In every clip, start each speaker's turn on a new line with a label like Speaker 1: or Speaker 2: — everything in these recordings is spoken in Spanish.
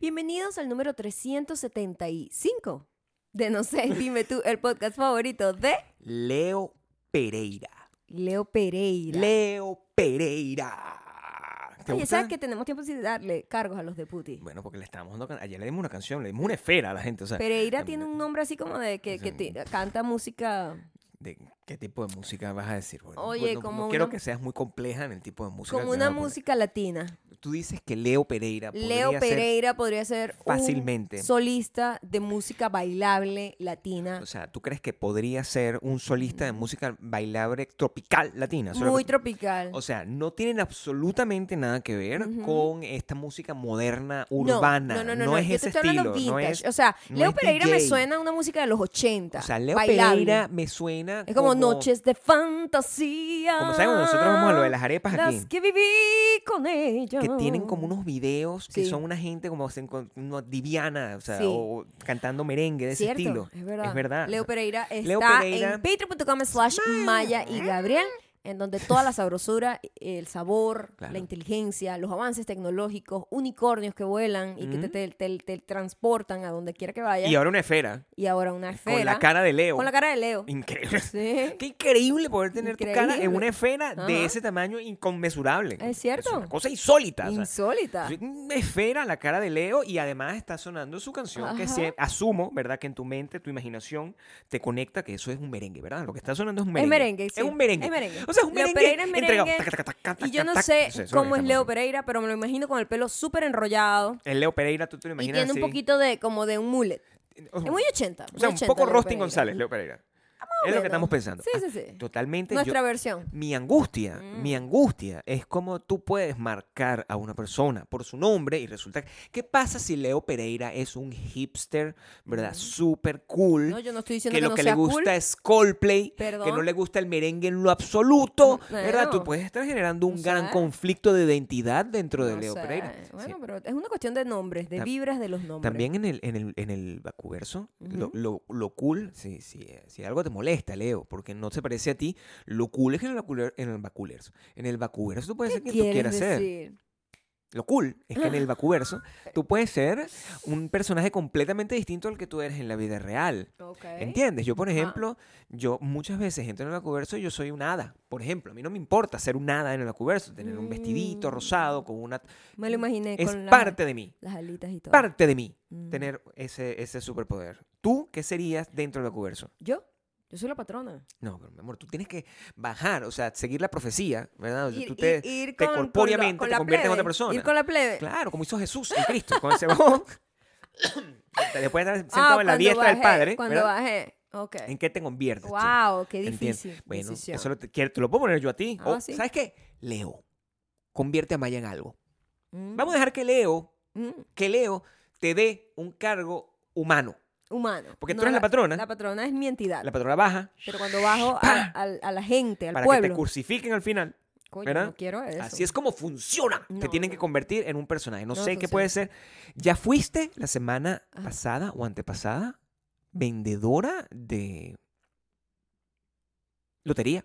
Speaker 1: Bienvenidos al número 375 de No sé, dime tú, el podcast favorito de
Speaker 2: Leo Pereira.
Speaker 1: Leo Pereira.
Speaker 2: Leo Pereira. ¿Te
Speaker 1: Oye,
Speaker 2: gusta?
Speaker 1: ¿sabes que tenemos tiempo sin darle cargos a los de Puti?
Speaker 2: Bueno, porque le estábamos dando... can- Ayer le dimos una canción, le dimos una esfera a la gente. O sea,
Speaker 1: Pereira
Speaker 2: también-
Speaker 1: tiene un nombre así como de que, que ti- canta música
Speaker 2: de- ¿Qué tipo de música vas a decir? Bueno,
Speaker 1: Oye,
Speaker 2: no- no
Speaker 1: como
Speaker 2: quiero
Speaker 1: una-
Speaker 2: que seas muy compleja en el tipo de música.
Speaker 1: como
Speaker 2: que
Speaker 1: una
Speaker 2: vas a poner.
Speaker 1: música latina.
Speaker 2: Tú dices que Leo Pereira podría
Speaker 1: Leo
Speaker 2: ser-
Speaker 1: Pereira podría ser un
Speaker 2: fácilmente.
Speaker 1: solista de música bailable latina,
Speaker 2: O sea, ¿tú crees que podría ser un solista de música bailable tropical latina? Eso es lo
Speaker 1: muy
Speaker 2: que tú-
Speaker 1: tropical.
Speaker 2: O sea, no tienen absolutamente nada que ver
Speaker 1: Ujú.
Speaker 2: con esta música moderna,
Speaker 1: No,
Speaker 2: urbana.
Speaker 1: No, no, no, no,
Speaker 2: es
Speaker 1: yo te
Speaker 2: ese
Speaker 1: estoy hablando
Speaker 2: estilo. No
Speaker 1: vintage.
Speaker 2: es,
Speaker 1: o sea,
Speaker 2: no
Speaker 1: Leo
Speaker 2: es
Speaker 1: Pereira me
Speaker 2: DJ.
Speaker 1: suena a una música de los 80.
Speaker 2: o sea, Leo
Speaker 1: bailable.
Speaker 2: Pereira me suena.
Speaker 1: Es como, noches de fantasía.
Speaker 2: Como saben, nosotros vamos a lo de las arepas
Speaker 1: Las
Speaker 2: aquí.
Speaker 1: que viví con ella.
Speaker 2: Que tienen como unos videos que
Speaker 1: Sí.
Speaker 2: son una gente como se encon- una diviana, o sea,
Speaker 1: Sí.
Speaker 2: o cantando merengue de
Speaker 1: Cierto,
Speaker 2: ese estilo.
Speaker 1: Es verdad.
Speaker 2: Es verdad.
Speaker 1: Leo Pereira está
Speaker 2: Leo Pereira-
Speaker 1: en patreon.com slash maya y gabriel en donde toda la sabrosura, el sabor,
Speaker 2: Claro.
Speaker 1: la inteligencia, los avances tecnológicos, unicornios que vuelan y que te,
Speaker 2: Ujú.
Speaker 1: te- te- te transportan a donde quiera que vayas.
Speaker 2: Y ahora una esfera.
Speaker 1: Y ahora una esfera.
Speaker 2: Con la cara de Leo.
Speaker 1: Con la cara de Leo.
Speaker 2: Increíble.
Speaker 1: Sí.
Speaker 2: Qué increíble poder tener tu cara en
Speaker 1: Increíble.
Speaker 2: una esfera
Speaker 1: Ajá.
Speaker 2: de ese tamaño inconmensurable.
Speaker 1: Es cierto.
Speaker 2: una cosa insólita. o sea,
Speaker 1: Insólita.
Speaker 2: es una esfera la cara de Leo y además está sonando su canción que
Speaker 1: Ajá.
Speaker 2: se, asumo, ¿verdad? Que en tu mente, tu imaginación te conecta que eso es un merengue, ¿verdad? Lo que está sonando es un merengue.
Speaker 1: Es merengue, sí.
Speaker 2: Es un merengue.
Speaker 1: Es merengue.
Speaker 2: O sea, es un
Speaker 1: Leo
Speaker 2: merengue.
Speaker 1: Pereira es
Speaker 2: entregado.
Speaker 1: merengue.
Speaker 2: Tac, tac, tac, tac,
Speaker 1: Y yo
Speaker 2: tac,
Speaker 1: no
Speaker 2: tac.
Speaker 1: sé
Speaker 2: eso lo que
Speaker 1: cómo es
Speaker 2: estamos
Speaker 1: Leo
Speaker 2: haciendo.
Speaker 1: Pereira, pero me lo imagino con el pelo súper enrollado.
Speaker 2: El Leo Pereira, tú te lo
Speaker 1: Y
Speaker 2: imaginas
Speaker 1: tiene un
Speaker 2: así?
Speaker 1: poquito de como de un mullet.
Speaker 2: O
Speaker 1: Es
Speaker 2: sea,
Speaker 1: muy 80.
Speaker 2: o sea,
Speaker 1: muy
Speaker 2: un
Speaker 1: 80
Speaker 2: poco
Speaker 1: Leo
Speaker 2: Rostin
Speaker 1: Pereira.
Speaker 2: González, Leo Pereira. Es lo
Speaker 1: menos.
Speaker 2: que estamos pensando.
Speaker 1: Sí,
Speaker 2: Ah,
Speaker 1: sí, sí.
Speaker 2: Totalmente. yo-
Speaker 1: Nuestra versión.
Speaker 2: Mi angustia,
Speaker 1: Mm.
Speaker 2: mi angustia es como tú puedes marcar a una persona por su nombre y resulta que- ¿qué pasa si Leo Pereira es un hipster, verdad? Súper cool.
Speaker 1: Mm. No, yo no estoy
Speaker 2: que
Speaker 1: diciendo que,
Speaker 2: lo
Speaker 1: no
Speaker 2: que
Speaker 1: sea
Speaker 2: le gusta
Speaker 1: cool.
Speaker 2: es Coldplay, que no
Speaker 1: Perdón.
Speaker 2: le gusta el merengue en lo absoluto,
Speaker 1: Mm,
Speaker 2: ¿verdad?
Speaker 1: bueno.
Speaker 2: Tú puedes estar generando un
Speaker 1: No
Speaker 2: gran
Speaker 1: sé.
Speaker 2: conflicto de identidad dentro de
Speaker 1: No
Speaker 2: Leo
Speaker 1: sé.
Speaker 2: Pereira. Sí.
Speaker 1: Bueno, pero es una cuestión de nombres, de
Speaker 2: Tam-
Speaker 1: vibras de los nombres.
Speaker 2: También en el, en el, en el Bacuverso,
Speaker 1: Ujú.
Speaker 2: lo, lo, lo cool, si, si, eh, si algo te molesta, Leo, porque no se parece a ti, lo cool es que en el, Baculer- en el Bacuverso. En el Bacuverso tú puedes ser quien tú quieras ser.
Speaker 1: decir? Ah.
Speaker 2: Lo cool es que en el Bacuverso tú puedes ser un personaje completamente distinto al que tú eres en la vida real.
Speaker 1: Ok.
Speaker 2: ¿Entiendes? Yo, por
Speaker 1: Ajá.
Speaker 2: ejemplo, yo muchas veces entro en el vacuverso y yo soy un hada. Por ejemplo, a mí no me importa ser un hada en el vacuverso, tener un vestidito
Speaker 1: Mm.
Speaker 2: rosado con una...
Speaker 1: Me lo imaginé
Speaker 2: Es
Speaker 1: con la-
Speaker 2: parte de mí,
Speaker 1: las alitas y todo.
Speaker 2: parte de mí,
Speaker 1: Mm.
Speaker 2: tener ese, ese superpoder. ¿Tú qué serías dentro del vacuverso?
Speaker 1: ¿Yo? Yo soy la patrona.
Speaker 2: No, pero mi amor, tú tienes que bajar, o sea, seguir la profecía, ¿verdad? O sea,
Speaker 1: Ir-
Speaker 2: tú te,
Speaker 1: ir- ir
Speaker 2: te
Speaker 1: con- con la-
Speaker 2: corpóreamente
Speaker 1: con
Speaker 2: te
Speaker 1: la
Speaker 2: conviertes en otra
Speaker 1: plebe,
Speaker 2: persona.
Speaker 1: Ir con la plebe.
Speaker 2: Claro, como hizo Jesús en Cristo, cuando se bajó. Después de estar
Speaker 1: Ah,
Speaker 2: sentado en la
Speaker 1: cuando
Speaker 2: diestra del
Speaker 1: bajé,
Speaker 2: Padre,
Speaker 1: Cuando
Speaker 2: ¿verdad?
Speaker 1: bajé. Ok.
Speaker 2: ¿en qué te conviertes? tú?
Speaker 1: Wow, qué
Speaker 2: ¿Entiendes?
Speaker 1: difícil.
Speaker 2: Bueno,
Speaker 1: decisión.
Speaker 2: eso lo te, quiero- te lo puedo poner yo a ti.
Speaker 1: Ah,
Speaker 2: O,
Speaker 1: sí.
Speaker 2: ¿Sabes qué? Leo. Convierte a Maya en algo.
Speaker 1: Mm,
Speaker 2: Vamos a dejar que Leo,
Speaker 1: mm,
Speaker 2: que Leo te dé un cargo humano.
Speaker 1: humano.
Speaker 2: Porque tú
Speaker 1: No
Speaker 2: eres la patrona.
Speaker 1: La patrona es mi entidad.
Speaker 2: La patrona baja
Speaker 1: Pero cuando bajo a, al- a la gente, al
Speaker 2: para que te
Speaker 1: pueblo.
Speaker 2: crucifiquen al final.
Speaker 1: coño,
Speaker 2: ¿verdad?
Speaker 1: no quiero eso.
Speaker 2: Así es como funciona. te
Speaker 1: No,
Speaker 2: tienen
Speaker 1: no.
Speaker 2: que convertir en un personaje. No,
Speaker 1: No Ah.
Speaker 2: sé
Speaker 1: funciona.
Speaker 2: qué puede ser. ¿Ya fuiste la semana
Speaker 1: Ajá.
Speaker 2: pasada o antepasada vendedora de lotería?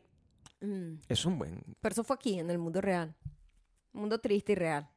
Speaker 1: Mm,
Speaker 2: Es un buen...
Speaker 1: Pero eso fue aquí, en el mundo real. Mundo triste y real.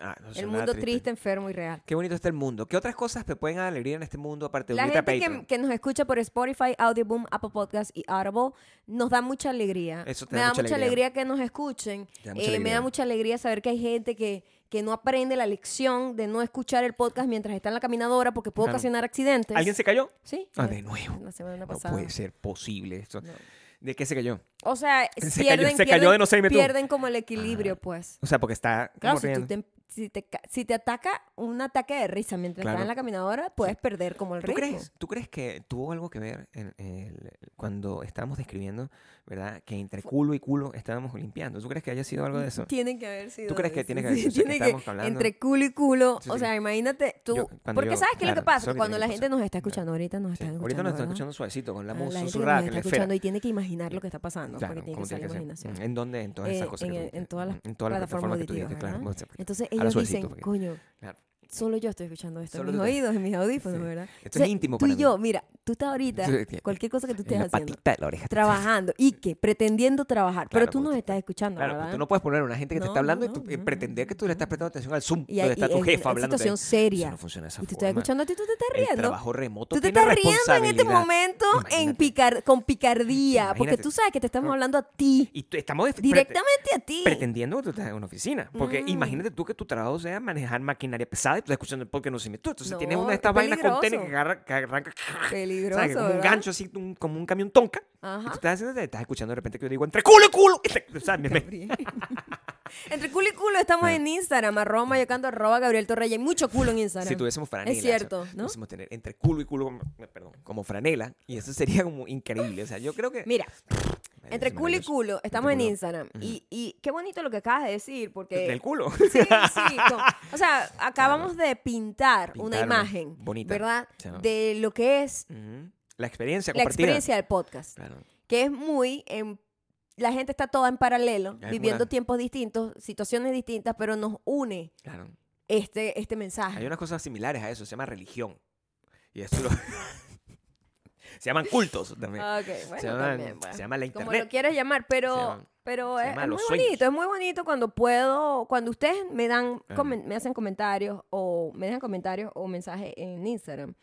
Speaker 2: ah, no sé,
Speaker 1: El
Speaker 2: nada
Speaker 1: mundo triste. enfermo y real.
Speaker 2: Qué bonito está el mundo. ¿Qué otras cosas te pueden dar alegría en este mundo aparte de
Speaker 1: La
Speaker 2: unirte a
Speaker 1: gente que,
Speaker 2: Patreon?
Speaker 1: que nos escucha por Spotify, Audioboom, Apple Podcast y Audible nos da mucha alegría.
Speaker 2: Eso te
Speaker 1: me
Speaker 2: da
Speaker 1: da
Speaker 2: mucha
Speaker 1: mucha
Speaker 2: alegría.
Speaker 1: alegría. que nos escuchen.
Speaker 2: Te da
Speaker 1: Eh,
Speaker 2: mucha
Speaker 1: me da
Speaker 2: alegría.
Speaker 1: mucha alegría saber que hay gente que, que no aprende la lección de no escuchar el podcast mientras está en la caminadora porque puede
Speaker 2: Claro.
Speaker 1: ocasionar accidentes.
Speaker 2: ¿Alguien se cayó?
Speaker 1: Sí.
Speaker 2: Ah,
Speaker 1: eh,
Speaker 2: de nuevo.
Speaker 1: La semana
Speaker 2: No
Speaker 1: pasada.
Speaker 2: puede ser posible esto.
Speaker 1: No.
Speaker 2: ¿De qué se cayó?
Speaker 1: O sea,
Speaker 2: Se cayó-
Speaker 1: pierden,
Speaker 2: se cayó
Speaker 1: pierden-
Speaker 2: de no sé, dime tú.
Speaker 1: pierden como el equilibrio, pues.
Speaker 2: O sea, porque está como
Speaker 1: Claro, si, tú
Speaker 2: riendo.
Speaker 1: te, em, si, te, ca- si te ataca un ataque de risa mientras
Speaker 2: Claro.
Speaker 1: estás en la caminadora, puedes perder como el
Speaker 2: ¿Tú
Speaker 1: ritmo.
Speaker 2: crees, ¿Tú crees que tuvo algo que ver en el- cuando estábamos describiendo, verdad? Que entre culo y culo estábamos limpiando. ¿Tú crees que haya sido algo de eso?
Speaker 1: Tiene que haber sido.
Speaker 2: ¿Tú crees que
Speaker 1: eso,
Speaker 2: tiene que haber
Speaker 1: sí,
Speaker 2: sido? O sea, que
Speaker 1: tiene
Speaker 2: estábamos hablando-
Speaker 1: Entre culo y culo.
Speaker 2: Sí,
Speaker 1: o
Speaker 2: sí.
Speaker 1: sea, imagínate tú.
Speaker 2: Yo- cuando
Speaker 1: porque
Speaker 2: yo-
Speaker 1: ¿sabes qué es lo que
Speaker 2: claro,
Speaker 1: pasa?
Speaker 2: eso es lo que
Speaker 1: cuando
Speaker 2: tiene
Speaker 1: la
Speaker 2: que
Speaker 1: gente
Speaker 2: pasar.
Speaker 1: nos está escuchando, ahorita nos están escuchando.
Speaker 2: Ahorita nos están
Speaker 1: ¿verdad?
Speaker 2: escuchando suavecito, con la
Speaker 1: Ah, la
Speaker 2: música
Speaker 1: gente
Speaker 2: susurrada
Speaker 1: nos
Speaker 2: que
Speaker 1: está
Speaker 2: la esfera.
Speaker 1: escuchando y tiene que imaginar lo que está pasando.
Speaker 2: Claro,
Speaker 1: porque tiene que
Speaker 2: como
Speaker 1: ser la
Speaker 2: tiene que ser.
Speaker 1: imaginación.
Speaker 2: ¿En dónde? En todas
Speaker 1: Eh,
Speaker 2: esas cosas.
Speaker 1: en,
Speaker 2: que
Speaker 1: en
Speaker 2: tú-
Speaker 1: todas las
Speaker 2: en todas las
Speaker 1: plataformas
Speaker 2: plataformas que tú
Speaker 1: auditivas.
Speaker 2: dijiste, claro.
Speaker 1: ¿verdad?
Speaker 2: bueno, se-
Speaker 1: Entonces
Speaker 2: la
Speaker 1: ellos
Speaker 2: suavecito,
Speaker 1: dicen,
Speaker 2: porque-
Speaker 1: coño,
Speaker 2: claro.
Speaker 1: Solo yo estoy escuchando esto
Speaker 2: Solo
Speaker 1: en mis
Speaker 2: tú te-
Speaker 1: oídos, en mis audífonos,
Speaker 2: Sí.
Speaker 1: ¿verdad?
Speaker 2: Esto
Speaker 1: O sea,
Speaker 2: es íntimo
Speaker 1: Tú
Speaker 2: para
Speaker 1: y
Speaker 2: mí.
Speaker 1: yo, mira, tú estás ahorita,
Speaker 2: Sí.
Speaker 1: cualquier cosa que tú estés
Speaker 2: En la
Speaker 1: haciendo,
Speaker 2: patita de la oreja.
Speaker 1: trabajando y que pretendiendo trabajar,
Speaker 2: Claro,
Speaker 1: pero tú
Speaker 2: porque
Speaker 1: nos
Speaker 2: tú-
Speaker 1: estás escuchando,
Speaker 2: Claro,
Speaker 1: ¿verdad?
Speaker 2: pues tú no puedes poner a una gente que te
Speaker 1: No,
Speaker 2: está hablando
Speaker 1: no,
Speaker 2: y tú- y
Speaker 1: no,
Speaker 2: pretender que tú le estás prestando atención al Zoom
Speaker 1: Y,
Speaker 2: donde
Speaker 1: ahí-
Speaker 2: está tu
Speaker 1: es-
Speaker 2: jefa
Speaker 1: es
Speaker 2: hablando.
Speaker 1: situación
Speaker 2: Eso
Speaker 1: seria.
Speaker 2: no funciona de esa
Speaker 1: y tú
Speaker 2: forma.
Speaker 1: estás escuchando a ti, tú te estás
Speaker 2: El
Speaker 1: riendo.
Speaker 2: trabajo remoto
Speaker 1: Tú te
Speaker 2: tiene
Speaker 1: estás riendo en este
Speaker 2: responsabilidad.
Speaker 1: momento en
Speaker 2: Imagínate.
Speaker 1: picar, con picardía, porque
Speaker 2: Imagínate.
Speaker 1: tú sabes que te estamos
Speaker 2: No.
Speaker 1: hablando a ti,
Speaker 2: Y tú- estamos prete-
Speaker 1: directamente a ti.
Speaker 2: pretendiendo que tú estás en una oficina. Porque
Speaker 1: Mm.
Speaker 2: imagínate tú que tu trabajo sea manejar maquinaria pesada y tú estás escuchando el podcast no sé tú. Entonces
Speaker 1: No,
Speaker 2: tienes una de
Speaker 1: es
Speaker 2: estas vainas con
Speaker 1: peligroso.
Speaker 2: tenis que, agarra- que arranca
Speaker 1: Peligroso,
Speaker 2: ¿sabes? como un
Speaker 1: ¿verdad?
Speaker 2: gancho así, un- como un camión tonca. Y tú
Speaker 1: Ajá.
Speaker 2: estás, haciendo- estás escuchando de repente que yo digo entre culo y culo. y te- o sea, me- me-
Speaker 1: Gabriel. Entre culo y culo estamos
Speaker 2: Ah.
Speaker 1: en Instagram, arroba mayocando, arroba Gabriel Torreya. Hay mucho culo en Instagram.
Speaker 2: si tuviésemos franela.
Speaker 1: Es cierto, ¿no?
Speaker 2: Pudiésemos tener entre culo y culo, me- perdón, como franela. Y eso sería como increíble. O sea, yo creo que.
Speaker 1: Mira,
Speaker 2: Madre,
Speaker 1: entre
Speaker 2: es
Speaker 1: culo y
Speaker 2: maravilloso.
Speaker 1: culo estamos en
Speaker 2: culo.
Speaker 1: Instagram. y, y qué bonito lo que acabas de decir, porque...
Speaker 2: Del culo.
Speaker 1: Sí, sí. con- o sea, acabamos de pintar, una
Speaker 2: Pintar una
Speaker 1: imagen,
Speaker 2: bonita,
Speaker 1: ¿verdad?
Speaker 2: sí.
Speaker 1: De lo que es
Speaker 2: Ujú. La experiencia
Speaker 1: la
Speaker 2: compartida.
Speaker 1: experiencia del podcast,
Speaker 2: Claro.
Speaker 1: que es muy... em, la gente está toda en paralelo,
Speaker 2: Hay
Speaker 1: viviendo
Speaker 2: una-
Speaker 1: tiempos distintos, situaciones distintas, pero nos une
Speaker 2: Claro.
Speaker 1: este, este mensaje.
Speaker 2: Hay unas cosas similares a eso, se llama religión. Y eso lo... se llaman cultos también.
Speaker 1: Ah, ok, bueno,
Speaker 2: se, llaman-
Speaker 1: también, bueno.
Speaker 2: se llama la
Speaker 1: Como lo
Speaker 2: internet.
Speaker 1: quieras llamar, pero,
Speaker 2: Se llama-
Speaker 1: pero
Speaker 2: se
Speaker 1: es,
Speaker 2: llama
Speaker 1: es muy
Speaker 2: los
Speaker 1: bonito,
Speaker 2: sueños.
Speaker 1: es muy bonito cuando puedo, cuando ustedes me dan,
Speaker 2: Ajá.
Speaker 1: comen- me hacen comentarios o me dejan comentarios o mensajes en Instagram,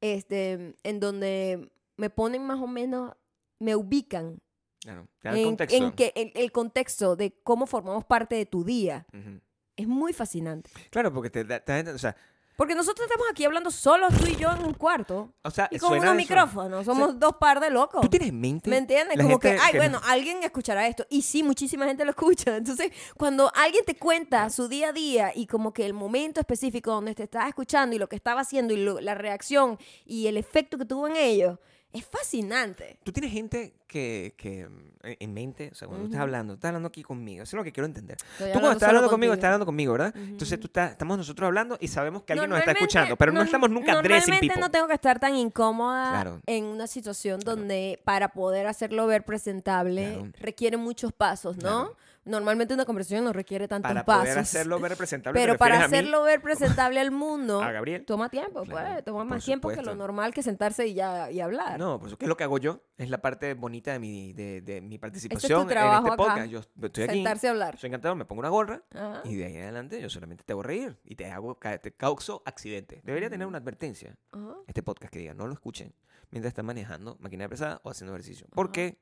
Speaker 1: este, en donde me ponen más o menos, me ubican
Speaker 2: Claro, te dan
Speaker 1: en,
Speaker 2: contexto.
Speaker 1: en que el, el contexto de cómo formamos parte de tu día.
Speaker 2: Ujú.
Speaker 1: Es muy fascinante.
Speaker 2: Claro, porque te, da- te da- o sea,
Speaker 1: Porque nosotros estamos aquí hablando solos tú y yo en un cuarto
Speaker 2: o sea,
Speaker 1: y con
Speaker 2: Eh, suena
Speaker 1: unos
Speaker 2: eso-
Speaker 1: micrófonos. Somos dos par de locos.
Speaker 2: ¿Tú tienes en mente?
Speaker 1: ¿Me entiendes?
Speaker 2: la
Speaker 1: Como que,
Speaker 2: gente
Speaker 1: ay,
Speaker 2: que-
Speaker 1: bueno, alguien escuchará esto. Y sí, muchísima gente lo escucha. Entonces, cuando alguien te cuenta su día a día y como que el momento específico donde te estaba escuchando y lo que estaba haciendo y lo- la reacción y el efecto que tuvo en ellos, es fascinante.
Speaker 2: Tú tienes gente que, que mm, en- en mente, o sea, cuando tú estás
Speaker 1: Ujú.
Speaker 2: hablando, estás hablando aquí conmigo, eso es lo que quiero entender.
Speaker 1: Estoy
Speaker 2: Tú cuando estás
Speaker 1: solo
Speaker 2: hablando conmigo,
Speaker 1: contigo.
Speaker 2: estás hablando conmigo, ¿verdad? Entonces tú estás, estamos nosotros hablando y sabemos que alguien nos está
Speaker 1: Normalmente-
Speaker 2: escuchando, pero no,
Speaker 1: norm-
Speaker 2: estamos nunca dressing
Speaker 1: Normalmente
Speaker 2: people.
Speaker 1: no tengo que estar tan incómoda
Speaker 2: Claro.
Speaker 1: en una situación donde para poder hacerlo ver presentable
Speaker 2: Claro.
Speaker 1: requiere muchos pasos, ¿no?
Speaker 2: Claro.
Speaker 1: Normalmente una conversación no requiere tantos
Speaker 2: para
Speaker 1: pasos.
Speaker 2: poder hacerlo ver representable, ¿te
Speaker 1: Pero para
Speaker 2: refieres a mí?
Speaker 1: hacerlo ver presentable al mundo,
Speaker 2: ¿A Gabriel?
Speaker 1: toma tiempo,
Speaker 2: Claro,
Speaker 1: pues, toma
Speaker 2: por
Speaker 1: más tiempo que lo
Speaker 2: supuesto.
Speaker 1: normal que sentarse y ya y hablar.
Speaker 2: No, por eso que es lo que hago yo. Es la parte bonita de mi, de, de mi participación
Speaker 1: trabajo
Speaker 2: en este
Speaker 1: acá.
Speaker 2: podcast. Yo estoy aquí,
Speaker 1: sentarse Ah. a hablar.
Speaker 2: soy encantado, me pongo una gorra
Speaker 1: Ajá.
Speaker 2: y de ahí en adelante yo solamente te hago reír y te hago ca- te causo accidentes. Debería tener
Speaker 1: Mm.
Speaker 2: una advertencia
Speaker 1: Ajá.
Speaker 2: este podcast que diga no lo escuchen mientras están manejando máquina pesada o haciendo ejercicio, porque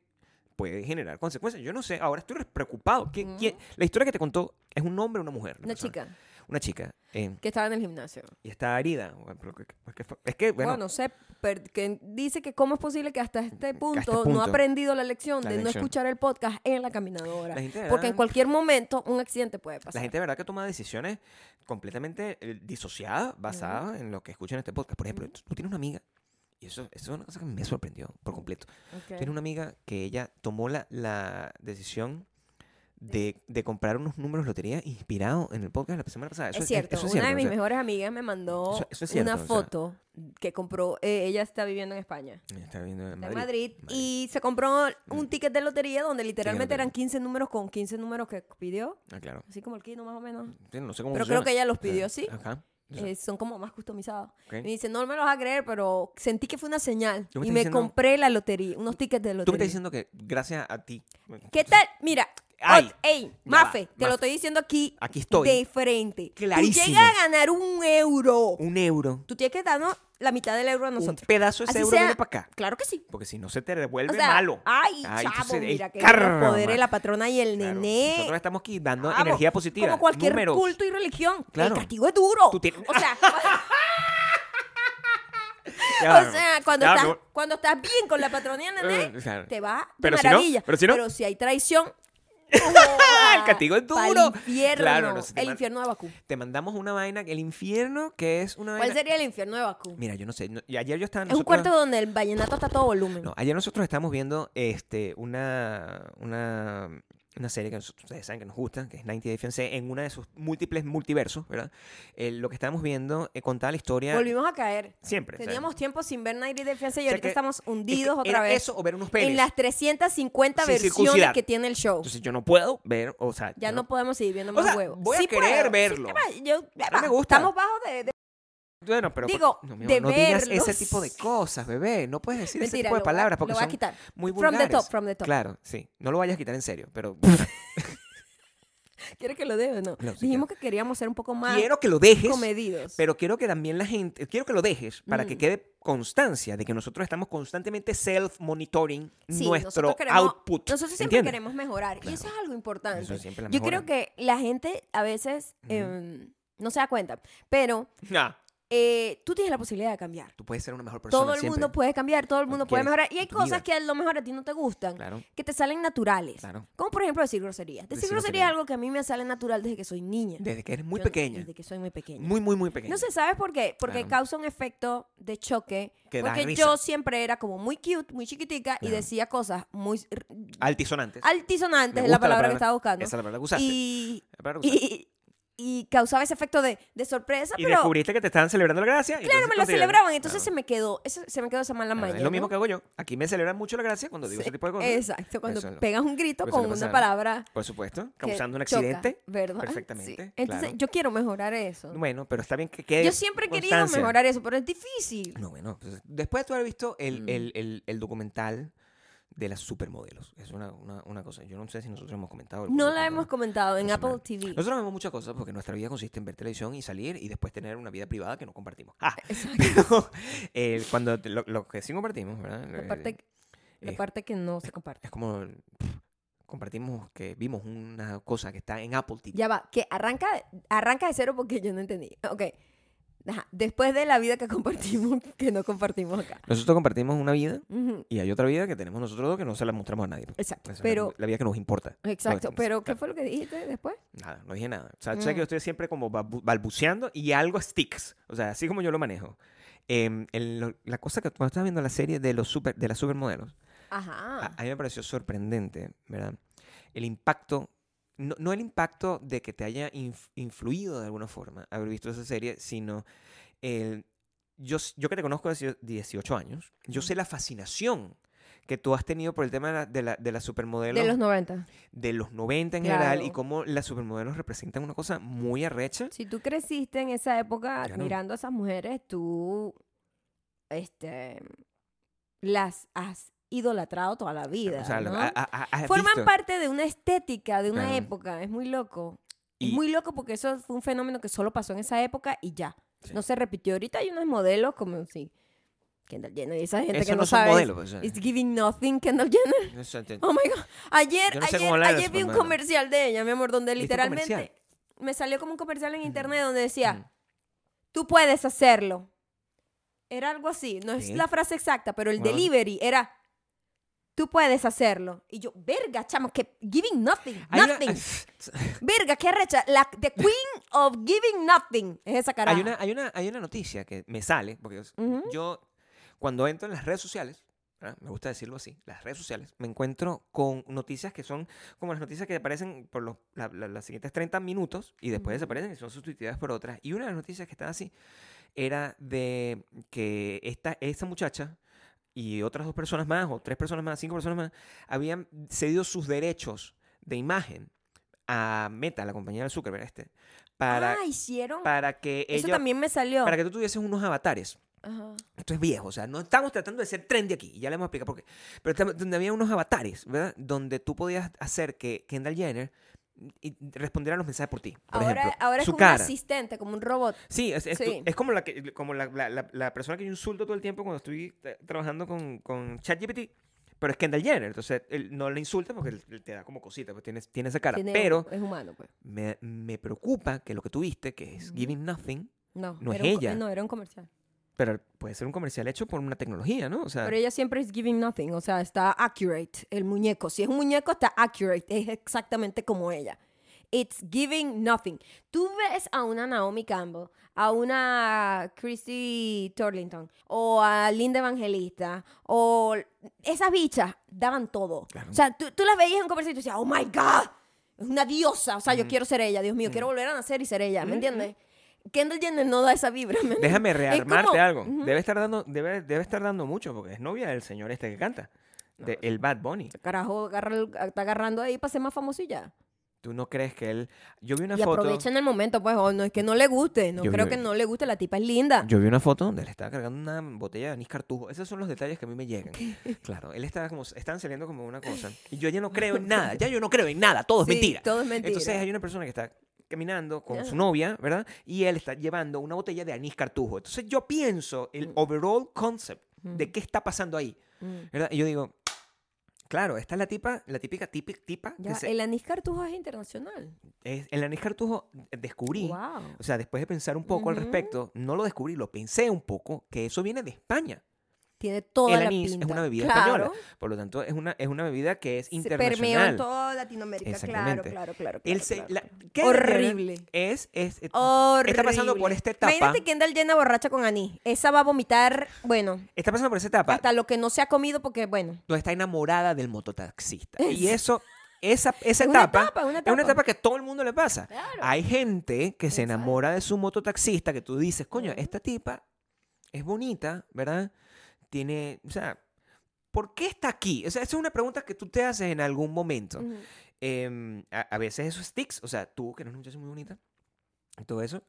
Speaker 2: puede generar consecuencias. Yo no sé, ahora estoy re- preocupado. ¿Quién-
Speaker 1: Ujú.
Speaker 2: quién- La historia que te contó es un hombre o una mujer. la
Speaker 1: Mm. Una
Speaker 2: persona?
Speaker 1: chica
Speaker 2: Una chica. eh,
Speaker 1: que estaba en el gimnasio.
Speaker 2: y está herida. bueno, porque- porque fue- Es que,
Speaker 1: Bueno,
Speaker 2: bueno,
Speaker 1: no sé, per- que dice que cómo es posible que hasta este punto, no
Speaker 2: punto.
Speaker 1: ha aprendido la lección
Speaker 2: La
Speaker 1: de no
Speaker 2: lección.
Speaker 1: escuchar el podcast en la caminadora.
Speaker 2: La gente,
Speaker 1: Porque en
Speaker 2: ¿verdad?
Speaker 1: cualquier momento un accidente puede pasar.
Speaker 2: La gente, de verdad, que toma decisiones completamente eh, disociadas, basadas en lo que escuchan en este podcast. Por ejemplo, tú tienes una amiga, y eso, eso es una cosa que me sorprendió por completo.
Speaker 1: Ok.
Speaker 2: Tienes una amiga que ella tomó la, la decisión de, de comprar unos números de lotería inspirado en el podcast de la semana pasada. Eso
Speaker 1: es cierto, una
Speaker 2: eso es
Speaker 1: de
Speaker 2: cierto,
Speaker 1: mis
Speaker 2: o sea,
Speaker 1: mejores amigas me mandó
Speaker 2: Eso- eso es cierto,
Speaker 1: una
Speaker 2: o sea.
Speaker 1: foto que compró, eh, ella está viviendo en España.
Speaker 2: Está viendo en
Speaker 1: de
Speaker 2: Madrid.
Speaker 1: Madrid,
Speaker 2: Madrid. Mm.
Speaker 1: y se compró un ticket de lotería donde literalmente
Speaker 2: lotería.
Speaker 1: eran 15 números con 15 números que pidió,
Speaker 2: Ah, claro.
Speaker 1: así como el kino más o menos.
Speaker 2: Sí, no sé cómo
Speaker 1: Pero creo
Speaker 2: funciona.
Speaker 1: que ella los
Speaker 2: O sea,
Speaker 1: pidió así.
Speaker 2: Ajá. O sea,
Speaker 1: Eh, son como más customizados.
Speaker 2: ok.
Speaker 1: Y dice, no me lo vas a creer, pero sentí que fue una señal.
Speaker 2: Yo me
Speaker 1: y
Speaker 2: estoy
Speaker 1: me
Speaker 2: diciendo-
Speaker 1: compré la lotería, unos tickets de
Speaker 2: Tú me estás
Speaker 1: lotería.
Speaker 2: diciendo que gracias a ti.
Speaker 1: ¿Qué tal? Mira,
Speaker 2: Ay,
Speaker 1: ot- ey,
Speaker 2: ya va,
Speaker 1: Mafe, te lo
Speaker 2: Mafe.
Speaker 1: estoy diciendo aquí
Speaker 2: Aquí estoy.
Speaker 1: de frente.
Speaker 2: Clarísimo.
Speaker 1: Tú llegas a ganar un euro.
Speaker 2: Un euro.
Speaker 1: Tú tienes que darnos la mitad del euro a nosotros.
Speaker 2: Un pedazo de ese
Speaker 1: Así
Speaker 2: euro
Speaker 1: sea-
Speaker 2: viene para acá.
Speaker 1: Claro que sí.
Speaker 2: Porque si no se te devuelve
Speaker 1: O sea,
Speaker 2: malo.
Speaker 1: Ay, chavo,
Speaker 2: entonces, ey,
Speaker 1: mira, que los
Speaker 2: caramba.
Speaker 1: poderes, la patrona y el
Speaker 2: Claro,
Speaker 1: nené.
Speaker 2: Nosotros estamos aquí dando
Speaker 1: Vamos,
Speaker 2: energía positiva.
Speaker 1: Como cualquier
Speaker 2: números.
Speaker 1: culto y religión.
Speaker 2: Claro.
Speaker 1: El castigo es duro.
Speaker 2: Tú tienes-
Speaker 1: O sea,
Speaker 2: Ya,
Speaker 1: o
Speaker 2: no,
Speaker 1: sea, cuando,
Speaker 2: ya,
Speaker 1: estás,
Speaker 2: no.
Speaker 1: cuando estás bien con la patrona y el nené,
Speaker 2: Eh, claro.
Speaker 1: te va de
Speaker 2: Pero si no,
Speaker 1: maravilla.
Speaker 2: pero si no.
Speaker 1: hay traición...
Speaker 2: El castigo es
Speaker 1: pa'l
Speaker 2: duro.
Speaker 1: infierno.
Speaker 2: Claro, no se te
Speaker 1: el
Speaker 2: man-
Speaker 1: infierno de Bakú.
Speaker 2: Te mandamos una vaina, el infierno, que es una
Speaker 1: ¿Cuál
Speaker 2: vaina.
Speaker 1: sería el infierno de Bakú?
Speaker 2: Mira, yo no sé. no- y ayer yo estaba.
Speaker 1: Es un cuarto donde el vallenato está a todo volumen.
Speaker 2: No, ayer nosotros estamos viendo este, una, una, una serie que nos- ustedes saben que nos gusta, que es 90 Day Fiancé, en una de sus múltiples multiversos, ¿verdad? Eh, lo que estábamos viendo eh, contaba la historia
Speaker 1: Volvimos a caer.
Speaker 2: siempre. o sea,
Speaker 1: Teníamos tiempo sin ver Night de Fianza y
Speaker 2: O sea,
Speaker 1: ahorita
Speaker 2: que-
Speaker 1: estamos
Speaker 2: es que
Speaker 1: hundidos
Speaker 2: era
Speaker 1: otra vez.
Speaker 2: Eso o ver unos pelis.
Speaker 1: en las 350
Speaker 2: Sin
Speaker 1: versiones
Speaker 2: circuncidar.
Speaker 1: que tiene el show.
Speaker 2: Entonces yo no puedo ver, o sea,
Speaker 1: Ya
Speaker 2: yo
Speaker 1: no podemos seguir viendo
Speaker 2: O
Speaker 1: más
Speaker 2: sea,
Speaker 1: huevos.
Speaker 2: voy a
Speaker 1: Sí
Speaker 2: querer
Speaker 1: puedo,
Speaker 2: verlo.
Speaker 1: sí, ya va, yo- ya
Speaker 2: No me
Speaker 1: va,
Speaker 2: gusta.
Speaker 1: Estamos bajo de, de-
Speaker 2: Bueno, pero
Speaker 1: Digo,
Speaker 2: no, mi amor,
Speaker 1: de
Speaker 2: no digas ese
Speaker 1: verlos.
Speaker 2: tipo de cosas, bebé. No puedes decir ese
Speaker 1: Mentira,
Speaker 2: tipo de
Speaker 1: lo voy a-
Speaker 2: palabras porque
Speaker 1: lo voy a
Speaker 2: son
Speaker 1: quitar.
Speaker 2: muy
Speaker 1: From
Speaker 2: vulgares.
Speaker 1: the top, from the top.
Speaker 2: Claro, sí. No lo vayas a quitar en serio, pero
Speaker 1: ¿Quieres que lo deje o no?
Speaker 2: No, sí,
Speaker 1: Dijimos que queríamos ser un poco más
Speaker 2: quiero que lo dejes.
Speaker 1: comedidos.
Speaker 2: Pero quiero que también la gente, quiero que lo dejes para que
Speaker 1: Mm.
Speaker 2: quede constancia de que nosotros estamos constantemente self-monitoring
Speaker 1: Sí,
Speaker 2: nuestro
Speaker 1: nosotros queremos-
Speaker 2: output.
Speaker 1: Nosotros siempre
Speaker 2: ¿entiendes?
Speaker 1: queremos mejorar y
Speaker 2: Claro.
Speaker 1: eso es algo importante.
Speaker 2: Eso es siempre la
Speaker 1: Yo
Speaker 2: mejora.
Speaker 1: creo que la gente a veces
Speaker 2: Ujú.
Speaker 1: em, no se da cuenta, pero
Speaker 2: Nah,
Speaker 1: eh, tú tienes la posibilidad de cambiar.
Speaker 2: tú puedes ser una mejor persona
Speaker 1: todo el
Speaker 2: siempre.
Speaker 1: mundo puede cambiar, todo el mundo puede
Speaker 2: quieres
Speaker 1: mejorar y hay
Speaker 2: en tu
Speaker 1: cosas
Speaker 2: vida.
Speaker 1: que a lo mejor a ti no te gustan,
Speaker 2: Claro,
Speaker 1: que te salen naturales.
Speaker 2: claro.
Speaker 1: Como por ejemplo decir groserías. Decir,
Speaker 2: Decir
Speaker 1: groserías
Speaker 2: groserías.
Speaker 1: es algo que a mí me sale natural desde que soy niña.
Speaker 2: Desde que eres muy
Speaker 1: Yo-
Speaker 2: pequeña.
Speaker 1: Desde que soy muy pequeña.
Speaker 2: Muy, muy, muy pequeña.
Speaker 1: No sé, ¿sabes por qué? Porque
Speaker 2: Claro.
Speaker 1: causa un efecto de choque.
Speaker 2: Que da
Speaker 1: porque
Speaker 2: risa.
Speaker 1: yo siempre era como muy cute, muy chiquitica y
Speaker 2: Claro.
Speaker 1: decía cosas muy r-
Speaker 2: Altisonantes.
Speaker 1: altisonantes,
Speaker 2: Me
Speaker 1: es la
Speaker 2: gusta la
Speaker 1: palabra, que
Speaker 2: palabra.
Speaker 1: estaba buscando.
Speaker 2: Esa es la palabra que usaste.
Speaker 1: Y,
Speaker 2: La palabra que usaste.
Speaker 1: y, y causaba ese efecto de, de sorpresa,
Speaker 2: Y
Speaker 1: pero
Speaker 2: descubriste que te estaban celebrando la gracia.
Speaker 1: claro, me lo celebraban. Entonces se me quedó, eso- se me quedó esa mala maña.
Speaker 2: Es lo mismo
Speaker 1: ¿no?
Speaker 2: que hago yo. Aquí me celebran mucho la gracia cuando digo
Speaker 1: Sí,
Speaker 2: ese tipo de cosas.
Speaker 1: Exacto, cuando
Speaker 2: Eso es lo-
Speaker 1: pegas un grito
Speaker 2: eso
Speaker 1: con
Speaker 2: le pasa
Speaker 1: una
Speaker 2: a-
Speaker 1: palabra.
Speaker 2: Por supuesto,
Speaker 1: que
Speaker 2: causando un
Speaker 1: choca,
Speaker 2: accidente.
Speaker 1: ¿verdad? Sí.
Speaker 2: Perfectamente,
Speaker 1: Entonces,
Speaker 2: claro.
Speaker 1: yo quiero mejorar eso.
Speaker 2: Bueno, pero está bien que quede.
Speaker 1: Yo siempre he querido
Speaker 2: constancia.
Speaker 1: mejorar eso, pero es difícil.
Speaker 2: No, bueno. pues, después de tú haber visto el,
Speaker 1: Mm.
Speaker 2: el, el, el documental de las supermodelos. Es una, una, una cosa. Yo no sé si nosotros hemos comentado. algo
Speaker 1: No
Speaker 2: sobre
Speaker 1: la
Speaker 2: el
Speaker 1: hemos
Speaker 2: documental.
Speaker 1: comentado en
Speaker 2: No sé,
Speaker 1: Apple
Speaker 2: man.
Speaker 1: TV.
Speaker 2: Nosotros vemos muchas cosas porque nuestra vida consiste en ver televisión y salir y después tener una vida privada que no compartimos. Ah, pero, eh, cuando te- lo, lo que sí compartimos, ¿verdad?
Speaker 1: La
Speaker 2: Eh,
Speaker 1: parte, la
Speaker 2: eh,
Speaker 1: parte que no se comparte.
Speaker 2: Es como pff, compartimos que vimos una cosa que está en Apple TV.
Speaker 1: Ya va, que arranca, arranca de cero porque yo no entendí. Ok. Ajá, Después de la vida que compartimos, que no compartimos acá.
Speaker 2: Nosotros compartimos una vida
Speaker 1: Ujú,
Speaker 2: y hay otra vida que tenemos nosotros dos que no se la mostramos a nadie.
Speaker 1: Exacto.
Speaker 2: Esa es la-
Speaker 1: Pero,
Speaker 2: la, vida que nos importa.
Speaker 1: exacto.
Speaker 2: tenemos,
Speaker 1: Pero, ¿qué
Speaker 2: claro.
Speaker 1: fue lo que dijiste después?
Speaker 2: Nada, no dije nada. O sea, tú sabes
Speaker 1: Mm.
Speaker 2: que yo estoy siempre como babu- balbuceando y algo sticks. O sea, así como yo lo manejo. Em, el- lo- la cosa que cuando estaba viendo la serie de los super, de las supermodelos, a-
Speaker 1: Ajá.
Speaker 2: a mí me pareció sorprendente, ¿verdad? El impacto, no, no el impacto de que te haya inf- influido de alguna forma haber visto esa serie, sino el, yo, s- yo que te conozco hace 18 años, yo sé la fascinación que tú has tenido por el tema de la, de la, de la supermodelo
Speaker 1: De los 90.
Speaker 2: de los 90 en general y
Speaker 1: Claro.
Speaker 2: cómo las supermodelos representan una cosa muy arrecha.
Speaker 1: Si tú creciste en esa época
Speaker 2: Claro.
Speaker 1: admirando a esas mujeres, tú este, las has idolatrado toda la vida.
Speaker 2: o sea, lo-
Speaker 1: ¿no?
Speaker 2: a- a- a- has
Speaker 1: Forman
Speaker 2: visto.
Speaker 1: parte de una estética, de una
Speaker 2: Claro.
Speaker 1: época. Es muy loco. Es
Speaker 2: Y-
Speaker 1: muy loco porque eso fue un fenómeno que solo pasó en esa época y ya.
Speaker 2: Sí.
Speaker 1: No se repitió. Ahorita hay unos modelos como sí, Kendall Jenner y esa gente
Speaker 2: Eso
Speaker 1: que no,
Speaker 2: no son
Speaker 1: sabe.
Speaker 2: modelos. pues, o sea,
Speaker 1: It's giving nothing, Kendall Jenner.
Speaker 2: eso te-
Speaker 1: Oh my God. Ayer,
Speaker 2: Yo no sé
Speaker 1: ayer,
Speaker 2: cómo hablar de
Speaker 1: ayer vi un
Speaker 2: Supermodelo.
Speaker 1: comercial de ella, mi amor, donde
Speaker 2: ¿Viste un comercial?
Speaker 1: literalmente me salió como un comercial en internet donde
Speaker 2: Ujú.
Speaker 1: decía, tú puedes hacerlo. Era algo así, no es
Speaker 2: Sí.
Speaker 1: la frase exacta, pero el
Speaker 2: Bueno.
Speaker 1: delivery era, tú puedes hacerlo. Y yo, verga, chamo, que giving nothing,
Speaker 2: Mm. Hay una-
Speaker 1: nothing. Verga, qué arrecha. La, the queen of giving nothing es esa cara.
Speaker 2: Hay una, hay, una, hay una noticia que me sale, porque es-
Speaker 1: Ujú.
Speaker 2: yo cuando entro en las redes sociales, ¿verdad? me gusta decirlo así, las redes sociales, me encuentro con noticias que son como las noticias que aparecen por los, la- la- las siguientes 30 minutos y después
Speaker 1: Ujú.
Speaker 2: desaparecen y son sustituidas por otras. Y una de las noticias que estaba así era de que esta, esta muchacha y otras dos personas más, o tres personas más, cinco personas más, habían cedido sus derechos de imagen a Meta, la compañía de Zuckerberg este, para,
Speaker 1: ah, hicieron.
Speaker 2: para que
Speaker 1: Eso
Speaker 2: ellos-
Speaker 1: también me salió.
Speaker 2: para que tú tuvieses unos avatares.
Speaker 1: Ajá.
Speaker 2: Esto es viejo, o sea, no estamos tratando de ser trendy aquí, y ya le hemos explicado por qué. Pero tam- donde había unos avatares, ¿verdad? Donde tú podías hacer que Kendall Jenner y- respondiera a los mensajes por ti. Por
Speaker 1: ahora
Speaker 2: ejemplo,
Speaker 1: ahora es
Speaker 2: su
Speaker 1: como un
Speaker 2: cara.
Speaker 1: asistente, como un robot.
Speaker 2: Sí, es, es-
Speaker 1: Sí.
Speaker 2: es como, la, que, como la, la- la- la persona que yo insulto todo el tiempo cuando estoy eh, trabajando con, con ChatGPT. Pero es Kendall Jenner, entonces él no le insulta porque él- él te da como cosita, pues tiene, tiene esa cara.
Speaker 1: Tiene-
Speaker 2: Pero
Speaker 1: es humano, pues.
Speaker 2: me, me preocupa que lo que tuviste, que es
Speaker 1: Ujú.
Speaker 2: Giving Nothing,
Speaker 1: No,
Speaker 2: No
Speaker 1: era
Speaker 2: es
Speaker 1: un co-
Speaker 2: ella.
Speaker 1: no, era un comercial.
Speaker 2: pero puede ser un comercial hecho por una tecnología, ¿no? O sea,
Speaker 1: Pero ella siempre es giving nothing, o sea, está accurate el muñeco. Si es un muñeco, está accurate, es exactamente como ella. It's giving nothing. Tú ves a una Naomi Campbell, a una Christy Turlington, o a Linda Evangelista, o esas bichas daban todo.
Speaker 2: Claro.
Speaker 1: O sea, tú, tú las veías en comercio y tú decías, oh my God, es una diosa. O sea, yo quiero ser ella, Dios mío, quiero volver a nacer y ser ella, ¿me entiendes? Kendall Jenner no da esa vibra. ¿me entiendes?
Speaker 2: Déjame
Speaker 1: Es
Speaker 2: rearmarte
Speaker 1: como-
Speaker 2: algo.
Speaker 1: Ujú.
Speaker 2: Debe estar dando, debe, debe estar dando mucho porque es novia del señor este que canta. de- el Bad Bunny.
Speaker 1: Carajo, agarra el- está agarrando ahí para ser más famosilla.
Speaker 2: ¿Tú no crees que él.? Yo vi una
Speaker 1: y
Speaker 2: foto.
Speaker 1: aprovechan el momento, pues, o no es que no le guste, no
Speaker 2: Yo
Speaker 1: creo
Speaker 2: vi-
Speaker 1: que no le guste, la tipa es linda.
Speaker 2: Yo vi una foto donde le estaba cargando una botella de anís cartujo. Esos son los detalles que a mí me llegan. Claro, él estaba como. Están saliendo como una cosa. Y yo ya no creo en nada. Ya yo no creo en nada. Todo es
Speaker 1: Sí,
Speaker 2: mentira.
Speaker 1: Todo es mentira.
Speaker 2: Entonces hay una persona que está caminando con
Speaker 1: Ajá.
Speaker 2: su novia, ¿verdad? Y él está llevando una botella de anís cartujo. Entonces yo pienso el overall concept de qué está pasando ahí,
Speaker 1: Mm.
Speaker 2: ¿verdad? Y yo digo, claro, esta es la tipa, la típica tipi- tipa. que
Speaker 1: Ya,
Speaker 2: se-
Speaker 1: El anís cartujo es internacional.
Speaker 2: es- el anís cartujo eh, descubrí,
Speaker 1: Wow.
Speaker 2: o sea, después de pensar un poco al
Speaker 1: Ujú.
Speaker 2: respecto, no lo descubrí, lo pensé un poco, que eso viene de España.
Speaker 1: Tiene toda
Speaker 2: el
Speaker 1: la
Speaker 2: anís
Speaker 1: pinta.
Speaker 2: es una bebida
Speaker 1: Claro.
Speaker 2: española, por lo tanto es una, es una bebida que es
Speaker 1: Se permeó en
Speaker 2: internacional.
Speaker 1: toda Latinoamérica. Claro,
Speaker 2: Exactamente.
Speaker 1: claro, claro.
Speaker 2: El
Speaker 1: claro,
Speaker 2: se-
Speaker 1: claro,
Speaker 2: la-
Speaker 1: claro.
Speaker 2: ¿qué
Speaker 1: Horrible. Oh.
Speaker 2: debería- Es, es, eh, es-
Speaker 1: Horrible.
Speaker 2: está pasando por esta etapa.
Speaker 1: Imagínate Kendall llena borracha con anís. Esa va a vomitar, bueno,
Speaker 2: Está pasando por esa etapa
Speaker 1: hasta lo que no se ha comido porque, bueno.
Speaker 2: donde está enamorada del mototaxista. Y eso, esa, esa
Speaker 1: Es una
Speaker 2: etapa,
Speaker 1: etapa, una
Speaker 2: es una
Speaker 1: etapa.
Speaker 2: etapa que a todo el mundo le pasa.
Speaker 1: Claro.
Speaker 2: Hay gente que se
Speaker 1: Exacto.
Speaker 2: enamora de su mototaxista, que tú dices, coño,
Speaker 1: Ujú.
Speaker 2: esta tipa es bonita, ¿verdad? Tiene, o sea, ¿por qué está aquí? O sea, esa es una pregunta que tú te haces en algún momento.
Speaker 1: Ujú.
Speaker 2: Em, a, a veces eso es tics, o sea, tú, que eres una muchacha muy bonita, y todo eso.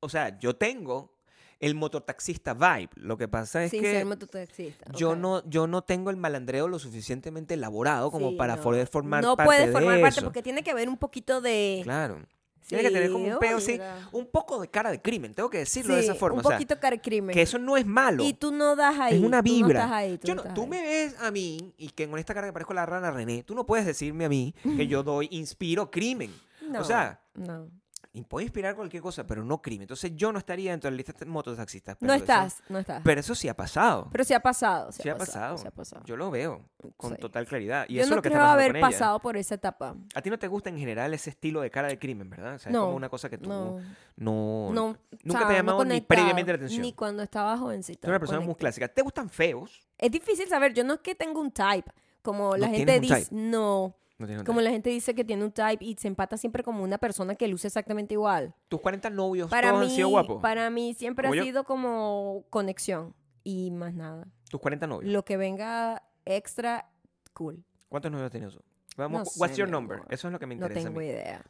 Speaker 2: O sea, yo tengo el mototaxista vibe. Lo que pasa es
Speaker 1: Sin
Speaker 2: que...
Speaker 1: ser mototaxista.
Speaker 2: Yo
Speaker 1: ok.
Speaker 2: no, yo no tengo el malandreo lo suficientemente elaborado como
Speaker 1: Sí,
Speaker 2: para
Speaker 1: no.
Speaker 2: poder formar
Speaker 1: No
Speaker 2: parte
Speaker 1: puedes
Speaker 2: de
Speaker 1: formar
Speaker 2: eso.
Speaker 1: parte porque tiene que haber un poquito de.
Speaker 2: Claro. Tiene que tener como
Speaker 1: Sí,
Speaker 2: un peo así,
Speaker 1: oiga.
Speaker 2: un poco de cara de crimen, tengo que decirlo de
Speaker 1: Sí,
Speaker 2: esa forma.
Speaker 1: Un
Speaker 2: o sea,
Speaker 1: poquito carcrimen.
Speaker 2: que eso no es malo.
Speaker 1: Y tú no das ahí.
Speaker 2: es una
Speaker 1: tú no
Speaker 2: vibra.
Speaker 1: estás ahí, no
Speaker 2: yo no-
Speaker 1: estás
Speaker 2: tú
Speaker 1: ahí.
Speaker 2: me ves a mí y que con esta cara que parezco la rana René, tú no puedes decirme a mí que yo doy, inspiro crimen.
Speaker 1: No,
Speaker 2: O sea,
Speaker 1: No,
Speaker 2: y puedo inspirar cualquier cosa, pero no crimen. Entonces yo no estaría dentro de la lista de mototaxistas. pero
Speaker 1: no
Speaker 2: eso-
Speaker 1: estás, no estás. Pero,
Speaker 2: pero eso sí ha pasado.
Speaker 1: se ha pasado. Se,
Speaker 2: Sí
Speaker 1: ha,
Speaker 2: ha pasado.
Speaker 1: Se ha pasado.
Speaker 2: Yo lo veo con
Speaker 1: Sí.
Speaker 2: total claridad. Y
Speaker 1: Yo
Speaker 2: eso es
Speaker 1: no
Speaker 2: lo que
Speaker 1: creo
Speaker 2: está pasando
Speaker 1: haber
Speaker 2: con ella.
Speaker 1: pasado por esa etapa.
Speaker 2: A ti no te gusta en general ese estilo de cara de crimen, ¿verdad? O sea, es
Speaker 1: No,
Speaker 2: como una cosa que tú
Speaker 1: No,
Speaker 2: no,
Speaker 1: no.
Speaker 2: nunca
Speaker 1: o sea,
Speaker 2: te ha
Speaker 1: no
Speaker 2: llamado ni
Speaker 1: conectaba,
Speaker 2: previamente la atención.
Speaker 1: Ni cuando estaba jovencita.
Speaker 2: Tú eres una
Speaker 1: no
Speaker 2: persona muy
Speaker 1: conecté.
Speaker 2: clásica. ¿Te gustan feos?
Speaker 1: Es difícil saber. Yo no es que tengo un type. Como la
Speaker 2: No
Speaker 1: gente
Speaker 2: tienes un
Speaker 1: dice. No.
Speaker 2: No tienes
Speaker 1: Como la gente dice que tiene un type y se empata siempre como una persona que luce exactamente igual.
Speaker 2: Tus 40 novios
Speaker 1: Para
Speaker 2: todos
Speaker 1: mí,
Speaker 2: han Pues sido guapos.
Speaker 1: para mí siempre
Speaker 2: Como
Speaker 1: ha
Speaker 2: yo.
Speaker 1: sido como conexión y más nada.
Speaker 2: Tus 40 novios.
Speaker 1: Lo que venga extra, cool.
Speaker 2: ¿Cuántos novios has tenido tú? Vamos,
Speaker 1: No
Speaker 2: cu- what's
Speaker 1: sé,
Speaker 2: your
Speaker 1: mi
Speaker 2: number?
Speaker 1: amor.
Speaker 2: Eso es lo que me
Speaker 1: No
Speaker 2: interesa a
Speaker 1: tengo
Speaker 2: mí.
Speaker 1: idea.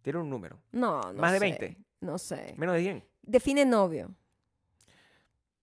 Speaker 2: Tiene un número.
Speaker 1: No, no
Speaker 2: Más de
Speaker 1: sé.
Speaker 2: 20.
Speaker 1: No sé.
Speaker 2: Menos de 100.
Speaker 1: Define novio.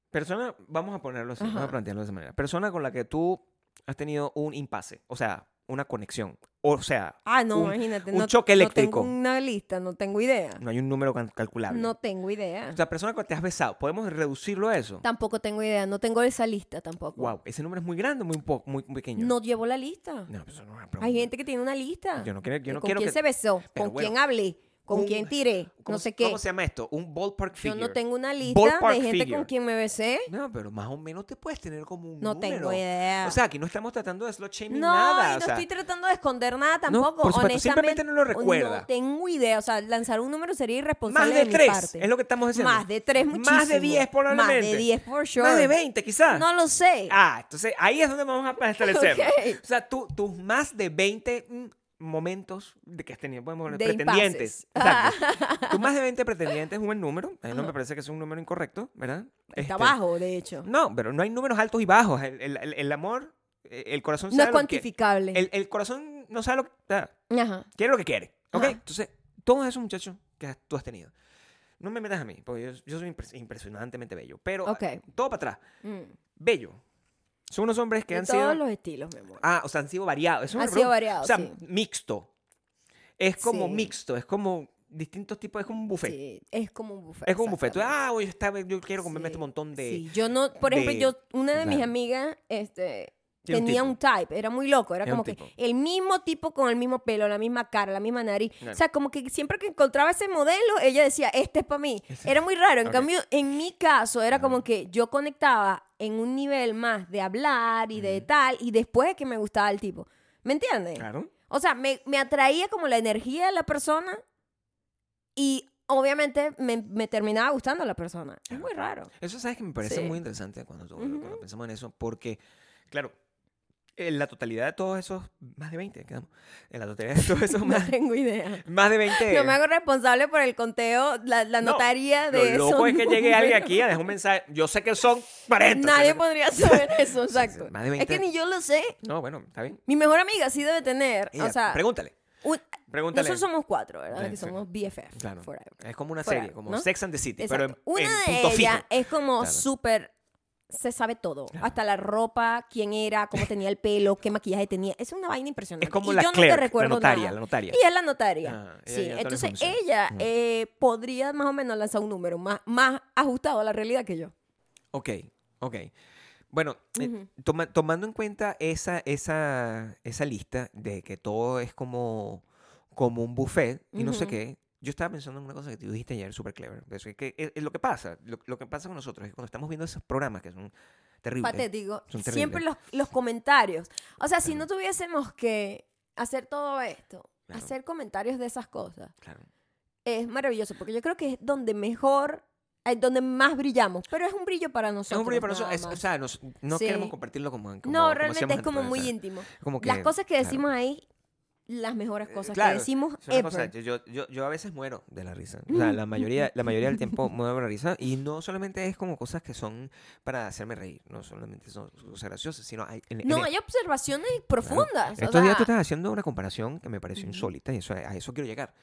Speaker 2: Persona, vamos a ponerlo así, vamos
Speaker 1: Ajá.
Speaker 2: a plantearlo de esa manera. Persona con la que tú has tenido un impasse, o sea, una conexión. O sea,
Speaker 1: Ah, no,
Speaker 2: Un-
Speaker 1: imagínate.
Speaker 2: un
Speaker 1: no,
Speaker 2: choque
Speaker 1: No
Speaker 2: eléctrico.
Speaker 1: tengo una lista, no tengo idea.
Speaker 2: no hay un número cal- calculable.
Speaker 1: No tengo idea.
Speaker 2: O sea, persona con la que te has besado, ¿podemos reducirlo a eso?
Speaker 1: Tampoco tengo idea. No tengo esa lista tampoco.
Speaker 2: Wow, ese número es muy grande, muy po- muy muy pequeño.
Speaker 1: No llevo la lista.
Speaker 2: No, pues eso no es una pregunta.
Speaker 1: Hay gente que tiene una lista.
Speaker 2: Yo no quiero, yo
Speaker 1: ¿Y
Speaker 2: no
Speaker 1: ¿Con
Speaker 2: quiero
Speaker 1: quién
Speaker 2: que.
Speaker 1: se besó?
Speaker 2: Pero
Speaker 1: ¿Con
Speaker 2: bueno,
Speaker 1: quién hablé? ¿Con
Speaker 2: un-
Speaker 1: quién tiré?
Speaker 2: ¿cómo
Speaker 1: No
Speaker 2: se-
Speaker 1: sé qué.
Speaker 2: ¿Cómo se llama esto? Un ballpark
Speaker 1: Yo
Speaker 2: figure.
Speaker 1: no tengo una lista
Speaker 2: Ballpark
Speaker 1: de gente
Speaker 2: figure.
Speaker 1: con quien me besé.
Speaker 2: No, pero más o menos te puedes tener como un
Speaker 1: No
Speaker 2: número.
Speaker 1: tengo idea.
Speaker 2: O sea, aquí no estamos tratando de slot shaming
Speaker 1: no,
Speaker 2: nada.
Speaker 1: y
Speaker 2: o
Speaker 1: no
Speaker 2: sea,
Speaker 1: estoy tratando de esconder nada
Speaker 2: No,
Speaker 1: tampoco.
Speaker 2: por supuesto,
Speaker 1: honestamente,
Speaker 2: simplemente no lo recuerda.
Speaker 1: No tengo idea. O sea, lanzar un número sería
Speaker 2: más
Speaker 1: irresponsable
Speaker 2: de
Speaker 1: mi
Speaker 2: tres.
Speaker 1: parte.
Speaker 2: Es lo que estamos diciendo.
Speaker 1: Más de tres, muchísimo.
Speaker 2: Más de diez, probablemente.
Speaker 1: Más de diez, por sure.
Speaker 2: Más de 20, quizás.
Speaker 1: No lo sé.
Speaker 2: Ah, entonces ahí es donde vamos a establecerlo.
Speaker 1: Ok.
Speaker 2: O sea, tú- tus más de 20 mm, momentos de que has tenido, podemos poner,
Speaker 1: De
Speaker 2: pretendientes. Exacto. tus más de 20 pretendientes es un buen número. A mí no me
Speaker 1: Ajá.
Speaker 2: parece que es un número incorrecto, ¿verdad? Este,
Speaker 1: Está bajo, de hecho.
Speaker 2: No, pero no hay números altos y bajos. El, el- el- el amor, eh, el corazón
Speaker 1: No es
Speaker 2: sabe lo que-
Speaker 1: cuantificable.
Speaker 2: el, el corazón no sabe lo que. o sea,
Speaker 1: Ajá.
Speaker 2: quiere lo que quiere. ¿Ok?
Speaker 1: Ajá.
Speaker 2: Entonces, todos esos muchachos que has- tú has tenido. No me metas a mí, porque yo, yo soy impres- impresionantemente bello. Pero
Speaker 1: Ok.
Speaker 2: eh, todo para atrás.
Speaker 1: Mm.
Speaker 2: Bello. Son unos hombres que
Speaker 1: De
Speaker 2: han
Speaker 1: todos
Speaker 2: sido.
Speaker 1: los estilos, mi amor.
Speaker 2: Ah, o sea, han sido variados. Eso es
Speaker 1: Han
Speaker 2: una
Speaker 1: sido
Speaker 2: pregunta.
Speaker 1: variados,
Speaker 2: O sea,
Speaker 1: sí.
Speaker 2: mixto. Es como
Speaker 1: Sí.
Speaker 2: mixto, es como distintos tipos, es como un buffet.
Speaker 1: Sí, es como un buffet.
Speaker 2: Es como un buffet. Tú,
Speaker 1: exactamente.
Speaker 2: ah, hoy está, yo quiero comerme
Speaker 1: Sí,
Speaker 2: este montón de.
Speaker 1: Sí, yo no, por ejemplo,
Speaker 2: de-
Speaker 1: yo, una de mis
Speaker 2: claro.
Speaker 1: amigas, este,
Speaker 2: Tiene un
Speaker 1: tenía
Speaker 2: tipo.
Speaker 1: un type, era muy loco, era
Speaker 2: Era un
Speaker 1: como que
Speaker 2: tipo.
Speaker 1: el mismo tipo con el mismo pelo, la misma cara, la misma nariz,
Speaker 2: Claro.
Speaker 1: o sea, como que siempre que encontraba ese modelo, ella decía, este es para mí, era muy raro, en
Speaker 2: Ok.
Speaker 1: cambio, en mi caso, era como
Speaker 2: Ujú.
Speaker 1: que yo conectaba en un nivel más de hablar y de tal, y después es que me gustaba el tipo, ¿me entiendes?
Speaker 2: Claro.
Speaker 1: O sea, me, me atraía como la energía de la persona y obviamente me, me terminaba gustando la persona. Es muy raro.
Speaker 2: Eso, ¿sabes que Me parece
Speaker 1: Sí.
Speaker 2: muy interesante cuando, tú-
Speaker 1: Ujú.
Speaker 2: cuando pensamos en eso, porque, claro, en la totalidad de todos esos, más de 20, quedamos, en la totalidad de todos esos,
Speaker 1: No
Speaker 2: más,
Speaker 1: tengo idea.
Speaker 2: más de 20...
Speaker 1: No me hago responsable por el conteo, la, la
Speaker 2: No,
Speaker 1: notaría de
Speaker 2: Lo loco
Speaker 1: esos
Speaker 2: es que llegue alguien
Speaker 1: números.
Speaker 2: aquí a dejar un mensaje. Yo sé que son 40.
Speaker 1: Nadie
Speaker 2: pero-
Speaker 1: podría saber eso,
Speaker 2: Sí, sí,
Speaker 1: exacto.
Speaker 2: más de
Speaker 1: Es
Speaker 2: 20.
Speaker 1: que ni yo lo sé.
Speaker 2: No, bueno, está bien.
Speaker 1: Mi mejor amiga sí debe tener.
Speaker 2: Ella,
Speaker 1: o sea,
Speaker 2: pregúntale.
Speaker 1: un-
Speaker 2: Pregúntale.
Speaker 1: nosotros somos cuatro, ¿verdad?
Speaker 2: Sí,
Speaker 1: que
Speaker 2: sí.
Speaker 1: somos BFF.
Speaker 2: Claro.
Speaker 1: forever.
Speaker 2: Es como una
Speaker 1: fuera,
Speaker 2: serie, como
Speaker 1: ¿no?
Speaker 2: Sex and the City, pero
Speaker 1: Exacto.
Speaker 2: en,
Speaker 1: Una
Speaker 2: en
Speaker 1: de
Speaker 2: punto fijo.
Speaker 1: ellas es como
Speaker 2: Claro.
Speaker 1: súper. Se sabe todo.
Speaker 2: Claro.
Speaker 1: Hasta la ropa, quién era, cómo tenía el pelo, qué maquillaje tenía. Es una vaina impresionante.
Speaker 2: Es como
Speaker 1: y
Speaker 2: la
Speaker 1: yo
Speaker 2: clerk,
Speaker 1: nunca recuerdo
Speaker 2: la notaria,
Speaker 1: nada.
Speaker 2: la notaria.
Speaker 1: Y es la notaria.
Speaker 2: Ah, ella
Speaker 1: sí,
Speaker 2: lleva toda la
Speaker 1: entonces
Speaker 2: información.
Speaker 1: ella
Speaker 2: Ujú.
Speaker 1: eh, podría más o menos lanzar un número más, más ajustado a la realidad que yo.
Speaker 2: Ok, ok. Bueno, eh,
Speaker 1: Ujú.
Speaker 2: toma- tomando en cuenta esa, esa, esa lista de que todo es como, como un buffet y no sé
Speaker 1: Ujú.
Speaker 2: qué, yo estaba pensando en una cosa que tú dijiste ayer, súper clever. de eso, es que es, es lo que pasa, lo, lo que pasa con nosotros es que cuando estamos viendo esos programas que son terribles.
Speaker 1: Patético.
Speaker 2: Son terribles.
Speaker 1: Siempre los, los comentarios. O sea, si no tuviésemos que hacer todo esto,
Speaker 2: Claro.
Speaker 1: hacer comentarios de esas cosas,
Speaker 2: Claro.
Speaker 1: es maravilloso, porque yo creo que es donde mejor, eh, donde más brillamos, pero es un brillo para nosotros.
Speaker 2: Es un brillo para
Speaker 1: nada
Speaker 2: nosotros. es-
Speaker 1: más.
Speaker 2: o sea, nos- no
Speaker 1: Sí.
Speaker 2: queremos compartirlo como, como
Speaker 1: no,
Speaker 2: como
Speaker 1: realmente
Speaker 2: hacíamos
Speaker 1: es como
Speaker 2: antes,
Speaker 1: muy
Speaker 2: ¿sabes?
Speaker 1: íntimo.
Speaker 2: Como
Speaker 1: las
Speaker 2: que,
Speaker 1: cosas que
Speaker 2: claro.
Speaker 1: decimos ahí, las mejores
Speaker 2: Eh,
Speaker 1: cosas
Speaker 2: claro,
Speaker 1: que decimos
Speaker 2: es una
Speaker 1: ever. Mm.
Speaker 2: cosa, yo, yo- yo- yo a veces muero de la risa. O sea, la mayoría, la mayoría del tiempo muero de la risa. Y no solamente es como cosas que son para hacerme reír. No solamente son cosas graciosas, sino... Hay, en- en-
Speaker 1: No, hay observaciones profundas. o
Speaker 2: estos
Speaker 1: sea,
Speaker 2: días tú estás haciendo una comparación que me pareció
Speaker 1: Ujú.
Speaker 2: insólita y eso, a eso quiero llegar.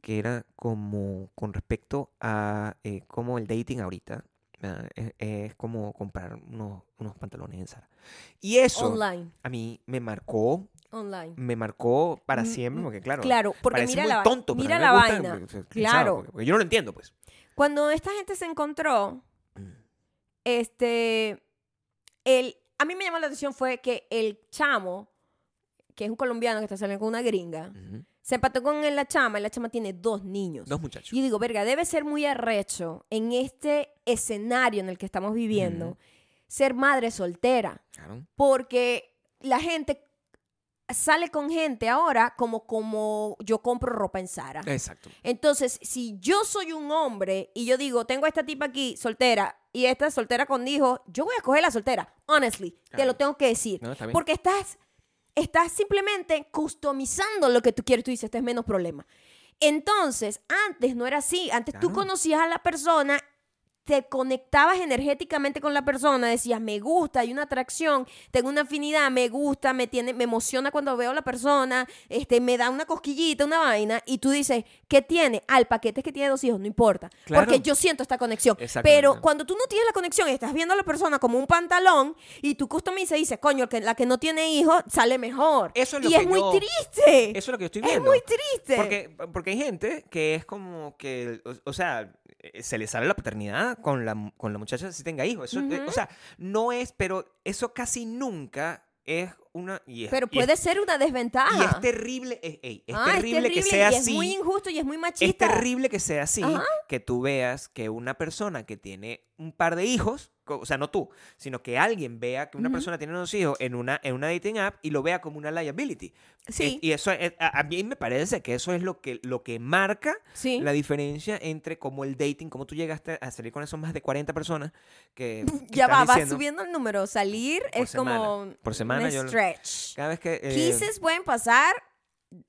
Speaker 2: Que era como con respecto a eh, cómo el dating ahorita ¿verdad? es, es como comprar unos, unos pantalones en Zara. Y eso
Speaker 1: Online,
Speaker 2: a mí me marcó,
Speaker 1: online.
Speaker 2: me marcó para
Speaker 1: Mm,
Speaker 2: siempre,
Speaker 1: mm,
Speaker 2: porque claro,
Speaker 1: Claro, porque
Speaker 2: parece
Speaker 1: mira
Speaker 2: muy
Speaker 1: la, vai-
Speaker 2: tonto, pero
Speaker 1: mira
Speaker 2: a mí
Speaker 1: la
Speaker 2: me gusta,
Speaker 1: vaina.
Speaker 2: porque- porque-
Speaker 1: Claro.
Speaker 2: porque- porque yo no lo entiendo, pues.
Speaker 1: Cuando esta gente se encontró,
Speaker 2: Mm.
Speaker 1: este, el, a mí me llamó la atención fue que el chamo, que es un colombiano que está saliendo con una gringa,
Speaker 2: Ujú.
Speaker 1: se empató con la chama y la chama tiene dos niños.
Speaker 2: Dos muchachos.
Speaker 1: Y yo digo, verga, debe ser muy arrecho en este escenario en el que estamos viviendo
Speaker 2: Ujú.
Speaker 1: ser madre soltera,
Speaker 2: Claro.
Speaker 1: porque la gente sale con gente ahora como como yo compro ropa en Sara.
Speaker 2: Exacto.
Speaker 1: Entonces, si yo soy un hombre y yo digo, tengo a esta tipa aquí soltera y esta soltera con hijos, yo voy a escoger la soltera. Honestly, te
Speaker 2: Claro.
Speaker 1: lo tengo que decir.
Speaker 2: No, está bien.
Speaker 1: Porque estás, estás simplemente customizando lo que tú quieres. Tú dices, este es menos problema. Entonces, antes no era así. Antes tú
Speaker 2: Claro.
Speaker 1: conocías a la persona, te conectabas energéticamente con la persona, decías, me gusta, hay una atracción, tengo una afinidad, me gusta, me, tiene, me emociona cuando veo a la persona, este, me da una cosquillita, una vaina, y tú dices, ¿qué tiene? Al paquete es que tiene dos hijos, no importa,
Speaker 2: Claro.
Speaker 1: porque yo siento esta conexión.
Speaker 2: Exactamente.
Speaker 1: Pero cuando tú no tienes la conexión y estás viendo a la persona como un pantalón, y tú customizas y dices, coño, el que- la que no tiene hijos sale mejor.
Speaker 2: Eso es lo
Speaker 1: y
Speaker 2: que
Speaker 1: es muy
Speaker 2: yo-
Speaker 1: triste.
Speaker 2: Eso es lo que yo estoy
Speaker 1: Eh, Es
Speaker 2: viendo.
Speaker 1: muy triste.
Speaker 2: Porque, porque hay gente que es como que, o, o sea, eh, se le sale la paternidad con la, mu- con la muchacha si tenga hijos. Eso, eh,
Speaker 1: Ujú.
Speaker 2: O sea, no es, pero eso casi nunca es una... y es-
Speaker 1: Pero
Speaker 2: y es-
Speaker 1: puede ser una desventaja.
Speaker 2: Y es terrible, eh, ey, es,
Speaker 1: Ah,
Speaker 2: terrible que sea
Speaker 1: y
Speaker 2: así.
Speaker 1: Es muy injusto y es muy
Speaker 2: Es
Speaker 1: machista.
Speaker 2: terrible que sea así,
Speaker 1: Ajá.
Speaker 2: que tú veas que una persona que tiene un par de hijos, co- o sea, no tú, sino que alguien vea que una
Speaker 1: Ujú.
Speaker 2: persona tiene unos hijos en una, en una dating app y lo vea como una liability.
Speaker 1: Sí.
Speaker 2: Y, y eso es- a, a mí me parece que eso es lo que, lo que marca
Speaker 1: Sí.
Speaker 2: eh, la diferencia entre cómo el dating, cómo tú llegaste a salir con esos más de 40 personas que... que
Speaker 1: ya
Speaker 2: estás
Speaker 1: va, va
Speaker 2: diciendo,
Speaker 1: subiendo el número. Salir
Speaker 2: Por
Speaker 1: es
Speaker 2: semana.
Speaker 1: como
Speaker 2: Por semana yo
Speaker 1: un
Speaker 2: lo-
Speaker 1: stretch.
Speaker 2: Cada vez que... eh,
Speaker 1: Kisses pueden pasar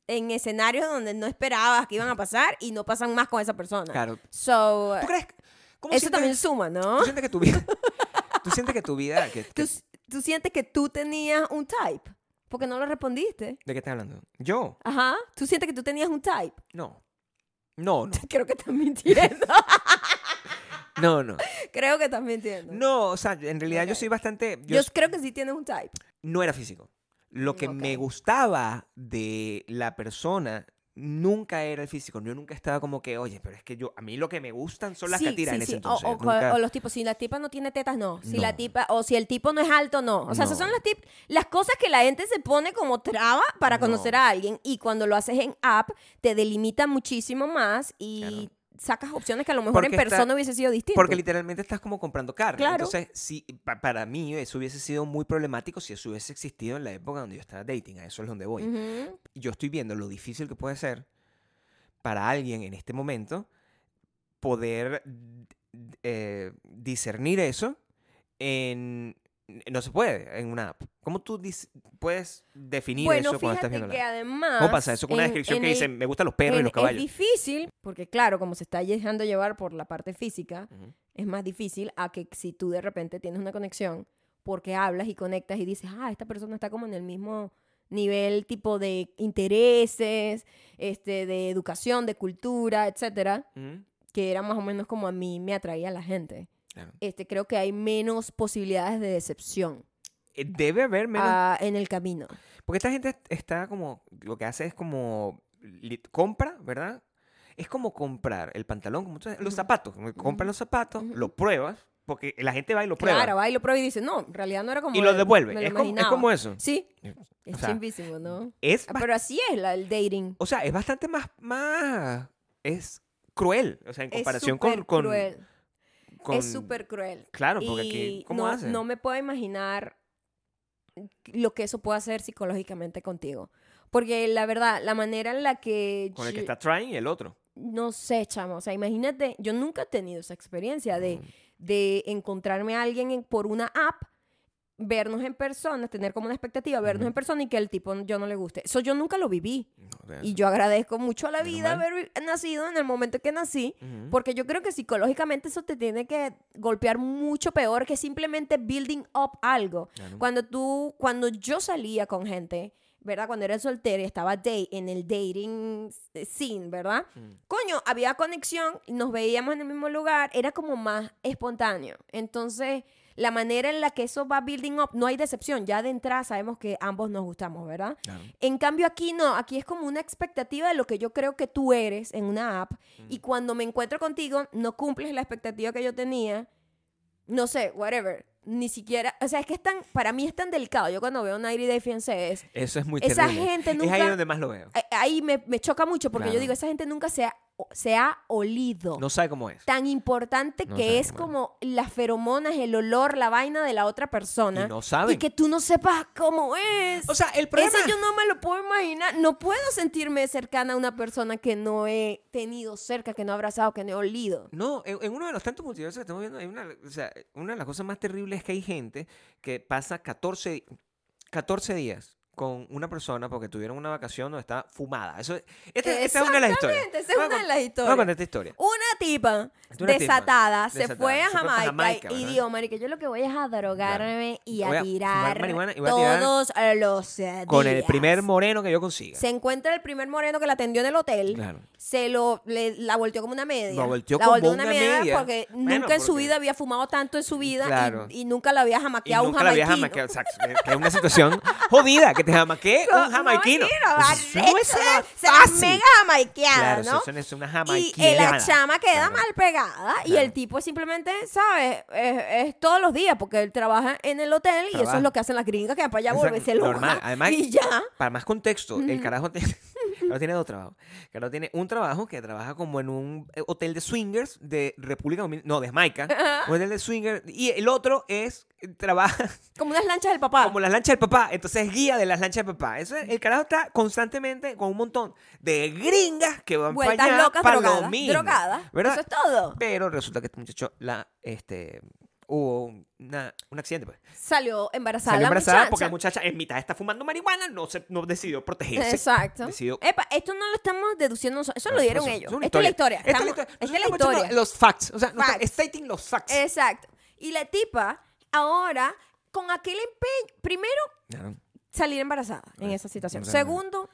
Speaker 1: en escenarios donde no esperabas que iban a pasar y no pasan más con esa persona.
Speaker 2: Claro.
Speaker 1: So,
Speaker 2: ¿Tú crees? ¿Cómo
Speaker 1: eso
Speaker 2: sientes-
Speaker 1: también suma, ¿no?
Speaker 2: ¿Tú sientes que tu vida... ¿Tú sientes que tu vida... que- que-
Speaker 1: ¿Tú, tú sientes que tú tenías un type porque no lo respondiste.
Speaker 2: ¿De qué estás hablando? ¿Yo?
Speaker 1: Ajá. ¿Tú sientes que tú tenías un type?
Speaker 2: No. No, no.
Speaker 1: Creo que estás mintiendo.
Speaker 2: No, no.
Speaker 1: Creo que estás mintiendo.
Speaker 2: No, o sea, en realidad yo
Speaker 1: Ah. Ok.
Speaker 2: soy bastante... Yo
Speaker 1: Yo
Speaker 2: s-
Speaker 1: creo que sí tienes un type.
Speaker 2: no era físico. Lo que me
Speaker 1: Ok.
Speaker 2: gustaba de la persona nunca era el físico. Yo nunca estaba como que, oye, pero es que yo... A mí lo que me gustan son las
Speaker 1: Sí,
Speaker 2: catiras
Speaker 1: sí,
Speaker 2: en ese
Speaker 1: sí. O-
Speaker 2: entonces.
Speaker 1: O, co-
Speaker 2: Nunca-
Speaker 1: o los tipos, si la tipa no tiene tetas, no. Si
Speaker 2: No.
Speaker 1: la tipa, o si el tipo no es alto, no. O sea, esas
Speaker 2: No.
Speaker 1: son las, tip- las cosas que la gente se pone como traba para
Speaker 2: No.
Speaker 1: conocer a alguien. Y cuando lo haces en app, te delimita muchísimo más y
Speaker 2: Claro.
Speaker 1: sacas opciones que a lo mejor
Speaker 2: Porque
Speaker 1: en
Speaker 2: está-
Speaker 1: persona hubiese sido distinto.
Speaker 2: Porque literalmente estás como comprando carne.
Speaker 1: Claro.
Speaker 2: Entonces, sí, pa- para mí eso hubiese sido muy problemático si eso hubiese existido en la época donde yo estaba dating. A eso es donde voy.
Speaker 1: Ujú.
Speaker 2: Yo estoy viendo lo difícil que puede ser para alguien en este momento poder d- eh, discernir eso en... No se puede en una app. ¿Cómo tú dis- puedes definir
Speaker 1: Bueno,
Speaker 2: eso
Speaker 1: fíjate
Speaker 2: cuando estás viendo
Speaker 1: que
Speaker 2: la app?
Speaker 1: además...
Speaker 2: ¿Cómo pasa eso con una
Speaker 1: en-
Speaker 2: descripción
Speaker 1: en
Speaker 2: que
Speaker 1: el-
Speaker 2: dice, me gustan los perros y
Speaker 1: en-
Speaker 2: los caballos?
Speaker 1: Es difícil, porque claro, como se está dejando llevar por la parte física,
Speaker 2: Ujú.
Speaker 1: es más difícil a que si tú de repente tienes una conexión, porque hablas y conectas y dices, ah, esta persona está como en el mismo nivel tipo de intereses, este, de educación, de cultura, etcétera,
Speaker 2: Ujú.
Speaker 1: que era más o menos como a mí me atraía la gente.
Speaker 2: Claro.
Speaker 1: Este, creo que hay menos posibilidades de decepción
Speaker 2: Eh, Debe haber menos
Speaker 1: ah, en el camino.
Speaker 2: Porque esta gente está como, lo que hace es como, li- compra, ¿verdad? Es como comprar el pantalón, como tú sabes, los
Speaker 1: Ujú.
Speaker 2: zapatos. Como que Compras los zapatos,
Speaker 1: Ujú.
Speaker 2: los pruebas, porque la gente va y lo prueba.
Speaker 1: Claro, va y lo prueba y dice, no, en realidad no era como
Speaker 2: y lo
Speaker 1: me-
Speaker 2: devuelve.
Speaker 1: me
Speaker 2: es, como, es
Speaker 1: imaginaba".
Speaker 2: como eso.
Speaker 1: Sí,
Speaker 2: O
Speaker 1: es
Speaker 2: sea,
Speaker 1: chimbísimo, ¿no?
Speaker 2: Es,
Speaker 1: Ah,
Speaker 2: bas-
Speaker 1: Pero así es la, el dating.
Speaker 2: o sea, es bastante más, más, es cruel. O sea, en comparación
Speaker 1: es
Speaker 2: con,
Speaker 1: súper
Speaker 2: con-
Speaker 1: cruel.
Speaker 2: con-
Speaker 1: Es súper cruel.
Speaker 2: Claro, porque aquí,
Speaker 1: Y
Speaker 2: ¿cómo
Speaker 1: no,
Speaker 2: hacen?
Speaker 1: no me puedo imaginar lo que eso puede hacer psicológicamente contigo. Porque la verdad, la manera en la que...
Speaker 2: Con el que
Speaker 1: yo-
Speaker 2: está trying y el otro.
Speaker 1: No sé, chamo. O sea, imagínate, yo nunca he tenido esa experiencia de,
Speaker 2: Ujú.
Speaker 1: de encontrarme a alguien en- por una app, vernos en persona, tener como una expectativa, vernos
Speaker 2: Ujú.
Speaker 1: en persona y que el tipo yo no le guste. Eso yo nunca lo viví.
Speaker 2: Mm, No, o sea,
Speaker 1: Y yo agradezco mucho a la
Speaker 2: Menos
Speaker 1: vida
Speaker 2: mal.
Speaker 1: haber vi- nacido en el momento que nací,
Speaker 2: ujú.
Speaker 1: porque yo creo que psicológicamente eso te tiene que golpear mucho peor que simplemente building up algo.
Speaker 2: Claro.
Speaker 1: Cuando tú, cuando yo salía con gente, ¿verdad? Cuando era soltera y estaba day, en el dating s- scene, ¿verdad?
Speaker 2: Mm.
Speaker 1: Coño, había conexión, nos veíamos en el mismo lugar, era como más espontáneo. Entonces, la manera en la que eso va building up, no hay decepción, ya de entrada sabemos que ambos nos gustamos, ¿verdad?
Speaker 2: Claro.
Speaker 1: En cambio aquí no, aquí es como una expectativa de lo que yo creo que tú eres en una app
Speaker 2: Mm.
Speaker 1: y cuando me encuentro contigo no cumples la expectativa que yo tenía, no sé, whatever, ni siquiera, o sea, es que es tan, para mí es tan delicado, yo cuando veo 90 Day Fiancé es,
Speaker 2: Eso es muy
Speaker 1: Esa
Speaker 2: terrible.
Speaker 1: gente
Speaker 2: Es ahí
Speaker 1: nunca-
Speaker 2: donde más lo veo.
Speaker 1: a- ahí me, me choca mucho porque yo
Speaker 2: Claro.
Speaker 1: digo, esa gente nunca se ha, se ha olido.
Speaker 2: No sabe cómo es.
Speaker 1: Tan importante
Speaker 2: No
Speaker 1: que
Speaker 2: sabe
Speaker 1: es
Speaker 2: cómo
Speaker 1: como las feromonas, el olor, la vaina de la otra persona.
Speaker 2: Y no saben.
Speaker 1: Y que tú no sepas cómo es.
Speaker 2: O sea, el
Speaker 1: Eso
Speaker 2: problema.
Speaker 1: yo no me lo puedo imaginar. No puedo sentirme cercana a una persona que no he tenido cerca, que no he abrazado, que no he olido.
Speaker 2: No, en, en uno de los tantos multiversos que estamos viendo, hay una, o sea, una de las cosas más terribles es que hay gente que pasa 14, 14 días con una persona porque tuvieron una vacación donde está fumada. Eso, es- esta, esta es una de las historias.
Speaker 1: Exactamente, esa es
Speaker 2: Vamos a
Speaker 1: una de
Speaker 2: cont-
Speaker 1: las
Speaker 2: Vamos a
Speaker 1: historias.
Speaker 2: contar esta historia.
Speaker 1: Una tipa
Speaker 2: Una tipa
Speaker 1: desatada se
Speaker 2: desatada,
Speaker 1: fue a
Speaker 2: se fue pa'
Speaker 1: Jamaica,
Speaker 2: Jamaica,
Speaker 1: y
Speaker 2: ¿verdad?
Speaker 1: dijo, marica, yo lo que voy es a drogarme y
Speaker 2: Voy
Speaker 1: a,
Speaker 2: a fumar
Speaker 1: tirar
Speaker 2: marihuana y voy a tirar
Speaker 1: todos los eh,
Speaker 2: Con el
Speaker 1: días".
Speaker 2: primer moreno que yo consiga.
Speaker 1: Se encuentra el primer moreno que la atendió en el hotel.
Speaker 2: Claro.
Speaker 1: Se lo, le- la volteó como una media.
Speaker 2: La volteó
Speaker 1: la
Speaker 2: como
Speaker 1: volteó
Speaker 2: una media.
Speaker 1: porque
Speaker 2: Bueno,
Speaker 1: nunca en su
Speaker 2: porque-
Speaker 1: vida había fumado tanto en su vida y-
Speaker 2: Claro.
Speaker 1: y, nunca la había
Speaker 2: Y
Speaker 1: jamaqueado un
Speaker 2: nunca la había
Speaker 1: jamaiquino.
Speaker 2: jamaqueado. Exacto. Que es una situación jodida que te jamaquee
Speaker 1: No,
Speaker 2: un jamaiquino.
Speaker 1: no, va,
Speaker 2: Eso no es
Speaker 1: eso
Speaker 2: nada
Speaker 1: es- será
Speaker 2: fácil.
Speaker 1: mega jamaiqueada,
Speaker 2: Claro,
Speaker 1: ¿no?
Speaker 2: eso es una
Speaker 1: Y
Speaker 2: jamaiquina.
Speaker 1: eh, la chama queda
Speaker 2: Claro.
Speaker 1: mal pegada y
Speaker 2: Claro.
Speaker 1: el tipo simplemente, ¿sabes? Es, es todos los días porque él trabaja en el hotel y eso
Speaker 2: Trabaja.
Speaker 1: es lo que hacen las gringas que van para allá a
Speaker 2: Exacto,
Speaker 1: volverse locas.
Speaker 2: normal. Además-
Speaker 1: y ya.
Speaker 2: Para más contexto, el carajo tiene, carajo tiene dos trabajos. El Carajo tiene un trabajo que trabaja como en un eh, hotel de swingers de República Dominicana, no, de Jamaica, un hotel de swingers, y el otro es, eh, trabaja
Speaker 1: Como unas lanchas del papá.
Speaker 2: como las lanchas del papá, entonces es guía de las lanchas del papá. Eso es- el carajo está constantemente con un montón de gringas que van para
Speaker 1: Vueltas
Speaker 2: allá
Speaker 1: locas,
Speaker 2: para
Speaker 1: drogadas.
Speaker 2: lo mismo,
Speaker 1: drogadas.
Speaker 2: ¿verdad?
Speaker 1: Eso es todo.
Speaker 2: Pero resulta que este muchacho la, este, hubo una- un accidente, pues.
Speaker 1: Salió embarazada
Speaker 2: Salió
Speaker 1: la
Speaker 2: embarazada
Speaker 1: muchacha.
Speaker 2: porque la muchacha en mitad está fumando marihuana, no, se, no decidió protegerse.
Speaker 1: Exacto.
Speaker 2: decidió-
Speaker 1: Epa, esto no lo estamos deduciendo nosotros. Eso
Speaker 2: No,
Speaker 1: lo dieron
Speaker 2: eso-
Speaker 1: ellos.
Speaker 2: eso
Speaker 1: Esta es la historia.
Speaker 2: Esta es la
Speaker 1: Estamos-
Speaker 2: historia.
Speaker 1: esta es la
Speaker 2: Nosotros estamos
Speaker 1: historia.
Speaker 2: echando Los facts. O sea, no está-
Speaker 1: Facts. Eh,
Speaker 2: stating los facts.
Speaker 1: Exacto. Y la tipa, ahora, con aquel empeño, primero,
Speaker 2: Claro.
Speaker 1: salir embarazada en
Speaker 2: Eh,
Speaker 1: esa situación.
Speaker 2: no sé, no.
Speaker 1: Segundo,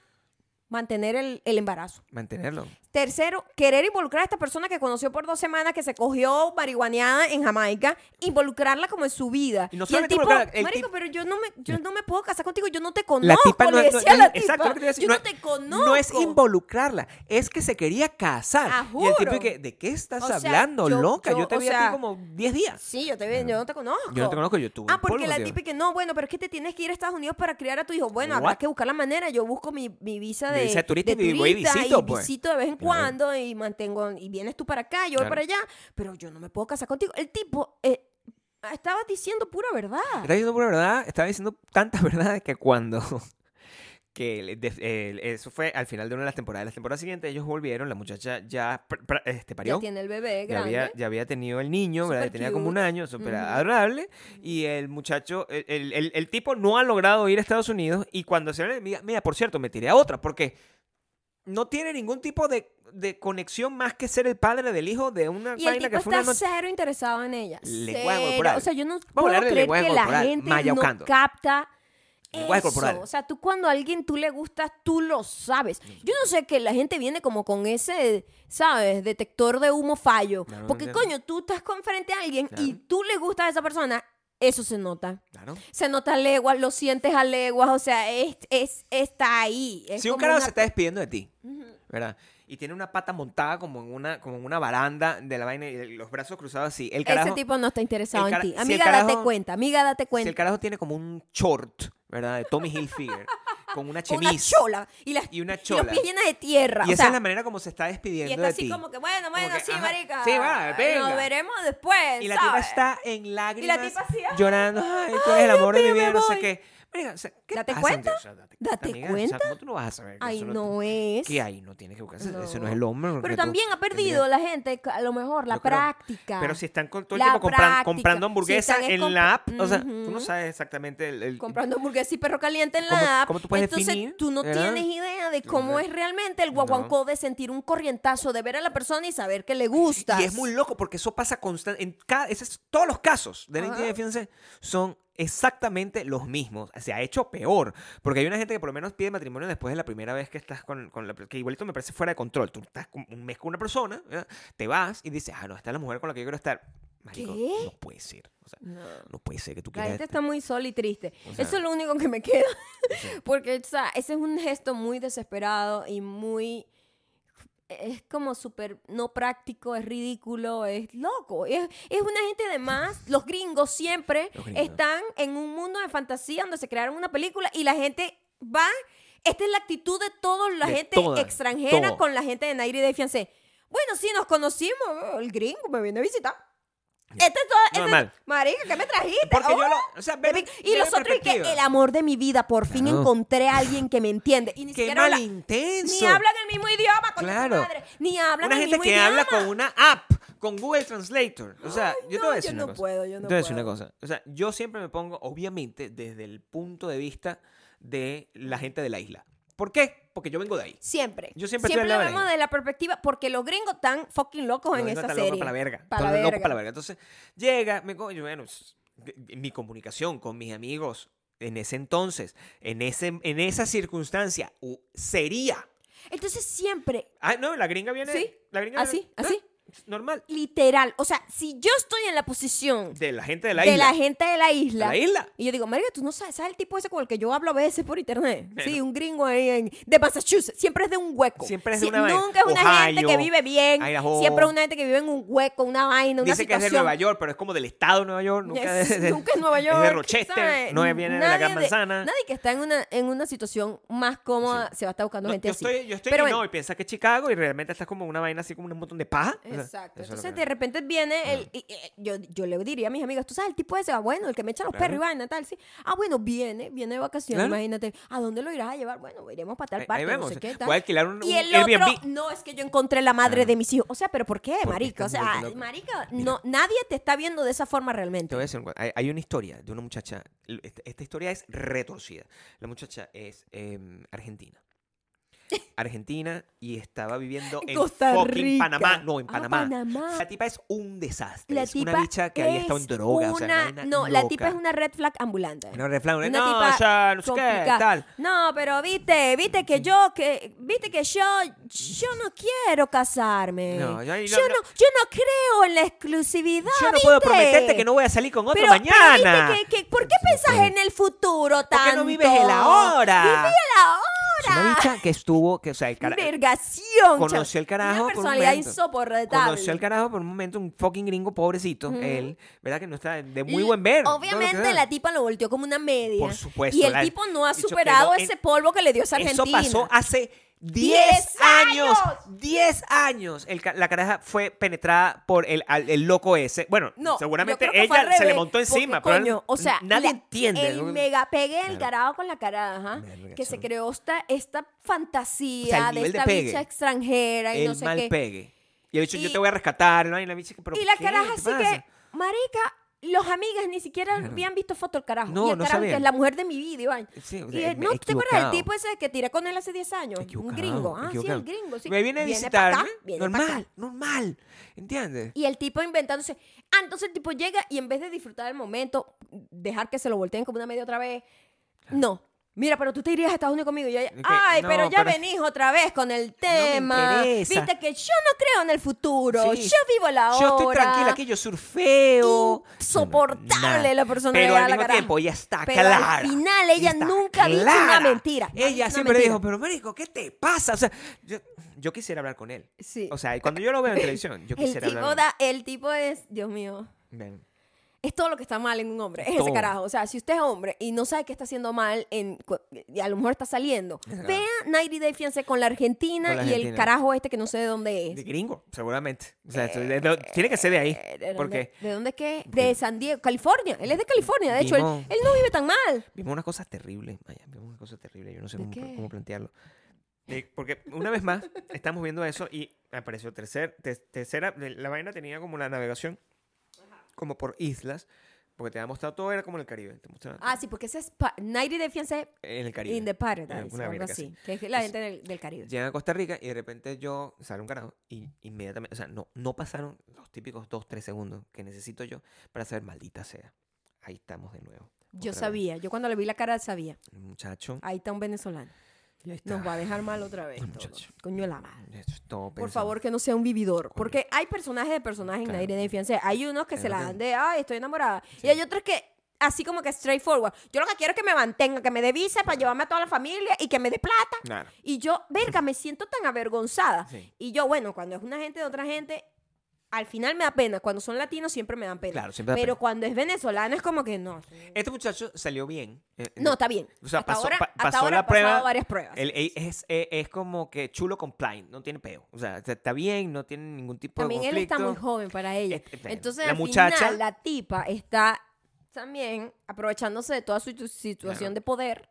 Speaker 1: mantener el, el embarazo.
Speaker 2: Mantenerlo.
Speaker 1: Tercero, querer involucrar a esta persona que conoció por dos semanas, que se cogió marihuaneada en Jamaica, involucrarla como en su vida.
Speaker 2: Y no
Speaker 1: el
Speaker 2: solamente
Speaker 1: tipo,
Speaker 2: involucrarla, el
Speaker 1: marico,
Speaker 2: tip-
Speaker 1: pero yo no, me, yo no me puedo casar contigo, yo no te conozco,
Speaker 2: no-
Speaker 1: le
Speaker 2: no-
Speaker 1: decía a la
Speaker 2: no-
Speaker 1: tipa.
Speaker 2: exacto, lo que te iba a decir,
Speaker 1: yo no,
Speaker 2: es-
Speaker 1: te conozco.
Speaker 2: No es involucrarla, es que se quería casar.
Speaker 1: Ah,
Speaker 2: Y el tipo
Speaker 1: juro.
Speaker 2: que, ¿de qué estás
Speaker 1: O sea,
Speaker 2: hablando,
Speaker 1: yo-
Speaker 2: loca? Yo,
Speaker 1: yo,
Speaker 2: te
Speaker 1: o
Speaker 2: vi a
Speaker 1: sea,
Speaker 2: ti como 10 días.
Speaker 1: Sí, yo te veo, yo no te conozco.
Speaker 2: Yo no te conozco, yo tuve
Speaker 1: Ah,
Speaker 2: un polvo
Speaker 1: porque la
Speaker 2: contigo.
Speaker 1: tipa que no, bueno, pero es que te tienes que ir a Estados Unidos para criar a tu hijo. Bueno,
Speaker 2: What?
Speaker 1: habrá que buscar la manera. Yo busco mi, mi visa de, de,
Speaker 2: visa de turista y voy y visito, pues.
Speaker 1: visito de vez en
Speaker 2: Claro.
Speaker 1: cuando y mantengo, y vienes tú para acá, yo voy
Speaker 2: Claro.
Speaker 1: para allá, pero yo no me puedo casar contigo. El tipo eh, estaba diciendo pura verdad.
Speaker 2: Estaba diciendo pura verdad, estaba diciendo tantas verdades que cuando. que le- de- eh, eso fue al final de una de las temporadas. La temporada siguiente ellos volvieron, la muchacha ya pr- pr- este, parió.
Speaker 1: Ya tiene el bebé
Speaker 2: ya
Speaker 1: grande.
Speaker 2: había, ya había tenido el niño, ¿verdad?
Speaker 1: Súper
Speaker 2: Que tenía como un
Speaker 1: cute.
Speaker 2: año, súper
Speaker 1: Ujú.
Speaker 2: adorable. Y el muchacho, el, el- el- el tipo no ha logrado ir a Estados Unidos. Y cuando se le mira, mira, por cierto, me tiré a otra, porque no tiene ningún tipo de, de conexión más que ser el padre del hijo de una
Speaker 1: Y el tipo
Speaker 2: vaina que fue una
Speaker 1: está
Speaker 2: noche.
Speaker 1: cero interesado en ella.
Speaker 2: Lenguaje
Speaker 1: Cero.
Speaker 2: corporal.
Speaker 1: O sea, yo no
Speaker 2: a
Speaker 1: puedo
Speaker 2: hablar de
Speaker 1: creer
Speaker 2: lenguaje
Speaker 1: que la
Speaker 2: corporal,
Speaker 1: gente
Speaker 2: mayaucando.
Speaker 1: no capta
Speaker 2: Lenguaje
Speaker 1: eso.
Speaker 2: corporal.
Speaker 1: O sea, tú cuando a alguien tú le gustas, tú lo sabes. Yo no sé que la gente viene como con ese, ¿sabes? Detector de humo fallo.
Speaker 2: Claro,
Speaker 1: Porque,
Speaker 2: entiendo.
Speaker 1: coño, tú estás con frente a alguien y
Speaker 2: Claro.
Speaker 1: tú le gustas a esa persona, eso se nota.
Speaker 2: Claro.
Speaker 1: Se nota a leguas, lo sientes a leguas, o sea, es, es, está ahí. Es
Speaker 2: Si un
Speaker 1: como
Speaker 2: carajo
Speaker 1: una-
Speaker 2: se está despidiendo de ti,
Speaker 1: Ujú.
Speaker 2: ¿verdad? Y tiene una pata montada como en una, como en una baranda de la vaina y los brazos cruzados así. El carajo,
Speaker 1: Ese tipo no está interesado
Speaker 2: el
Speaker 1: en
Speaker 2: cara-
Speaker 1: ti.
Speaker 2: si el
Speaker 1: Amiga, date
Speaker 2: carajo-
Speaker 1: cuenta, amiga, date
Speaker 2: si
Speaker 1: cuenta.
Speaker 2: el carajo tiene como un short, ¿verdad? De Tommy Hilfiger, con una
Speaker 1: con una
Speaker 2: chemise.
Speaker 1: chola y, las,
Speaker 2: y una
Speaker 1: los
Speaker 2: chola.
Speaker 1: pies llenas de tierra.
Speaker 2: Y
Speaker 1: o
Speaker 2: esa
Speaker 1: sea,
Speaker 2: es la manera como se está
Speaker 1: y
Speaker 2: despidiendo
Speaker 1: está
Speaker 2: de
Speaker 1: así
Speaker 2: ti.
Speaker 1: como que, bueno, bueno,
Speaker 2: que,
Speaker 1: sí,
Speaker 2: ajá,
Speaker 1: marica.
Speaker 2: sí, va, venga.
Speaker 1: Nos veremos después.
Speaker 2: Y la tipa
Speaker 1: ¿sabes?
Speaker 2: está en lágrimas,
Speaker 1: tipa así, "Ay,
Speaker 2: llorando, ay, tú eres el amor de
Speaker 1: mío,
Speaker 2: mi
Speaker 1: me
Speaker 2: vida, no sé
Speaker 1: voy".
Speaker 2: qué. Marica, o sea, ¿qué
Speaker 1: ¿Date
Speaker 2: pasa,
Speaker 1: cuenta?
Speaker 2: tío? O sea, date
Speaker 1: ¿Date
Speaker 2: amiga, O
Speaker 1: cuenta?
Speaker 2: sea, ¿cómo tú no vas a saber?
Speaker 1: Ay,
Speaker 2: Eso
Speaker 1: no es.
Speaker 2: ¿Qué hay? No tienes que buscarse. Eso
Speaker 1: No.
Speaker 2: no es el hombre. que
Speaker 1: Pero
Speaker 2: tú
Speaker 1: también ha perdido
Speaker 2: tendrías.
Speaker 1: la gente, a lo mejor, la
Speaker 2: Yo creo.
Speaker 1: práctica.
Speaker 2: Pero si están con, todo el
Speaker 1: La
Speaker 2: tiempo compran-
Speaker 1: práctica.
Speaker 2: comprando
Speaker 1: Si
Speaker 2: hamburguesas
Speaker 1: están es
Speaker 2: en
Speaker 1: comp-
Speaker 2: la app, o sea, tú no
Speaker 1: Ujú.
Speaker 2: sabes exactamente el, el-
Speaker 1: Comprando hamburguesas y perro caliente en la
Speaker 2: ¿Cómo-
Speaker 1: app.
Speaker 2: cómo tú puedes
Speaker 1: Entonces,
Speaker 2: definir,
Speaker 1: tú no
Speaker 2: verdad?
Speaker 1: tienes idea de cómo
Speaker 2: Ujú.
Speaker 1: es realmente el
Speaker 2: No.
Speaker 1: guaguancó de sentir un corrientazo, de ver a la persona y saber que le gusta.
Speaker 2: Y es muy loco porque eso pasa constante. En cada, esos- todos los casos de la
Speaker 1: Ajá.
Speaker 2: intimidad de fianza son exactamente los mismos. Se ha hecho peor. Porque hay una gente que por lo menos pide matrimonio después de la primera vez que estás con, con la Que igualito me parece fuera de control. Tú estás con- un mes con una persona, ¿verdad? te vas y dices, ah, no, esta es la mujer con la que yo quiero estar. Marico,
Speaker 1: ¿Qué?
Speaker 2: no puede ser. O sea,
Speaker 1: No.
Speaker 2: no puede ser que tú
Speaker 1: La
Speaker 2: quieras.
Speaker 1: gente está muy sola y triste.
Speaker 2: O sea,
Speaker 1: Eso es lo único que me queda.
Speaker 2: o sea,
Speaker 1: Porque o sea, ese es un gesto muy desesperado y muy... Es como súper no práctico, es ridículo, es loco. Es, es una gente de más. Los gringos siempre
Speaker 2: Los gringos.
Speaker 1: están en un mundo de fantasía donde se crearon una película y la gente va... Esta es la actitud de toda la
Speaker 2: De
Speaker 1: gente
Speaker 2: todas,
Speaker 1: extranjera
Speaker 2: todo.
Speaker 1: con la gente de Nairi de Fiancé. Bueno, sí, nos conocimos. El gringo me viene a visitar.
Speaker 2: Ya.
Speaker 1: Este es todo... este es-
Speaker 2: Normal.
Speaker 1: Marica, ¿qué me trajiste?
Speaker 2: Porque
Speaker 1: Oh.
Speaker 2: yo lo. O sea,
Speaker 1: Ve- y los otros y que el
Speaker 2: amor.
Speaker 1: amor de mi vida, por fin
Speaker 2: Claro.
Speaker 1: encontré a alguien que me entiende. Y ni
Speaker 2: Qué
Speaker 1: siquiera habla-
Speaker 2: mal intenso.
Speaker 1: ni hablan el mismo idioma, con
Speaker 2: Claro.
Speaker 1: madre. Ni hablan
Speaker 2: una
Speaker 1: el
Speaker 2: gente
Speaker 1: mismo
Speaker 2: que
Speaker 1: idioma.
Speaker 2: habla con una app, con Google Translator. O sea, yo te
Speaker 1: no,
Speaker 2: voy a decir
Speaker 1: yo
Speaker 2: una
Speaker 1: no
Speaker 2: cosa.
Speaker 1: puedo, yo no
Speaker 2: te voy a decir
Speaker 1: puedo.
Speaker 2: una cosa. O sea, yo siempre me pongo, obviamente, desde el punto de vista de la gente de la isla. ¿Por qué? Porque yo vengo de ahí.
Speaker 1: Siempre.
Speaker 2: Yo siempre estoy
Speaker 1: siempre
Speaker 2: al
Speaker 1: lo
Speaker 2: lado de la
Speaker 1: vemos
Speaker 2: gente.
Speaker 1: desde la perspectiva, porque los gringos están fucking locos en esa serie.
Speaker 2: para la verga.
Speaker 1: Para
Speaker 2: Están
Speaker 1: la
Speaker 2: locos
Speaker 1: verga.
Speaker 2: para la verga. Entonces, llega, me co- yo, bueno, s- de- de- mi comunicación con mis amigos en ese entonces, en, ese, en esa circunstancia, u- sería.
Speaker 1: Entonces siempre,
Speaker 2: Ah, no, la gringa viene.
Speaker 1: Sí,
Speaker 2: La gringa
Speaker 1: así,
Speaker 2: viene- ah,
Speaker 1: así,
Speaker 2: Normal.
Speaker 1: literal. O sea, si yo estoy en la posición
Speaker 2: De la gente de
Speaker 1: de
Speaker 2: la
Speaker 1: la,
Speaker 2: isla.
Speaker 1: gente de la isla,
Speaker 2: De la isla.
Speaker 1: Y yo digo, María, tú no sabes, ¿sabes el tipo ese con el que yo hablo a veces por internet?
Speaker 2: Bueno.
Speaker 1: Sí, un gringo ahí en, de Massachusetts. Siempre es de un hueco.
Speaker 2: Siempre es de
Speaker 1: Sí,
Speaker 2: una vaina.
Speaker 1: Nunca es una gente que
Speaker 2: Ohio,
Speaker 1: vive bien.
Speaker 2: Idaho.
Speaker 1: Siempre es una gente que vive en un hueco, una vaina, una
Speaker 2: Dice que es de
Speaker 1: situación.
Speaker 2: Nueva York, pero es como del estado de Nueva York. Nunca
Speaker 1: Es-
Speaker 2: es, de-
Speaker 1: nunca es Nueva York.
Speaker 2: Es de Rochester,
Speaker 1: ¿sabes?
Speaker 2: no es- viene de la
Speaker 1: Nadie
Speaker 2: Gran Manzana.
Speaker 1: Nadie que está en una, en una situación más cómoda
Speaker 2: Sí.
Speaker 1: se va a estar buscando
Speaker 2: No,
Speaker 1: gente
Speaker 2: yo,
Speaker 1: así.
Speaker 2: estoy, yo estoy en
Speaker 1: Pero
Speaker 2: Illinois,
Speaker 1: bueno.
Speaker 2: piensa que es Chicago y realmente estás como una vaina así como un montón de paja. O sea,
Speaker 1: Exacto.
Speaker 2: eso es lo
Speaker 1: Entonces
Speaker 2: que-
Speaker 1: de repente viene el. y- y- yo, yo le diría a mis amigas, tú sabes, el tipo ese, ah, bueno, el que me echa los
Speaker 2: Claro.
Speaker 1: perros y vaina, tal, sí. Ah, bueno, viene, viene de vacaciones,
Speaker 2: Claro.
Speaker 1: imagínate. ¿A dónde lo irás a llevar? Bueno, iremos para
Speaker 2: Ahí-
Speaker 1: tal
Speaker 2: ahí
Speaker 1: parte, no
Speaker 2: vemos.
Speaker 1: sé qué, tal.
Speaker 2: Voy a alquilar un,
Speaker 1: Y
Speaker 2: un
Speaker 1: el
Speaker 2: Airbnb.
Speaker 1: otro, no, es que yo encontré la madre
Speaker 2: Claro.
Speaker 1: de mis hijos. O sea, pero ¿por qué,
Speaker 2: Porque
Speaker 1: marica? O
Speaker 2: estás
Speaker 1: sea,
Speaker 2: vuelto loco.
Speaker 1: marica,
Speaker 2: Mira.
Speaker 1: no, nadie te está viendo de esa forma
Speaker 2: Te
Speaker 1: realmente.
Speaker 2: voy a decir una cosa, hay, hay una historia de una muchacha. l- Esta, esta historia es retorcida. La muchacha es em, argentina. Argentina y estaba viviendo en
Speaker 1: Costa
Speaker 2: fucking
Speaker 1: Rica.
Speaker 2: Panamá. No, en
Speaker 1: Ah,
Speaker 2: Panamá.
Speaker 1: Panamá.
Speaker 2: La tipa es un desastre.
Speaker 1: La
Speaker 2: es
Speaker 1: tipa
Speaker 2: una bicha que había estado en
Speaker 1: es
Speaker 2: drogas. o sea,
Speaker 1: una-
Speaker 2: una vaina
Speaker 1: no, la tipa
Speaker 2: loca.
Speaker 1: es una red flag ambulante.
Speaker 2: Una reflexión,
Speaker 1: Una
Speaker 2: no,
Speaker 1: tipa
Speaker 2: ya, no sé qué,
Speaker 1: complicada.
Speaker 2: tal.
Speaker 1: No, pero viste, viste que yo, que, viste que yo, yo no quiero casarme.
Speaker 2: No, yo-
Speaker 1: yo,
Speaker 2: yo-
Speaker 1: no,
Speaker 2: no.
Speaker 1: yo no creo en la exclusividad.
Speaker 2: Yo no puedo
Speaker 1: ¿viste?
Speaker 2: prometerte que no voy a salir con otro
Speaker 1: pero,
Speaker 2: mañana.
Speaker 1: Pero viste que, que- ¿por qué pensás en el futuro tanto?
Speaker 2: qué no vives el ahora?
Speaker 1: Viví el
Speaker 2: Es una
Speaker 1: ahora.
Speaker 2: bicha que estuvo, que, o sea, el cara-
Speaker 1: Vergación.
Speaker 2: Conoció
Speaker 1: chamo.
Speaker 2: el carajo por
Speaker 1: Una
Speaker 2: un
Speaker 1: personalidad
Speaker 2: momento.
Speaker 1: insoportable.
Speaker 2: conoció al carajo por un momento un fucking gringo pobrecito, él, ¿verdad? Que no está de muy
Speaker 1: L-
Speaker 2: buen ver. todo lo que
Speaker 1: Obviamente
Speaker 2: da.
Speaker 1: la tipa lo volteó como una media.
Speaker 2: Por supuesto,
Speaker 1: Y el
Speaker 2: la-
Speaker 1: tipo no ha
Speaker 2: dicho,
Speaker 1: superado
Speaker 2: quedó en-
Speaker 1: ese polvo que le dio esa
Speaker 2: Eso
Speaker 1: Argentina.
Speaker 2: pasó hace ¡Diez
Speaker 1: ¡Diez
Speaker 2: años!
Speaker 1: años!
Speaker 2: ¡Diez años! El ca- la caraja fue penetrada por el, al- el loco ese. Bueno,
Speaker 1: No,
Speaker 2: seguramente
Speaker 1: yo creo que fue al
Speaker 2: ella se le
Speaker 1: revés,
Speaker 2: montó
Speaker 1: porque,
Speaker 2: encima. pero
Speaker 1: coño, o sea,
Speaker 2: nadie
Speaker 1: la-
Speaker 2: entiende.
Speaker 1: El
Speaker 2: ¿no?
Speaker 1: mega pegue el
Speaker 2: Claro.
Speaker 1: carajo con la caraja,
Speaker 2: Verga,
Speaker 1: que
Speaker 2: chamo.
Speaker 1: se creó esta, esta fantasía
Speaker 2: O sea, el
Speaker 1: de
Speaker 2: nivel de
Speaker 1: esta
Speaker 2: pegue.
Speaker 1: bicha extranjera y
Speaker 2: el
Speaker 1: no sé
Speaker 2: mal
Speaker 1: qué.
Speaker 2: pegue. Y el bicho, yo
Speaker 1: Y-
Speaker 2: te voy a rescatar. ¿no? Y la, bicha, ¿pero
Speaker 1: Y la
Speaker 2: qué?
Speaker 1: caraja
Speaker 2: ¿Qué
Speaker 1: así que,
Speaker 2: pasa?
Speaker 1: marica, los amigas ni siquiera
Speaker 2: Claro.
Speaker 1: habían visto foto del carajo.
Speaker 2: No,
Speaker 1: y el
Speaker 2: no
Speaker 1: carajo que
Speaker 2: sabían.
Speaker 1: es la mujer de mi vida, Iván.
Speaker 2: Sí, o
Speaker 1: Y
Speaker 2: sea,
Speaker 1: él,
Speaker 2: me-
Speaker 1: no, ¿te acuerdas
Speaker 2: equivocado.
Speaker 1: del tipo ese que tiré con él hace 10 años? Un
Speaker 2: Equivocado,
Speaker 1: gringo. Ah,
Speaker 2: equivocado.
Speaker 1: sí, el gringo. Sí.
Speaker 2: Me viene a
Speaker 1: Viene
Speaker 2: visitar.
Speaker 1: pa' acá,
Speaker 2: ¿eh?
Speaker 1: viene pa'
Speaker 2: normal,
Speaker 1: acá.
Speaker 2: normal. ¿Entiendes?
Speaker 1: Y el tipo inventándose. Ah, entonces el tipo llega y en vez de disfrutar el momento, dejar que se lo volteen como una media otra vez, no. Mira, pero tú te irías a Estados Unidos conmigo. Y yo, ay,
Speaker 2: no,
Speaker 1: pero ya
Speaker 2: pero-
Speaker 1: venís otra vez con el tema.
Speaker 2: interesa.
Speaker 1: Viste que yo no creo en el futuro.
Speaker 2: Sí.
Speaker 1: Yo vivo la hora.
Speaker 2: Yo estoy tranquila aquí, yo surfeo.
Speaker 1: Insoportable
Speaker 2: No, no, nada.
Speaker 1: la persona
Speaker 2: Pero
Speaker 1: de
Speaker 2: al
Speaker 1: la
Speaker 2: mismo
Speaker 1: caraja.
Speaker 2: tiempo ella está
Speaker 1: Pero al
Speaker 2: clara.
Speaker 1: final ella
Speaker 2: está
Speaker 1: nunca ha dicho una mentira. No ha dicho
Speaker 2: Ella
Speaker 1: una
Speaker 2: siempre
Speaker 1: mentira.
Speaker 2: dijo, pero marico, ¿qué te pasa? O sea, yo, yo quisiera hablar con él.
Speaker 1: Sí.
Speaker 2: O sea, y cuando yo lo veo en televisión, yo
Speaker 1: el
Speaker 2: quisiera
Speaker 1: tipo,
Speaker 2: hablar.
Speaker 1: da, el tipo es, Dios mío,
Speaker 2: Ven.
Speaker 1: es todo lo que está mal en un hombre. Es ese
Speaker 2: Todo.
Speaker 1: carajo. O sea, si usted es hombre y no sabe qué está haciendo mal, en, cu- y a lo mejor está saliendo. Vea 90 Day Fiancé con la Argentina
Speaker 2: Con la
Speaker 1: y el
Speaker 2: Argentina.
Speaker 1: carajo este que no sé de dónde
Speaker 2: De
Speaker 1: es.
Speaker 2: gringo, seguramente. O sea, esto- de- de- tiene que ser de ahí.
Speaker 1: Eh, ¿De dónde,
Speaker 2: Porque
Speaker 1: ¿De dónde es que? De San Diego, California. Él es de California. De hecho, él,
Speaker 2: Vimos-
Speaker 1: él no vive tan mal.
Speaker 2: vimos unas cosas terribles, Maya. Vimos unas cosas terribles. Yo no sé
Speaker 1: ¿De
Speaker 2: cómo,
Speaker 1: qué?
Speaker 2: cómo plantearlo. Eh, porque una vez más, estamos viendo eso y apareció tercer, te- tercera. La vaina tenía como la navegación, como por islas. Porque te había mostrado todo, era como en el Caribe. Te mostraba
Speaker 1: Ah, sí, porque ese es pa- 90 Day Fiancé
Speaker 2: en el Caribe.
Speaker 1: in the
Speaker 2: Eh,
Speaker 1: Paradise.
Speaker 2: una
Speaker 1: o algo
Speaker 2: verga así.
Speaker 1: así. Que es la
Speaker 2: Es-
Speaker 1: gente del, del Caribe.
Speaker 2: Llegan a Costa Rica y de repente yo sale un carajo y inmediatamente, o sea, no, no pasaron los típicos 2, 3 segundos que necesito yo para saber, maldita sea. Ahí estamos de nuevo.
Speaker 1: Yo
Speaker 2: Otra vez.
Speaker 1: sabía. Yo cuando le vi la cara sabía.
Speaker 2: El Muchacho.
Speaker 1: Ahí está un venezolano.
Speaker 2: y ahí está.
Speaker 1: Nos va a dejar mal otra vez.
Speaker 2: Ay,
Speaker 1: todo.
Speaker 2: muchacho.
Speaker 1: Coño de la madre.
Speaker 2: Esto es todo
Speaker 1: Por
Speaker 2: pensado.
Speaker 1: favor, que no sea un vividor.
Speaker 2: Coño.
Speaker 1: Porque hay personajes de personajes en
Speaker 2: Claro.
Speaker 1: aire de fiancé. Hay unos que se
Speaker 2: Claro
Speaker 1: la
Speaker 2: que-
Speaker 1: dan de, ay, estoy enamorada.
Speaker 2: Sí.
Speaker 1: Y hay otros que, así como que straightforward. Yo lo que quiero es que me mantenga, que me dé visa para llevarme a toda la familia y que me dé plata.
Speaker 2: Claro.
Speaker 1: Y yo, verga, me siento tan avergonzada.
Speaker 2: Sí.
Speaker 1: Y yo, bueno, cuando es una gente de otra gente, al final me da pena. Cuando son latinos siempre me dan pena.
Speaker 2: Claro, siempre da
Speaker 1: Pero
Speaker 2: pena.
Speaker 1: cuando es venezolano es como que no.
Speaker 2: Este muchacho salió bien. eh,
Speaker 1: No, está bien.
Speaker 2: O sea,
Speaker 1: hasta
Speaker 2: pasó,
Speaker 1: ahora,
Speaker 2: pa-
Speaker 1: hasta
Speaker 2: pasó
Speaker 1: ahora
Speaker 2: la
Speaker 1: ha pasado
Speaker 2: prueba.
Speaker 1: varias pruebas.
Speaker 2: Él- él es, es- es como que chulo compliant, no tiene peo. O sea, está- está bien, no tiene ningún tipo
Speaker 1: También
Speaker 2: de
Speaker 1: él
Speaker 2: conflicto.
Speaker 1: está muy joven para ella.
Speaker 2: Este, bueno,
Speaker 1: Entonces,
Speaker 2: la
Speaker 1: al
Speaker 2: muchacha-
Speaker 1: final, la tipa está también aprovechándose de toda su tu- situación
Speaker 2: Claro.
Speaker 1: de poder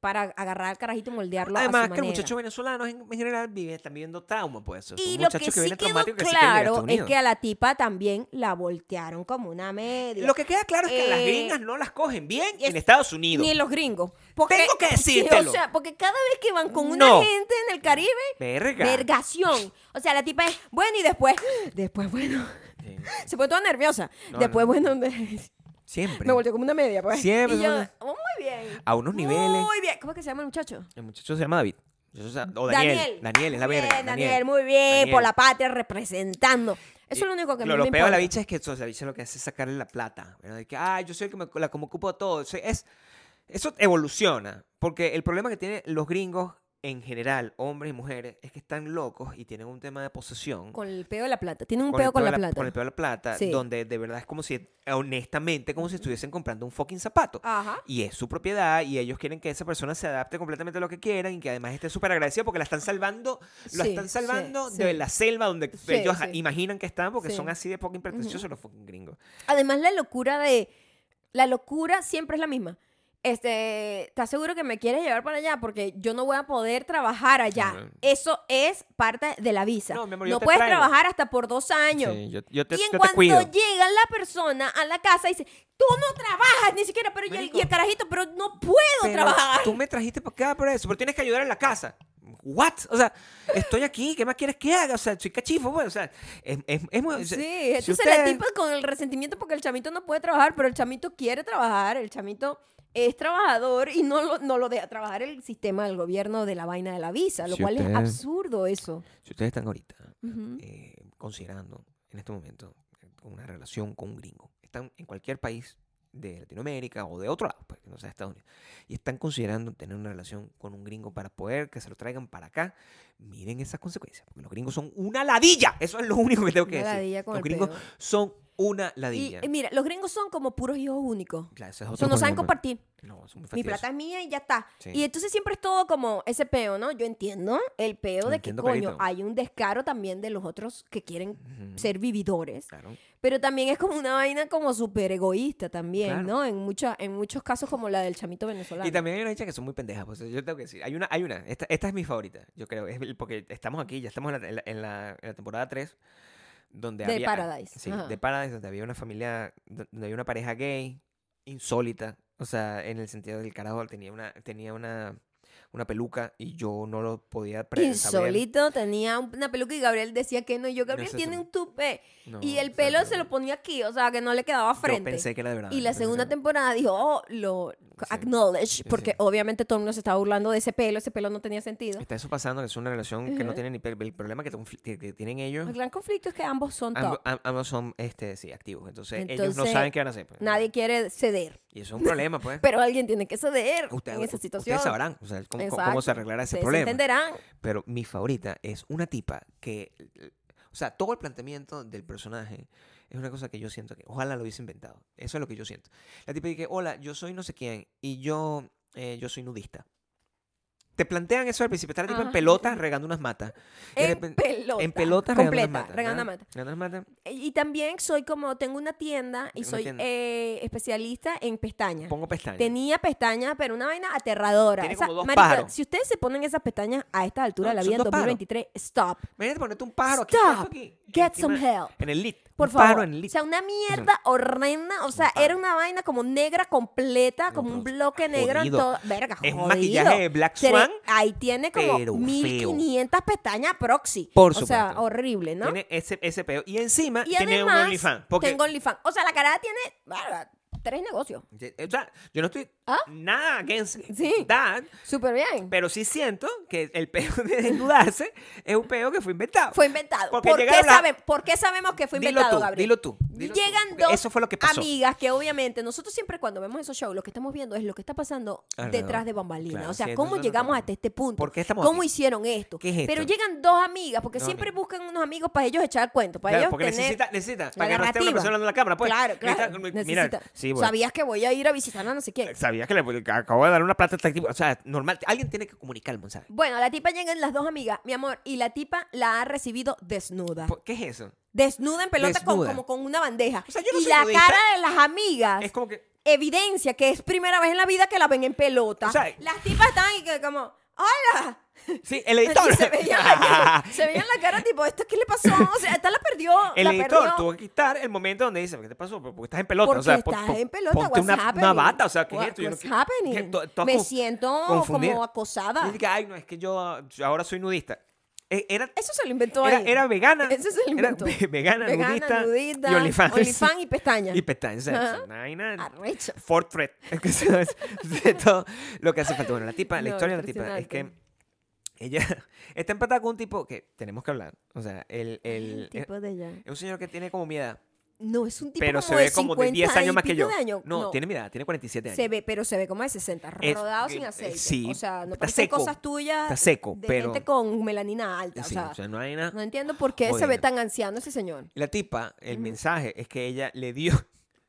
Speaker 1: para agarrar al carajito y moldearlo a
Speaker 2: Además,
Speaker 1: su
Speaker 2: que los
Speaker 1: manera.
Speaker 2: muchachos venezolanos en, en general viven, están viviendo trauma, pues. Son
Speaker 1: y lo
Speaker 2: muchachos
Speaker 1: que sí
Speaker 2: vienen
Speaker 1: quedó
Speaker 2: traumáticos que se quieren ir a
Speaker 1: claro
Speaker 2: Estados
Speaker 1: es
Speaker 2: Unidos.
Speaker 1: que a la tipa también la voltearon como una media.
Speaker 2: Lo que queda claro es que a las
Speaker 1: Eh,
Speaker 2: gringas no las cogen bien
Speaker 1: es-
Speaker 2: en Estados Unidos.
Speaker 1: Ni los gringos. Porque,
Speaker 2: Tengo que
Speaker 1: porque,
Speaker 2: decírtelo.
Speaker 1: O sea, porque cada vez que van con
Speaker 2: No.
Speaker 1: una gente en el Caribe,
Speaker 2: Verga.
Speaker 1: vergación. O sea, la tipa es, bueno, y después, después, bueno.
Speaker 2: Sí.
Speaker 1: Se pone toda nerviosa.
Speaker 2: No,
Speaker 1: después,
Speaker 2: no.
Speaker 1: bueno,
Speaker 2: Siempre.
Speaker 1: Me volteó como una media, pues.
Speaker 2: Siempre
Speaker 1: Y yo,
Speaker 2: somos-
Speaker 1: oh, muy bien.
Speaker 2: A unos niveles.
Speaker 1: Muy bien. ¿Cómo es que se llama el muchacho?
Speaker 2: El muchacho se llama David. Yo sé- o Daniel. Daniel. es la
Speaker 1: Muy
Speaker 2: verga.
Speaker 1: bien, Daniel, muy bien.
Speaker 2: Daniel.
Speaker 1: Por la patria representando. Eso es lo único que
Speaker 2: lo,
Speaker 1: me,
Speaker 2: lo
Speaker 1: me
Speaker 2: peor de
Speaker 1: importa.
Speaker 2: la bicha es que eso, la bicha lo que hace es sacarle la plata. ¿verdad? De que, ah, yo soy el que me la como ocupo todo. O sea, es, eso evoluciona. Porque el problema que tienen los gringos en general, hombres y mujeres, es que están locos y tienen un tema de posesión.
Speaker 1: Con el peo de la plata. Tiene un
Speaker 2: con el
Speaker 1: peo con
Speaker 2: peor
Speaker 1: la,
Speaker 2: de
Speaker 1: plata.
Speaker 2: Con el peor de la plata,
Speaker 1: Sí.
Speaker 2: donde de verdad es como si, honestamente, como si estuviesen comprando un fucking zapato.
Speaker 1: Ajá.
Speaker 2: Y es su propiedad y ellos quieren que esa persona se adapte completamente a lo que quieran y que además esté súper agradecido porque la están salvando, lo
Speaker 1: Sí,
Speaker 2: están
Speaker 1: sí,
Speaker 2: salvando
Speaker 1: sí.
Speaker 2: de la selva donde
Speaker 1: Sí,
Speaker 2: ellos
Speaker 1: sí.
Speaker 2: imaginan que están porque
Speaker 1: Sí.
Speaker 2: son así de poco pretenciosos los fucking gringos.
Speaker 1: Además, la locura de. La locura siempre es la misma. Este, ¿estás seguro que me quieres llevar para allá? Porque yo no voy a poder trabajar allá.
Speaker 2: Ajá.
Speaker 1: Eso es parte de la visa.
Speaker 2: No, mi amor, yo te
Speaker 1: puedes
Speaker 2: traigo.
Speaker 1: trabajar hasta por dos años.
Speaker 2: Sí, yo, yo te,
Speaker 1: y en
Speaker 2: yo te
Speaker 1: cuanto
Speaker 2: cuido.
Speaker 1: llega la persona a la casa, dice, tú no trabajas ni siquiera, pero y el,
Speaker 2: Marico.
Speaker 1: y el carajito, pero no puedo
Speaker 2: Pero
Speaker 1: trabajar.
Speaker 2: Tú me trajiste para acá por eso, pero tienes que ayudar en la casa. What? O sea, estoy aquí, ¿qué más quieres que haga? O sea, soy cachifo, pues, o sea, es, es, es muy- o sea,
Speaker 1: Sí,
Speaker 2: Eh, si
Speaker 1: entonces la
Speaker 2: ustedes-
Speaker 1: tipa con el resentimiento porque el chamito no puede trabajar, pero el chamito quiere trabajar, el chamito es trabajador y no lo, no lo deja trabajar el sistema del gobierno de la vaina de la visa, lo
Speaker 2: Si
Speaker 1: cual es
Speaker 2: usted-
Speaker 1: absurdo eso.
Speaker 2: Si ustedes están ahorita
Speaker 1: Ujú.
Speaker 2: eh, considerando en este momento eh, una relación con un gringo, están en cualquier país de Latinoamérica o de otro lado, pues, que no sea Estados Unidos, y están considerando tener una relación con un gringo para poder que se lo traigan para acá, miren esas consecuencias, porque los gringos son una ladilla, eso es lo único que tengo que
Speaker 1: Una
Speaker 2: decir.
Speaker 1: ladilla con
Speaker 2: los
Speaker 1: el
Speaker 2: gringos
Speaker 1: peo.
Speaker 2: son una
Speaker 1: Y
Speaker 2: ladilla.
Speaker 1: eh, mira, los gringos son como puros hijos únicos.
Speaker 2: claro, eso es
Speaker 1: O
Speaker 2: otro
Speaker 1: sea, no saben
Speaker 2: problema.
Speaker 1: compartir.
Speaker 2: No, es muy
Speaker 1: Mi
Speaker 2: fastidioso.
Speaker 1: plata es mía y ya está.
Speaker 2: Sí.
Speaker 1: Y entonces siempre es todo como ese peo, ¿no? Yo entiendo el peo de
Speaker 2: Entiendo,
Speaker 1: que, coño,
Speaker 2: Pedrito.
Speaker 1: hay un descaro también de los otros que quieren
Speaker 2: Ujú,
Speaker 1: ser vividores.
Speaker 2: Claro.
Speaker 1: Pero también es como una vaina como súper egoísta también,
Speaker 2: Claro.
Speaker 1: ¿no? En, mucha, en muchos casos como la del chamito venezolano.
Speaker 2: Y también hay unas hechas que son muy pendejas, pues yo tengo que decir, hay una, hay una, esta, esta es mi favorita, yo creo, es el- porque estamos aquí, ya estamos en la, en la- en la- en la temporada 3, donde
Speaker 1: De
Speaker 2: había...
Speaker 1: Paradise,
Speaker 2: Sí,
Speaker 1: ajá.
Speaker 2: de Paradise, donde había una familia, do- donde había una pareja gay, insólita, o sea, en el sentido del carajo, tenía una, tenía una, una peluca y yo no lo podía pre- saber.
Speaker 1: Insolito tenía una peluca y Gabriel decía que no. Yo, Gabriel
Speaker 2: sé,
Speaker 1: tiene
Speaker 2: se-
Speaker 1: un tupe.
Speaker 2: No,
Speaker 1: y el
Speaker 2: o sea,
Speaker 1: pelo
Speaker 2: yo-
Speaker 1: se lo ponía aquí, o sea, que no le quedaba
Speaker 2: Yo
Speaker 1: frente.
Speaker 2: pensé que era de verdad.
Speaker 1: y la
Speaker 2: yo pensé que
Speaker 1: segunda
Speaker 2: era-
Speaker 1: temporada dijo, oh, lo acknowledge, porque
Speaker 2: sí.
Speaker 1: obviamente todo el mundo se estaba burlando de ese pelo, ese pelo no tenía sentido.
Speaker 2: Está eso pasando, que es una relación que
Speaker 1: Ujú.
Speaker 2: no tiene ni... pe- El problema que, confl- que- que tienen ellos...
Speaker 1: El gran conflicto es que ambos son
Speaker 2: Ambos,
Speaker 1: top.
Speaker 2: am- ambos son este, sí, activos. Entonces, ellos no
Speaker 1: Entonces,
Speaker 2: saben qué van a hacer. pues.
Speaker 1: Nadie quiere ceder,
Speaker 2: Y eso es un problema, pues.
Speaker 1: pero alguien tiene que ceder
Speaker 2: Usted-
Speaker 1: en esa
Speaker 2: u-
Speaker 1: situación.
Speaker 2: Ustedes sabrán o sea, cómo- cómo, cómo
Speaker 1: Exacto.
Speaker 2: se arreglará ese
Speaker 1: Ustedes
Speaker 2: problema.
Speaker 1: entenderán.
Speaker 2: Pero mi favorita es una tipa que. O sea, todo el planteamiento del personaje es una cosa que yo siento que. Ojalá lo hubiese inventado. Eso es lo que yo siento. La tipa dice: Hola, yo soy no sé quién y yo, eh, yo soy nudista. Te plantean eso al principio. Está la tipa
Speaker 1: Ajá.
Speaker 2: en pelotas regando unas matas. Y de
Speaker 1: En
Speaker 2: repen-
Speaker 1: pelota.
Speaker 2: en pelotas regando unas
Speaker 1: completa,
Speaker 2: matas.
Speaker 1: regando
Speaker 2: ¿verdad?
Speaker 1: una mata.
Speaker 2: Regando unas matas.
Speaker 1: Y también soy como, tengo una tienda y
Speaker 2: Una
Speaker 1: soy
Speaker 2: tienda.
Speaker 1: eh, especialista en pestañas.
Speaker 2: Pongo pestañas.
Speaker 1: Tenía pestañas, pero una vaina aterradora.
Speaker 2: Tiene
Speaker 1: Esa-
Speaker 2: como dos
Speaker 1: marica,
Speaker 2: pájaros.
Speaker 1: Si ustedes se ponen esas pestañas a esta altura de
Speaker 2: No,
Speaker 1: la
Speaker 2: son
Speaker 1: vida en
Speaker 2: dos pájaros.
Speaker 1: 2023, stop.
Speaker 2: Imagínate ponerte un pájaro aquí.
Speaker 1: Stop.
Speaker 2: puesto aquí,
Speaker 1: Get
Speaker 2: encima-
Speaker 1: some help.
Speaker 2: En el lit.
Speaker 1: Por
Speaker 2: un pájaro
Speaker 1: favor.
Speaker 2: en el
Speaker 1: O
Speaker 2: lit.
Speaker 1: sea, una mierda horrenda. O sea,
Speaker 2: pájaro.
Speaker 1: era una vaina como negra completa, como un
Speaker 2: pero
Speaker 1: bloque negro en
Speaker 2: jodido.
Speaker 1: todo. Verga,
Speaker 2: Es
Speaker 1: jodido.
Speaker 2: un maquillaje de Black
Speaker 1: Tre-
Speaker 2: Swan.
Speaker 1: Ahí tiene como
Speaker 2: pero feo.
Speaker 1: 1500 pestañas proxy.
Speaker 2: Por
Speaker 1: O sea,
Speaker 2: supuesto.
Speaker 1: horrible, ¿no?
Speaker 2: Tiene ese, ese peo. Y encima
Speaker 1: Y
Speaker 2: tiene
Speaker 1: además,
Speaker 2: un OnlyFans. Porque,
Speaker 1: tengo OnlyFans. O sea, la cara tiene verga, tres negocios.
Speaker 2: o sea, yo no estoy
Speaker 1: ¿Ah?
Speaker 2: nada against
Speaker 1: Sí.
Speaker 2: that,
Speaker 1: Súper bien.
Speaker 2: pero sí siento que el peo de desnudarse es un peo que fue inventado.
Speaker 1: Fue inventado.
Speaker 2: Porque
Speaker 1: ¿Por, qué
Speaker 2: llegaron a-
Speaker 1: sabe- por qué sabemos que fue
Speaker 2: Dilo
Speaker 1: inventado,
Speaker 2: tú,
Speaker 1: Gabriel?
Speaker 2: dilo tú, dilo tú,
Speaker 1: Llegan
Speaker 2: porque
Speaker 1: dos
Speaker 2: eso fue lo que pasó.
Speaker 1: amigas que obviamente nosotros siempre cuando vemos esos shows lo que estamos viendo es lo que está pasando
Speaker 2: Alrededor.
Speaker 1: detrás de bambalinas.
Speaker 2: Claro,
Speaker 1: o sea,
Speaker 2: sí,
Speaker 1: ¿cómo
Speaker 2: nosotros no
Speaker 1: llegamos
Speaker 2: estamos-
Speaker 1: hasta este punto?
Speaker 2: ¿Por qué estamos
Speaker 1: ¿Cómo
Speaker 2: aquí?
Speaker 1: hicieron esto?
Speaker 2: ¿Qué es esto?
Speaker 1: Pero llegan dos amigas porque
Speaker 2: Dos
Speaker 1: siempre
Speaker 2: amigas.
Speaker 1: buscan unos amigos para ellos echar cuento, para
Speaker 2: Claro,
Speaker 1: ellos
Speaker 2: porque
Speaker 1: tener
Speaker 2: necesita, necesita,
Speaker 1: la
Speaker 2: para que no esté una
Speaker 1: narrativa.
Speaker 2: persona en la cámara, pues.
Speaker 1: Claro,
Speaker 2: Necesita-
Speaker 1: claro.
Speaker 2: mira,
Speaker 1: necesita-
Speaker 2: sí, bueno,
Speaker 1: Sabías que voy a ir a visitar a no sé quién.
Speaker 2: sabía que le que acabo de dar una plata a este tipo. O sea, normal, alguien tiene que comunicar, ¿sabes?
Speaker 1: Bueno, la tipa llegan las dos amigas, mi amor, y la tipa la ha recibido desnuda.
Speaker 2: ¿Por- ¿Qué es eso?
Speaker 1: desnuda en pelota con-
Speaker 2: Pues, Desnuda.
Speaker 1: como con una bandeja.
Speaker 2: O sea, yo no
Speaker 1: y
Speaker 2: soy
Speaker 1: la
Speaker 2: nudista.
Speaker 1: cara de las amigas
Speaker 2: Es como que
Speaker 1: evidencia que es primera vez en la vida que la ven en pelota.
Speaker 2: O sea-
Speaker 1: las tipas estaban y que como, ¡hola!
Speaker 2: Sí, el
Speaker 1: Y
Speaker 2: editor.
Speaker 1: se veían la cara, se veían la cara tipo, ¿esto qué le pasó? O sea, esta la perdió.
Speaker 2: el
Speaker 1: la
Speaker 2: editor
Speaker 1: perdió.
Speaker 2: tuvo que quitar el momento donde dice, ¿qué te pasó? Porque estás en pelota.
Speaker 1: Porque
Speaker 2: o sea, pon-
Speaker 1: estás
Speaker 2: pon-
Speaker 1: en pelota,
Speaker 2: ponte
Speaker 1: what's
Speaker 2: una,
Speaker 1: happening?
Speaker 2: una bata, o sea, ¿qué es
Speaker 1: What-
Speaker 2: esto? Yo no-
Speaker 1: what's
Speaker 2: ¿qué-
Speaker 1: happening?
Speaker 2: qué- to- toda
Speaker 1: Me
Speaker 2: conf-
Speaker 1: siento
Speaker 2: confundida.
Speaker 1: como acosada.
Speaker 2: Y dice, ay, no, es que yo ahora soy nudista. Eh, Era,
Speaker 1: Eso se lo inventó
Speaker 2: era,
Speaker 1: él.
Speaker 2: era vegana.
Speaker 1: Eso se lo
Speaker 2: era
Speaker 1: inventó.
Speaker 2: ve- vegana,
Speaker 1: Vegana,
Speaker 2: nudista,
Speaker 1: nudista,
Speaker 2: y OnlyFans.
Speaker 1: OnlyFans y pestañas.
Speaker 2: Y pestañas. o sea,
Speaker 1: Ajá.
Speaker 2: es una vaina-
Speaker 1: Arrecho.
Speaker 2: Fort Fred. Es que eso es- de todo lo que hace falta. Bueno, la tipa, la
Speaker 1: No,
Speaker 2: historia de la tipa es que
Speaker 1: impresionante.
Speaker 2: ella está empatada con un tipo que tenemos que hablar. O sea, el, el, eh,
Speaker 1: El tipo de ella.
Speaker 2: es un señor que tiene como mi edad.
Speaker 1: No, es un tipo
Speaker 2: pero
Speaker 1: como
Speaker 2: se
Speaker 1: de
Speaker 2: ve como de
Speaker 1: 50
Speaker 2: 10
Speaker 1: y
Speaker 2: años más que
Speaker 1: pico
Speaker 2: yo.
Speaker 1: de años.
Speaker 2: No, tiene mi edad, tiene 47 años.
Speaker 1: Se ve, pero se ve como de 60,
Speaker 2: Es-
Speaker 1: rodado sin
Speaker 2: eh,
Speaker 1: aceite.
Speaker 2: sí,
Speaker 1: o sea, no
Speaker 2: está
Speaker 1: parecen
Speaker 2: seco,
Speaker 1: cosas tuyas
Speaker 2: está seco,
Speaker 1: de
Speaker 2: pero-
Speaker 1: gente con melanina alta.
Speaker 2: Sí,
Speaker 1: o sea,
Speaker 2: no hay nada.
Speaker 1: no entiendo por qué se
Speaker 2: Jodido.
Speaker 1: ve tan anciano ese señor.
Speaker 2: La tipa, el
Speaker 1: Ujú.
Speaker 2: mensaje es que ella le dio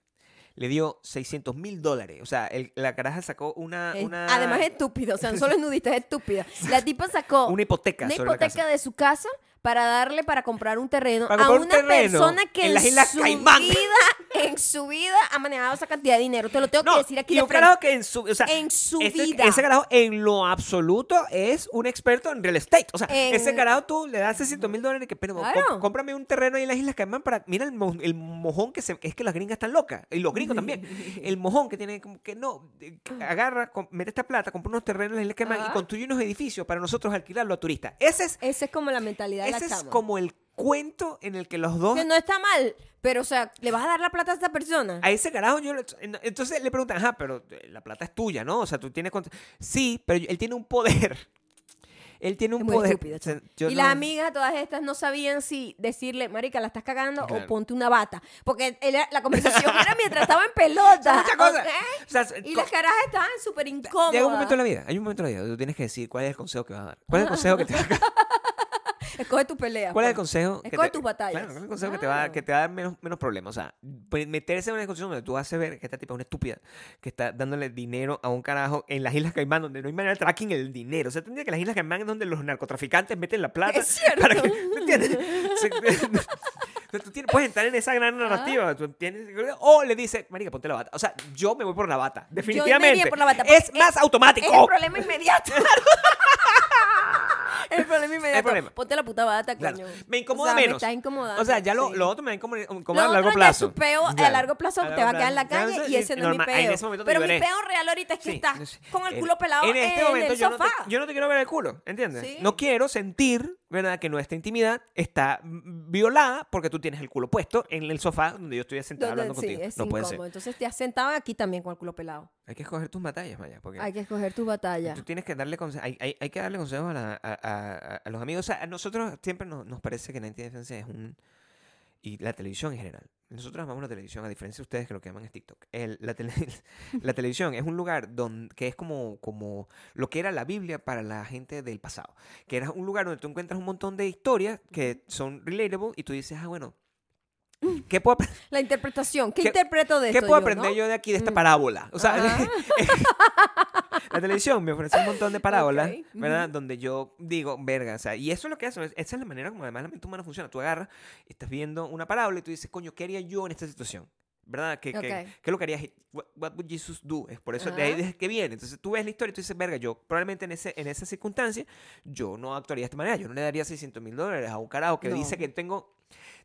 Speaker 2: le dio 600 mil dólares. O sea, el- la caraja sacó una,
Speaker 1: Es-
Speaker 2: una,
Speaker 1: Además es estúpido, o sea, no solo es nudista, es estúpida. La tipa sacó
Speaker 2: una hipoteca
Speaker 1: una
Speaker 2: sobre la casa.
Speaker 1: hipoteca de su casa para darle para comprar un terreno
Speaker 2: Para
Speaker 1: a
Speaker 2: comprar
Speaker 1: una
Speaker 2: un terreno
Speaker 1: persona que
Speaker 2: en
Speaker 1: en,
Speaker 2: las Islas
Speaker 1: su
Speaker 2: Caimán.
Speaker 1: vida, en su vida ha manejado esa cantidad de dinero. Te lo tengo que decir aquí
Speaker 2: y
Speaker 1: de
Speaker 2: un
Speaker 1: frente.
Speaker 2: carajo que en su, o sea,
Speaker 1: En su
Speaker 2: ese-
Speaker 1: vida.
Speaker 2: Ese carajo en lo absoluto es un experto en real estate. O sea,
Speaker 1: En-
Speaker 2: ese carajo tú le das 600 mil dólares y que, pero
Speaker 1: Claro.
Speaker 2: com- cómprame un terreno ahí en las Islas Caimán para, mira el, mo- el mojón que se, es que las gringas están locas, y los gringos también, el mojón que tiene, como que no, eh, que agarra, com- mete esta plata, compra unos terrenos en las Islas Caimán
Speaker 1: Ajá.
Speaker 2: y construye unos edificios para nosotros alquilarlo a turistas. Ese es,
Speaker 1: Esa es como la mentalidad de la
Speaker 2: ese es
Speaker 1: chama.
Speaker 2: como el cuento en el que los dos
Speaker 1: Que no está mal, pero o sea, ¿le vas a dar la plata a esta persona?
Speaker 2: A ese carajo yo... le- en- Entonces le preguntan, ajá, pero eh, la plata es tuya, ¿no? O sea, tú tienes... cont- Sí, pero yo- él tiene un poder. Él tiene un
Speaker 1: Es muy
Speaker 2: poder.
Speaker 1: estúpido,
Speaker 2: O sea,
Speaker 1: chamo.
Speaker 2: yo
Speaker 1: y
Speaker 2: no-
Speaker 1: las amigas todas estas no sabían si decirle, marica, la estás cagando o
Speaker 2: Claro.
Speaker 1: ponte una bata. Porque era- la conversación era mientras estaba en
Speaker 2: Son
Speaker 1: pelota.
Speaker 2: muchas cosas.
Speaker 1: ¿ok?
Speaker 2: O sea, es-
Speaker 1: Y
Speaker 2: co-
Speaker 1: las carajas estaban súper incómodas.
Speaker 2: Llega un momento en la vida, hay un momento en la vida, donde tú tienes que decir cuál es el consejo que vas a dar. ¿Cuál es el consejo que te vas a dar?
Speaker 1: Escoge tu pelea.
Speaker 2: ¿Cuál es el
Speaker 1: pues.
Speaker 2: consejo? que
Speaker 1: Escoge
Speaker 2: te-
Speaker 1: tus batallas.
Speaker 2: Claro, ¿cuál es el consejo que te va a,
Speaker 1: Claro.
Speaker 2: que te va a dar menos, menos problemas? O sea, pe- meterse en una discusión donde tú haces ver que esta tipa es una estúpida, que está dándole dinero a un carajo en las Islas Caimán, donde no hay manera de tracking el dinero. O sea, tendría que las Islas Caimán es donde los narcotraficantes meten la plata.
Speaker 1: Es cierto.
Speaker 2: Para que, ¿me entiendes? O sea, o sea, tú tienes- puedes entrar en esa gran narrativa. tú tienes- o le dice, Marica, ponte la bata. O sea, yo me voy por la bata. Definitivamente.
Speaker 1: por la bata, porque
Speaker 2: Es más automático.
Speaker 1: Es el problema inmediato. el problema inmediato.
Speaker 2: problema.
Speaker 1: Ponte la puta bata,
Speaker 2: Claro.
Speaker 1: coño.
Speaker 2: Me incomoda
Speaker 1: O sea,
Speaker 2: menos.
Speaker 1: Me está incomodando.
Speaker 2: O sea, ya lo,
Speaker 1: sí.
Speaker 2: lo otro me va a incomo- incomodar
Speaker 1: Lo
Speaker 2: a largo
Speaker 1: otro ya es
Speaker 2: plazo.
Speaker 1: tu peo, a
Speaker 2: Claro.
Speaker 1: largo plazo
Speaker 2: A
Speaker 1: te
Speaker 2: largo
Speaker 1: va a quedar en la
Speaker 2: plazo. Ya,
Speaker 1: calle
Speaker 2: eso
Speaker 1: y ese no
Speaker 2: normal.
Speaker 1: es mi peo.
Speaker 2: En ese momento te
Speaker 1: Pero mi
Speaker 2: lloré.
Speaker 1: peo real ahorita es que
Speaker 2: Sí,
Speaker 1: estás
Speaker 2: no sé.
Speaker 1: con el
Speaker 2: En-
Speaker 1: culo pelado en,
Speaker 2: en este momento
Speaker 1: el
Speaker 2: yo, no
Speaker 1: sofá.
Speaker 2: te, yo no te quiero ver el culo, ¿entiendes?
Speaker 1: Sí.
Speaker 2: No quiero sentir, ¿verdad?, que nuestra intimidad está mm, violada porque tú tienes el culo puesto en el sofá donde yo estoy sentado
Speaker 1: Donde-
Speaker 2: hablando
Speaker 1: sí,
Speaker 2: contigo.
Speaker 1: es
Speaker 2: no puede
Speaker 1: incómodo.
Speaker 2: ser.
Speaker 1: Entonces te has sentado aquí también con el culo pelado.
Speaker 2: Hay que escoger tus batallas, Maya, porque
Speaker 1: Hay que escoger tu batalla.
Speaker 2: tú tienes que darle conse- hay, hay- hay que darle consejos a, la- a- a- a los amigos. O sea, a nosotros siempre nos, nos parece que la Defensa es un... Y la televisión en general. Nosotros amamos la televisión, a diferencia de ustedes que lo que aman es TikTok. El- la, tele- la televisión es un lugar donde, que es como, como lo que era la Biblia para la gente del pasado. Que era un lugar donde tú encuentras un montón de historias que son relatable y tú dices, ah, bueno, ¿qué puedo, apre-
Speaker 1: La interpretación. ¿Qué,
Speaker 2: ¿Qué-
Speaker 1: interpreto de
Speaker 2: ¿Qué
Speaker 1: esto?
Speaker 2: puedo
Speaker 1: yo,
Speaker 2: aprender
Speaker 1: no?
Speaker 2: yo de aquí, de esta
Speaker 1: Mm.
Speaker 2: parábola? O sea,
Speaker 1: Ajá.
Speaker 2: la televisión me ofrece un montón de parábolas,
Speaker 1: Ok,
Speaker 2: ¿verdad? Donde yo digo, verga, o sea, y eso es lo que hacen. es- Esa es la manera como además la mente humana funciona. Tú agarras, estás viendo una parábola y tú dices, coño, ¿qué haría yo en esta situación? ¿Verdad? ¿Qué, qué-
Speaker 1: Ok.
Speaker 2: qué es lo que haría? Je- What, what would Jesus do? Es por eso de ahí
Speaker 1: Ajá.
Speaker 2: es que viene. Entonces tú ves la historia y tú dices, verga, yo probablemente en, ese, en esa circunstancia yo no actuaría de esta manera. Yo no le daría 600 mil dólares a un carajo que
Speaker 1: No.
Speaker 2: dice que tengo...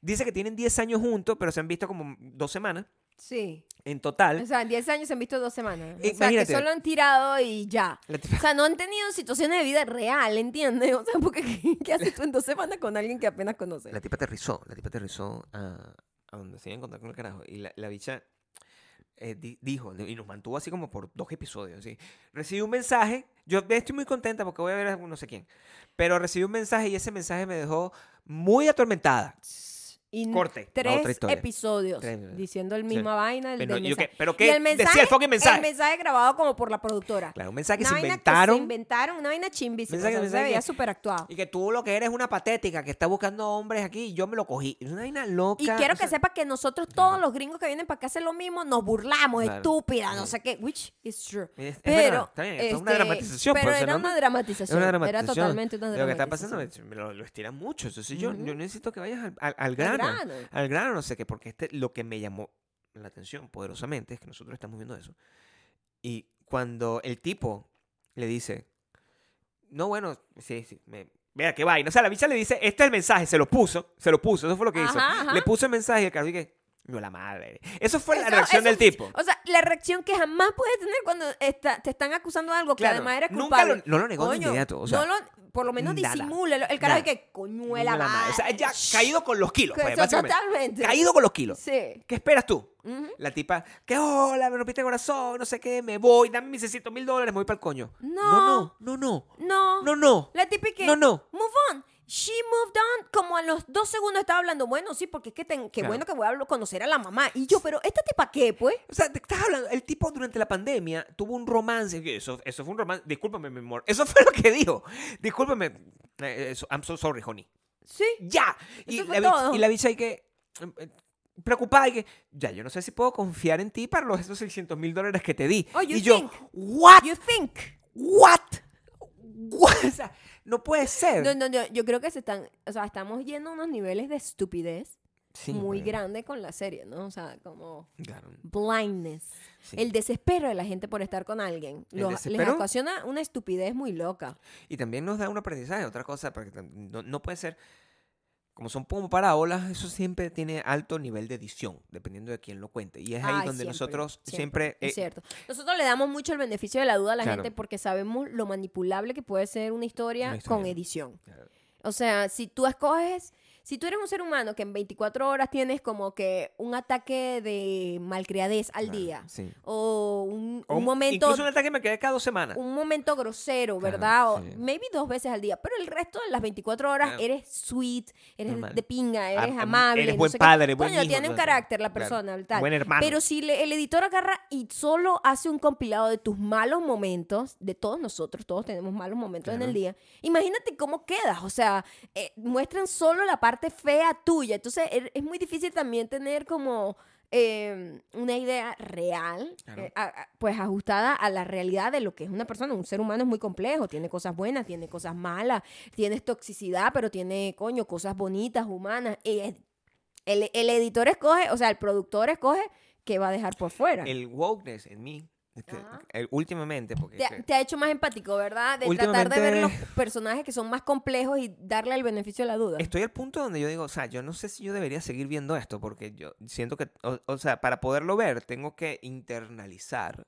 Speaker 2: Dice que tienen 10 años juntos, pero se han visto como dos semanas
Speaker 1: Sí.
Speaker 2: en total.
Speaker 1: O sea, en 10 años se han visto dos semanas. O sea, que
Speaker 2: Imagínate.
Speaker 1: solo han tirado y ya.
Speaker 2: La tipa-
Speaker 1: O sea, no han tenido situaciones de vida real, ¿entiendes? O sea, porque ¿qué, qué haces tú en dos semanas con alguien que apenas conoces?
Speaker 2: La tipa aterrizó, la tipa aterrizó a, a donde se iba a encontrar con el carajo. Y la, la bicha eh, di- dijo, y nos mantuvo así como por dos episodios. Así. Recibí un mensaje, yo estoy muy contenta porque voy a ver a no sé quién, pero recibí un mensaje y ese mensaje me dejó muy atormentada.
Speaker 1: Y n-
Speaker 2: Corte, la
Speaker 1: Mm, Tres
Speaker 2: otra historia.
Speaker 1: episodios
Speaker 2: Tres,
Speaker 1: diciendo el misma vaina. El,
Speaker 2: Pero,
Speaker 1: del
Speaker 2: yo
Speaker 1: mensaje.
Speaker 2: qué- pero
Speaker 1: Y
Speaker 2: qué
Speaker 1: el mensaje,
Speaker 2: decía el fucking mensaje.
Speaker 1: El mensaje grabado como por la productora.
Speaker 2: Claro, un mensaje que
Speaker 1: una
Speaker 2: se
Speaker 1: vaina
Speaker 2: inventaron.
Speaker 1: Que se inventaron, una vaina chimbísima.
Speaker 2: Mensaje-
Speaker 1: o sea,
Speaker 2: mensaje
Speaker 1: se veía
Speaker 2: que-
Speaker 1: súper actuado.
Speaker 2: y que tú lo que eres es una patética que está buscando hombres aquí y yo me lo cogí. Es una vaina loca.
Speaker 1: Y quiero
Speaker 2: o
Speaker 1: que
Speaker 2: sea,
Speaker 1: sepas que nosotros, todos los gringos que vienen para acá hacer lo mismo, nos burlamos,
Speaker 2: Claro.
Speaker 1: estúpida, no
Speaker 2: Claro.
Speaker 1: sé qué, which is true.
Speaker 2: Es- es verdad,
Speaker 1: Pero,
Speaker 2: está bien, esto es una
Speaker 1: este,
Speaker 2: dramatización,
Speaker 1: Pero
Speaker 2: por eso,
Speaker 1: era
Speaker 2: ¿no?
Speaker 1: una
Speaker 2: Es
Speaker 1: dramatización.
Speaker 2: una dramatización.
Speaker 1: Era totalmente una
Speaker 2: Lo que está
Speaker 1: dramatización.
Speaker 2: pasando es- me lo, lo estiran mucho. Entonces yo,
Speaker 1: Ujú.
Speaker 2: yo necesito que vayas al, al- al
Speaker 1: Al
Speaker 2: grano.
Speaker 1: grano.
Speaker 2: Al grano, no sé qué. Porque este, lo que me llamó la atención poderosamente es que nosotros estamos viendo eso. Y cuando el tipo le dice, no, bueno, sí, sí, me- Mira, qué vaina. O sea, la bicha le dice, este es el mensaje, se lo puso, se lo puso, eso fue lo que hizo.
Speaker 1: Ajá, ajá.
Speaker 2: Le puso el mensaje y el cabrón dije, no, la madre. Eso fue la
Speaker 1: Eso-
Speaker 2: reacción
Speaker 1: eso
Speaker 2: del
Speaker 1: fue-
Speaker 2: tipo.
Speaker 1: O sea, la reacción que jamás puedes tener cuando está- te están acusando de algo que
Speaker 2: Claro,
Speaker 1: además era
Speaker 2: nunca
Speaker 1: culpable.
Speaker 2: lo- no lo negó de inmediato, o sea,
Speaker 1: no lo- por lo menos
Speaker 2: nada,
Speaker 1: disimúlalo. El carajo
Speaker 2: nada.
Speaker 1: que coñuela
Speaker 2: No, la madre. O sea, ya caído con los kilos, pues, básicamente.
Speaker 1: Totalmente.
Speaker 2: Caído con los kilos.
Speaker 1: Sí.
Speaker 2: ¿Qué esperas tú?
Speaker 1: Ujú.
Speaker 2: La tipa, que hola, me rompiste el corazón, no sé qué, me voy, dame mis 600 mil dólares, me voy para el coño.
Speaker 1: No.
Speaker 2: No, no, no,
Speaker 1: No.
Speaker 2: no, no, no.
Speaker 1: La típica.
Speaker 2: No, no.
Speaker 1: Move on. She moved on. Como a los dos segundos estaba hablando. Bueno, sí, porque es que ten- qué
Speaker 2: Claro.
Speaker 1: bueno que voy a hablar- conocer a la mamá. Y yo, pero ¿esta tipa qué, pues?
Speaker 2: O sea, te estás hablando, el tipo durante la pandemia tuvo un romance, que eso, eso fue un romance, discúlpame, mi amor, eso fue lo que dijo, discúlpame, eh, eso, I'm so sorry, honey.
Speaker 1: Sí.
Speaker 2: ¡Ya! Y
Speaker 1: Eso fue
Speaker 2: la, bicha-
Speaker 1: todo.
Speaker 2: y la bicha hay que, eh, eh, preocupada, y que, ya, yo no sé si puedo confiar en ti para los esos 600 mil dólares que te di.
Speaker 1: Oh, you
Speaker 2: y yo,
Speaker 1: think.
Speaker 2: ¿what?
Speaker 1: You think.
Speaker 2: ¿what? ¿What? O sea, no puede ser.
Speaker 1: No, no, no, yo creo que se están, o sea, estamos yendo a unos niveles de estupidez
Speaker 2: Sí,
Speaker 1: muy
Speaker 2: bueno.
Speaker 1: grande con la serie, ¿no? O sea, como
Speaker 2: Claro.
Speaker 1: blindness.
Speaker 2: Sí.
Speaker 1: El desespero de la gente por estar con alguien.
Speaker 2: ¿El
Speaker 1: Los- les
Speaker 2: desespero?
Speaker 1: ocasiona una estupidez muy loca.
Speaker 2: Y también nos da un aprendizaje, otra cosa, porque tam- no, no puede ser, como son como parábolas, eso siempre tiene alto nivel de edición, dependiendo de quién lo cuente. Y es ahí
Speaker 1: Ay,
Speaker 2: donde
Speaker 1: siempre,
Speaker 2: nosotros
Speaker 1: siempre,
Speaker 2: siempre...
Speaker 1: Es
Speaker 2: eh,
Speaker 1: cierto. Nosotros le damos mucho el beneficio de la duda a la
Speaker 2: Claro.
Speaker 1: gente porque sabemos lo manipulable que puede ser una historia,
Speaker 2: Una historia.
Speaker 1: con edición.
Speaker 2: Claro.
Speaker 1: O sea, si tú escoges si tú eres un ser humano que en 24 horas tienes como que un ataque de malcriadez al
Speaker 2: Claro,
Speaker 1: día,
Speaker 2: Sí.
Speaker 1: o un,
Speaker 2: O
Speaker 1: un momento
Speaker 2: Incluso un ataque me quedé cada dos semanas.
Speaker 1: un momento grosero,
Speaker 2: Claro,
Speaker 1: ¿verdad? O
Speaker 2: sí.
Speaker 1: Maybe dos veces al día, pero el resto de las 24 horas
Speaker 2: Claro.
Speaker 1: eres sweet, eres
Speaker 2: Normal.
Speaker 1: de pinga, eres
Speaker 2: Am- am-
Speaker 1: amable.
Speaker 2: eres
Speaker 1: no
Speaker 2: buen
Speaker 1: sé qué.
Speaker 2: padre, buen
Speaker 1: Coño,
Speaker 2: hijo,
Speaker 1: tiene un
Speaker 2: entonces,
Speaker 1: carácter la
Speaker 2: claro.
Speaker 1: persona, tal.
Speaker 2: Buen hermano.
Speaker 1: Pero si le- el editor agarra y solo hace un compilado de tus malos momentos, de todos nosotros, todos tenemos malos momentos en
Speaker 2: Claro.
Speaker 1: el día, imagínate cómo quedas, o sea, eh, muestran solo la parte fea tuya, entonces er- es muy difícil también tener como eh, una idea real,
Speaker 2: Claro.
Speaker 1: eh, a- a- pues ajustada a la realidad de lo que es una persona, un ser humano es muy complejo, tiene cosas buenas, tiene cosas malas, tienes toxicidad, pero tiene, coño, cosas bonitas, humanas. Y es- el, el editor escoge, o sea, el productor escoge que va a dejar por fuera.
Speaker 2: El wokeness en mí, este,
Speaker 1: Ajá.
Speaker 2: el- últimamente, porque...
Speaker 1: te, ha-
Speaker 2: este,
Speaker 1: te ha hecho más empático, ¿verdad? De tratar de ver los
Speaker 2: Últimamente-
Speaker 1: personajes que son más complejos y darle el beneficio de la duda.
Speaker 2: Estoy al punto donde yo digo, o sea, yo no sé si yo debería seguir viendo esto, porque yo siento que, o, o sea, para poderlo ver, tengo que internalizar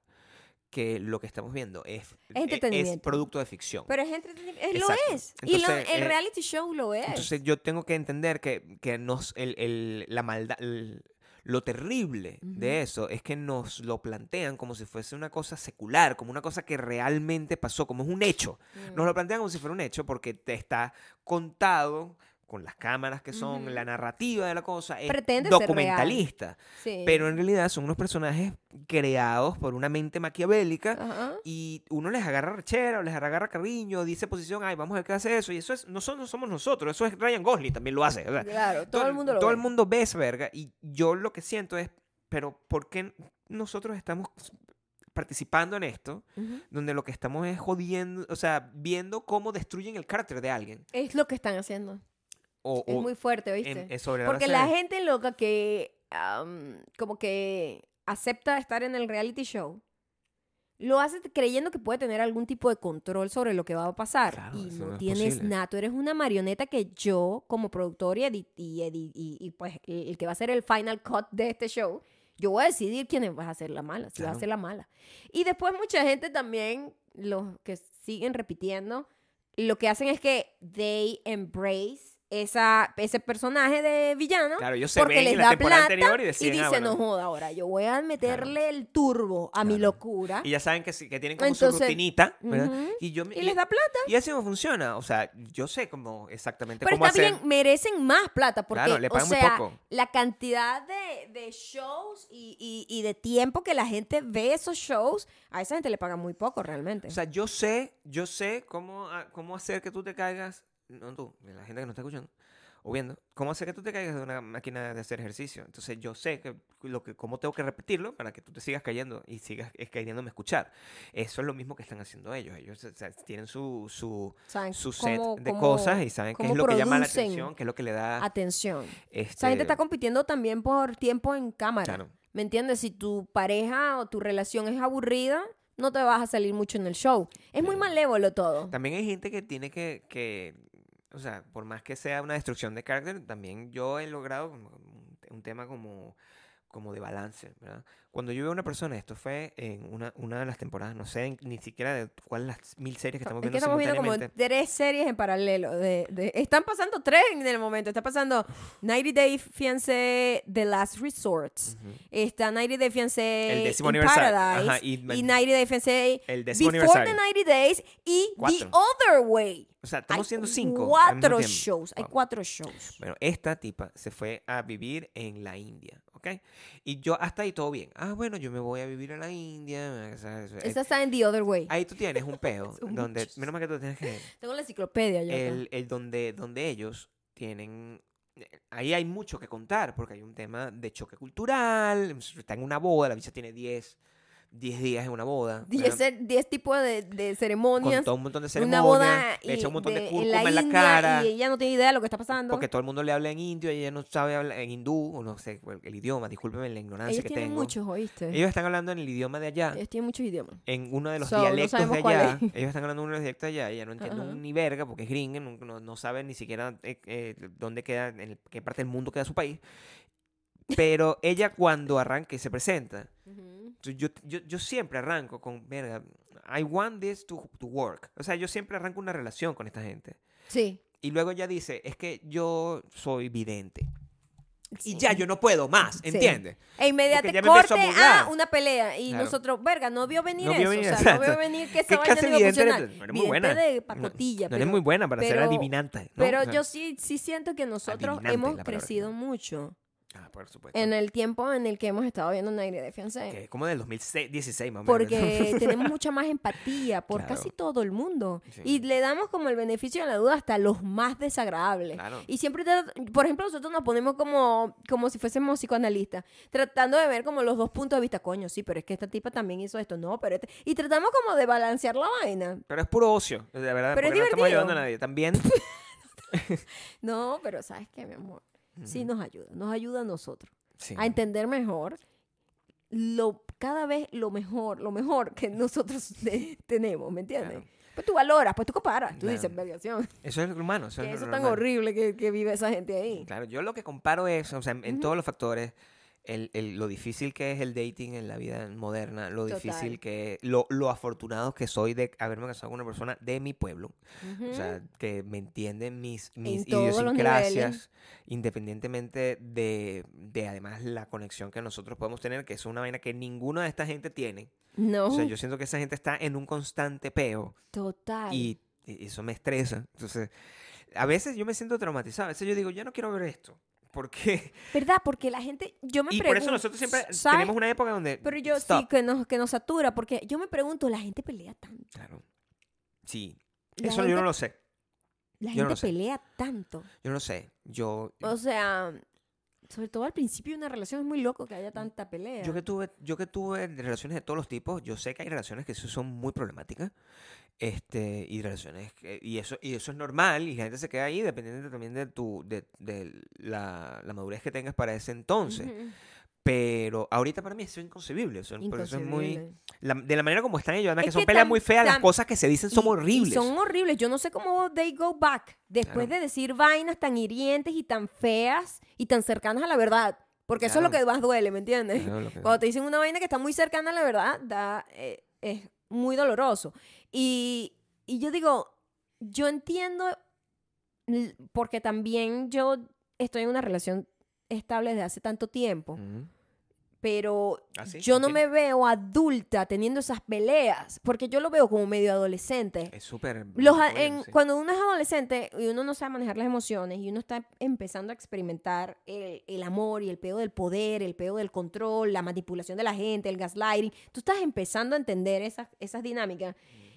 Speaker 2: que lo que estamos viendo es, e- es,
Speaker 1: entretenimiento.
Speaker 2: producto de ficción.
Speaker 1: Pero es entretenimiento, es- lo
Speaker 2: Exacto.
Speaker 1: es. Y lo-
Speaker 2: Entonces,
Speaker 1: el
Speaker 2: eh,
Speaker 1: reality show lo es.
Speaker 2: Entonces yo tengo que entender que, que nos, el, el- la maldad, el- lo terrible
Speaker 1: Ujú.
Speaker 2: de eso es que nos lo plantean como si fuese una cosa secular, como una cosa que realmente pasó, como es un hecho.
Speaker 1: Mm.
Speaker 2: Nos lo plantean como si fuera un hecho porque te está contado con las cámaras que son,
Speaker 1: Ujú.
Speaker 2: la narrativa de la cosa, es
Speaker 1: Pretende ser real. Eh.
Speaker 2: documentalista.
Speaker 1: Sí.
Speaker 2: Pero en realidad son unos personajes creados por una mente maquiavélica
Speaker 1: Ajá.
Speaker 2: y uno les agarra rechera, o les agarra cariño, dice posición, ay, vamos a ver qué hace eso. Y eso es, nosotros no somos nosotros, eso es Ryan Gosling también lo hace. o sea,
Speaker 1: Claro, todo el mundo lo
Speaker 2: todo el
Speaker 1: ve.
Speaker 2: mundo ve esa verga. Y yo lo que siento es, pero ¿por qué nosotros estamos participando en esto?
Speaker 1: Ujú.
Speaker 2: Donde lo que estamos es jodiendo, o sea, viendo cómo destruyen el carácter de alguien.
Speaker 1: Es lo que están haciendo.
Speaker 2: O,
Speaker 1: Es
Speaker 2: o
Speaker 1: muy fuerte,
Speaker 2: en-
Speaker 1: ¿viste?
Speaker 2: en sobre
Speaker 1: Porque
Speaker 2: base
Speaker 1: la
Speaker 2: de-
Speaker 1: gente loca que am, como que acepta estar en el reality show, lo hace t- creyendo que puede tener algún tipo de control sobre lo que va a pasar.
Speaker 2: Claro,
Speaker 1: y
Speaker 2: eso
Speaker 1: no,
Speaker 2: no es
Speaker 1: tienes
Speaker 2: posible.
Speaker 1: nada. Tú eres una marioneta que yo, como productor y, edi- y edi- y- y, pues el, el que va a ser el final cut de este show, yo voy a decidir quién va a ser la mala, si vas
Speaker 2: Claro.
Speaker 1: a ser la mala. Y después mucha gente también, los que siguen repitiendo, lo que hacen es que they embrace esa, ese personaje de villano
Speaker 2: Claro, ellos se
Speaker 1: porque
Speaker 2: ven
Speaker 1: les
Speaker 2: en la
Speaker 1: da
Speaker 2: temporada
Speaker 1: plata
Speaker 2: anterior y
Speaker 1: y
Speaker 2: deciden, ah,
Speaker 1: dicen,
Speaker 2: bueno".
Speaker 1: no joda, ahora yo voy a meterle el turbo a mi
Speaker 2: Claro.
Speaker 1: locura.
Speaker 2: Y ya saben que, sí- que tienen como su
Speaker 1: Entonces,
Speaker 2: rutinita, ¿verdad?
Speaker 1: ujú.
Speaker 2: Y yo me-
Speaker 1: Y les da plata.
Speaker 2: Y así no funciona. O sea, yo sé cómo exactamente
Speaker 1: Pero
Speaker 2: cómo
Speaker 1: está
Speaker 2: hacer.
Speaker 1: bien, merecen más plata porque,
Speaker 2: Claro, le
Speaker 1: o
Speaker 2: pagan muy
Speaker 1: sea,
Speaker 2: poco.
Speaker 1: la cantidad de, de shows y, y- y de tiempo que la gente ve esos shows, a esa gente le pagan muy poco realmente.
Speaker 2: O sea, yo sé, yo sé cómo, a- cómo hacer que tú te caigas. No tú, la gente que nos está escuchando o viendo. Cómo hacer que tú te caigas de una máquina de hacer ejercicio. Entonces, yo sé que lo que, cómo tengo que repetirlo para que tú te sigas cayendo y sigas es, cayéndome a escuchar. Eso es lo mismo que están haciendo ellos. Ellos o sea, tienen su, su,
Speaker 1: ¿Saben?
Speaker 2: su set
Speaker 1: Cómo-
Speaker 2: de
Speaker 1: cómo-
Speaker 2: cosas y saben qué es
Speaker 1: cómo
Speaker 2: lo que llama la
Speaker 1: producen
Speaker 2: atención, qué es lo que le da.
Speaker 1: Atención.
Speaker 2: este,
Speaker 1: Esa gente está compitiendo también por tiempo en cámara.
Speaker 2: Claro.
Speaker 1: ¿Me entiendes? Si tu pareja o tu relación es aburrida, no te vas a salir mucho en el show. Es muy
Speaker 2: Claro.
Speaker 1: malévolo todo.
Speaker 2: También hay gente que tiene que, que, o sea, por más que sea una destrucción de carácter, también yo he logrado como un, te- un tema como, como de balance, ¿verdad? Cuando yo veo a una persona, esto fue en una, una de las temporadas, no sé en- ni siquiera de cuál de las mil series que estamos
Speaker 1: Ah, es
Speaker 2: viendo
Speaker 1: que estamos viendo como
Speaker 2: simultáneamente.
Speaker 1: tres series en paralelo. De, de- están pasando tres en el momento. Está pasando 90 Day Fiancé The Last Resort.
Speaker 2: Ujú.
Speaker 1: Está 90 Day Fiancé
Speaker 2: El décimo
Speaker 1: in
Speaker 2: aniversario.
Speaker 1: Paradise.
Speaker 2: Ajá,
Speaker 1: y,
Speaker 2: y-
Speaker 1: 90 Day Fiancé
Speaker 2: El décimo
Speaker 1: Before the
Speaker 2: aniversario.
Speaker 1: 90 Days y The
Speaker 2: Cuatro.
Speaker 1: Other Way.
Speaker 2: O sea, estamos
Speaker 1: Hay
Speaker 2: siendo cinco. al mismo
Speaker 1: Cuatro
Speaker 2: tiempo.
Speaker 1: shows. Hay
Speaker 2: Wow.
Speaker 1: cuatro shows.
Speaker 2: Bueno, esta tipa se fue a vivir en la India, ¿ok? Y yo hasta ahí todo bien. Ah, bueno, yo me voy a vivir a la India. o sea, es-
Speaker 1: Esa está en The Other Way.
Speaker 2: Ahí tú tienes un peo
Speaker 1: Son
Speaker 2: donde,
Speaker 1: muchos.
Speaker 2: menos mal que tú tienes que
Speaker 1: Tengo la enciclopedia yo. acá.
Speaker 2: el, el donde, donde ellos tienen. Ahí hay mucho que contar, porque hay un tema de choque cultural. Está en una boda, la bicha tiene 10, 10 días en una boda.
Speaker 1: Diez,
Speaker 2: ¿verdad?
Speaker 1: cer- diez tipos de, de ceremonias.
Speaker 2: Contó un montón de
Speaker 1: Una
Speaker 2: ceremonias.
Speaker 1: boda
Speaker 2: le echa
Speaker 1: y-
Speaker 2: un montón de,
Speaker 1: de-
Speaker 2: cúrcuma en la,
Speaker 1: India
Speaker 2: cara.
Speaker 1: Y ella no tiene idea de lo que está pasando.
Speaker 2: Porque todo el mundo le habla en indio y ella no sabe hablar en hindú, o no sé, el, el idioma, discúlpeme la ignorancia
Speaker 1: Ellos
Speaker 2: que
Speaker 1: tienen pues.
Speaker 2: tengo.
Speaker 1: muchos, ¿oíste?
Speaker 2: Ellos están hablando en el idioma de allá.
Speaker 1: Ellos tienen muchos idiomas.
Speaker 2: en uno de los
Speaker 1: So, no
Speaker 2: dialectos
Speaker 1: sabemos
Speaker 2: de
Speaker 1: cuál
Speaker 2: allá.
Speaker 1: es.
Speaker 2: Ellos están hablando de uno de los dialectos de allá. Ella no entiende
Speaker 1: Ajá.
Speaker 2: ni verga porque es gringa, no, no, no sabe ni siquiera eh, eh, dónde queda, en el- qué parte del mundo queda su país. Pero ella cuando arranca y se presenta, yo, yo, yo- yo siempre arranco con, verga, I want this to, to work. O sea, yo siempre arranco una relación con esta gente.
Speaker 1: Sí.
Speaker 2: Y luego ella dice, es que yo soy vidente.
Speaker 1: Sí.
Speaker 2: Y ya yo no puedo más,
Speaker 1: Sí.
Speaker 2: ¿entiendes?
Speaker 1: E inmediatamente
Speaker 2: Porque ya me empezó
Speaker 1: corte
Speaker 2: a bugar.
Speaker 1: a una pelea. Y
Speaker 2: Claro.
Speaker 1: nosotros, verga, no vio venir
Speaker 2: No
Speaker 1: eso.
Speaker 2: vio
Speaker 1: o
Speaker 2: venir,
Speaker 1: sea, no
Speaker 2: exacto.
Speaker 1: vio venir que esa
Speaker 2: ¿Qué
Speaker 1: vaina
Speaker 2: clase
Speaker 1: no iba a
Speaker 2: vidente eres?
Speaker 1: funcionar.
Speaker 2: No eres muy
Speaker 1: Vidente
Speaker 2: buena.
Speaker 1: de
Speaker 2: No-
Speaker 1: pacotilla.
Speaker 2: No
Speaker 1: pero-
Speaker 2: eres muy buena para ser
Speaker 1: pero-
Speaker 2: adivinante. ¿no?
Speaker 1: Pero
Speaker 2: O sea,
Speaker 1: yo sí, sí siento que nosotros
Speaker 2: Adivinante es
Speaker 1: hemos
Speaker 2: la palabra.
Speaker 1: crecido mucho
Speaker 2: Ah, por supuesto.
Speaker 1: en el tiempo en el que hemos estado viendo Naire de Fiancé.
Speaker 2: Que es como del 2016 más o menos.
Speaker 1: Porque tenemos mucha más empatía por
Speaker 2: Claro.
Speaker 1: casi todo el mundo.
Speaker 2: Sí.
Speaker 1: Y le damos como el beneficio de la duda hasta los más desagradables.
Speaker 2: Claro.
Speaker 1: Y siempre, tra- por ejemplo, nosotros nos ponemos como, como si fuésemos psicoanalistas, tratando de ver como los dos puntos de vista. Coño, sí, pero es que esta tipa también hizo esto. No, pero... este- Y tratamos como de balancear la vaina.
Speaker 2: Pero es puro ocio, de verdad.
Speaker 1: Pero es
Speaker 2: porque no estamos
Speaker 1: divertido.
Speaker 2: ayudando a nadie. También
Speaker 1: No, pero ¿sabes qué, mi amor? Sí nos ayuda. Nos ayuda a nosotros.
Speaker 2: Sí.
Speaker 1: a entender mejor lo cada vez lo mejor, lo mejor que nosotros te- tenemos, ¿me entiendes?
Speaker 2: Claro.
Speaker 1: Pues tú valoras, pues tú comparas, tú
Speaker 2: Claro.
Speaker 1: dices, "Vergación,
Speaker 2: Eso es lo humano. Eso
Speaker 1: que
Speaker 2: es
Speaker 1: eso
Speaker 2: lo
Speaker 1: tan
Speaker 2: normal.
Speaker 1: horrible que, que vive esa gente ahí.
Speaker 2: Claro, yo lo que comparo es, o sea, en, en todos los factores, el, el- lo difícil que es el dating en la vida moderna, lo
Speaker 1: Total.
Speaker 2: difícil que es, lo, lo afortunado que soy de haberme casado con una persona de mi pueblo, o sea, que me entienden mis, mis
Speaker 1: todos los niveles.
Speaker 2: idiosincrasias, independientemente de, de además la conexión que nosotros podemos tener, que es una vaina que ninguna de esta gente tiene.
Speaker 1: no,
Speaker 2: O sea, yo siento que esa gente está en un constante peo.
Speaker 1: total.
Speaker 2: Y y eso me estresa. Entonces, a veces yo me siento traumatizado. A veces yo digo, ya no quiero ver esto. ¿Por qué?
Speaker 1: ¿Verdad? Porque la gente, yo me
Speaker 2: Y
Speaker 1: pregunto,
Speaker 2: por eso nosotros siempre
Speaker 1: ¿sabes?
Speaker 2: tenemos una época donde.
Speaker 1: Pero yo sí
Speaker 2: "Stop".
Speaker 1: que nos que nos satura porque yo me pregunto, la gente pelea tanto.
Speaker 2: Claro. Sí.
Speaker 1: La
Speaker 2: eso yo
Speaker 1: gente-
Speaker 2: no lo sé.
Speaker 1: La
Speaker 2: yo no
Speaker 1: gente
Speaker 2: lo sé.
Speaker 1: pelea tanto.
Speaker 2: Yo no lo sé. Yo.
Speaker 1: O sea, sobre todo al principio de una relación es muy loco que haya tanta pelea.
Speaker 2: Yo que, tuve, yo que tuve relaciones de todos los tipos, yo sé que hay relaciones que sí son muy problemáticas. Este, y relaciones que- y eso, y eso es normal, y la gente se queda ahí dependiendo también de tu, de, de la, la madurez que tengas para ese entonces.
Speaker 1: Ujú.
Speaker 2: Pero ahorita para mí eso es inconcebible. o sea, por eso es muy.
Speaker 1: Inconcebible.
Speaker 2: la- de la manera como están ellos, además
Speaker 1: Es
Speaker 2: que son
Speaker 1: que
Speaker 2: peleas
Speaker 1: tam-
Speaker 2: muy feas, las
Speaker 1: tam-
Speaker 2: cosas que se dicen son
Speaker 1: Y- y
Speaker 2: horribles.
Speaker 1: son eh, horribles. Yo no sé cómo they go back después
Speaker 2: Claro.
Speaker 1: de decir vainas tan hirientes y tan feas y tan cercanas a la verdad. Porque eso es lo
Speaker 2: Claro.
Speaker 1: que más duele, ¿me entiendes?
Speaker 2: Claro, lo que-
Speaker 1: Cuando te dicen una vaina que está muy cercana a la verdad, da, eh, es muy doloroso. Y, y yo digo, yo entiendo, l- porque también yo estoy en una relación estable desde hace tanto tiempo,
Speaker 2: Ujú.
Speaker 1: pero
Speaker 2: Mm. ¿Ah, sí?
Speaker 1: yo no
Speaker 2: Ok.
Speaker 1: me veo adulta teniendo esas peleas, porque yo lo veo como medio adolescente.
Speaker 2: Es súper.
Speaker 1: Los a-
Speaker 2: manipulable,
Speaker 1: en-
Speaker 2: sí.
Speaker 1: Cuando uno es adolescente y uno no sabe manejar las emociones y uno está empezando a experimentar el, el amor y el peo del poder, el peo del control, la manipulación de la gente, el gaslighting, tú estás empezando a entender esas, esas dinámicas.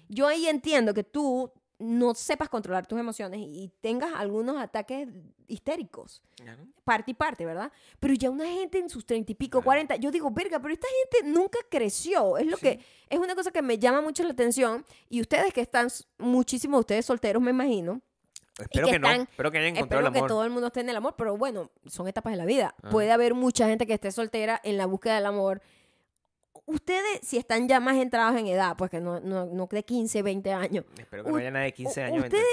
Speaker 1: Yo ahí entiendo que tú no sepas controlar tus emociones y tengas algunos ataques histéricos
Speaker 2: Claro.
Speaker 1: parte y parte, ¿verdad? Pero ya una gente en sus treinta y pico,
Speaker 2: Claro.
Speaker 1: cuarenta, yo digo, verga, pero esta gente nunca creció. Es lo
Speaker 2: Sí.
Speaker 1: que, es una cosa que me llama mucho la atención. Y ustedes que están, s- muchísimos de ustedes solteros, me imagino,
Speaker 2: Espero
Speaker 1: que
Speaker 2: que, no.
Speaker 1: están-
Speaker 2: Espero que hayan encontrado
Speaker 1: espero
Speaker 2: el
Speaker 1: que
Speaker 2: amor.
Speaker 1: todo el mundo esté en el amor, pero bueno, son etapas de la vida.
Speaker 2: Ah.
Speaker 1: Puede haber mucha gente que esté soltera en la búsqueda del amor. Ustedes, si están ya más entrados en edad, pues que no, no, no de 15, 20 años,
Speaker 2: Espero que no
Speaker 1: U-
Speaker 2: haya nadie de 15
Speaker 1: u-
Speaker 2: años.
Speaker 1: ustedes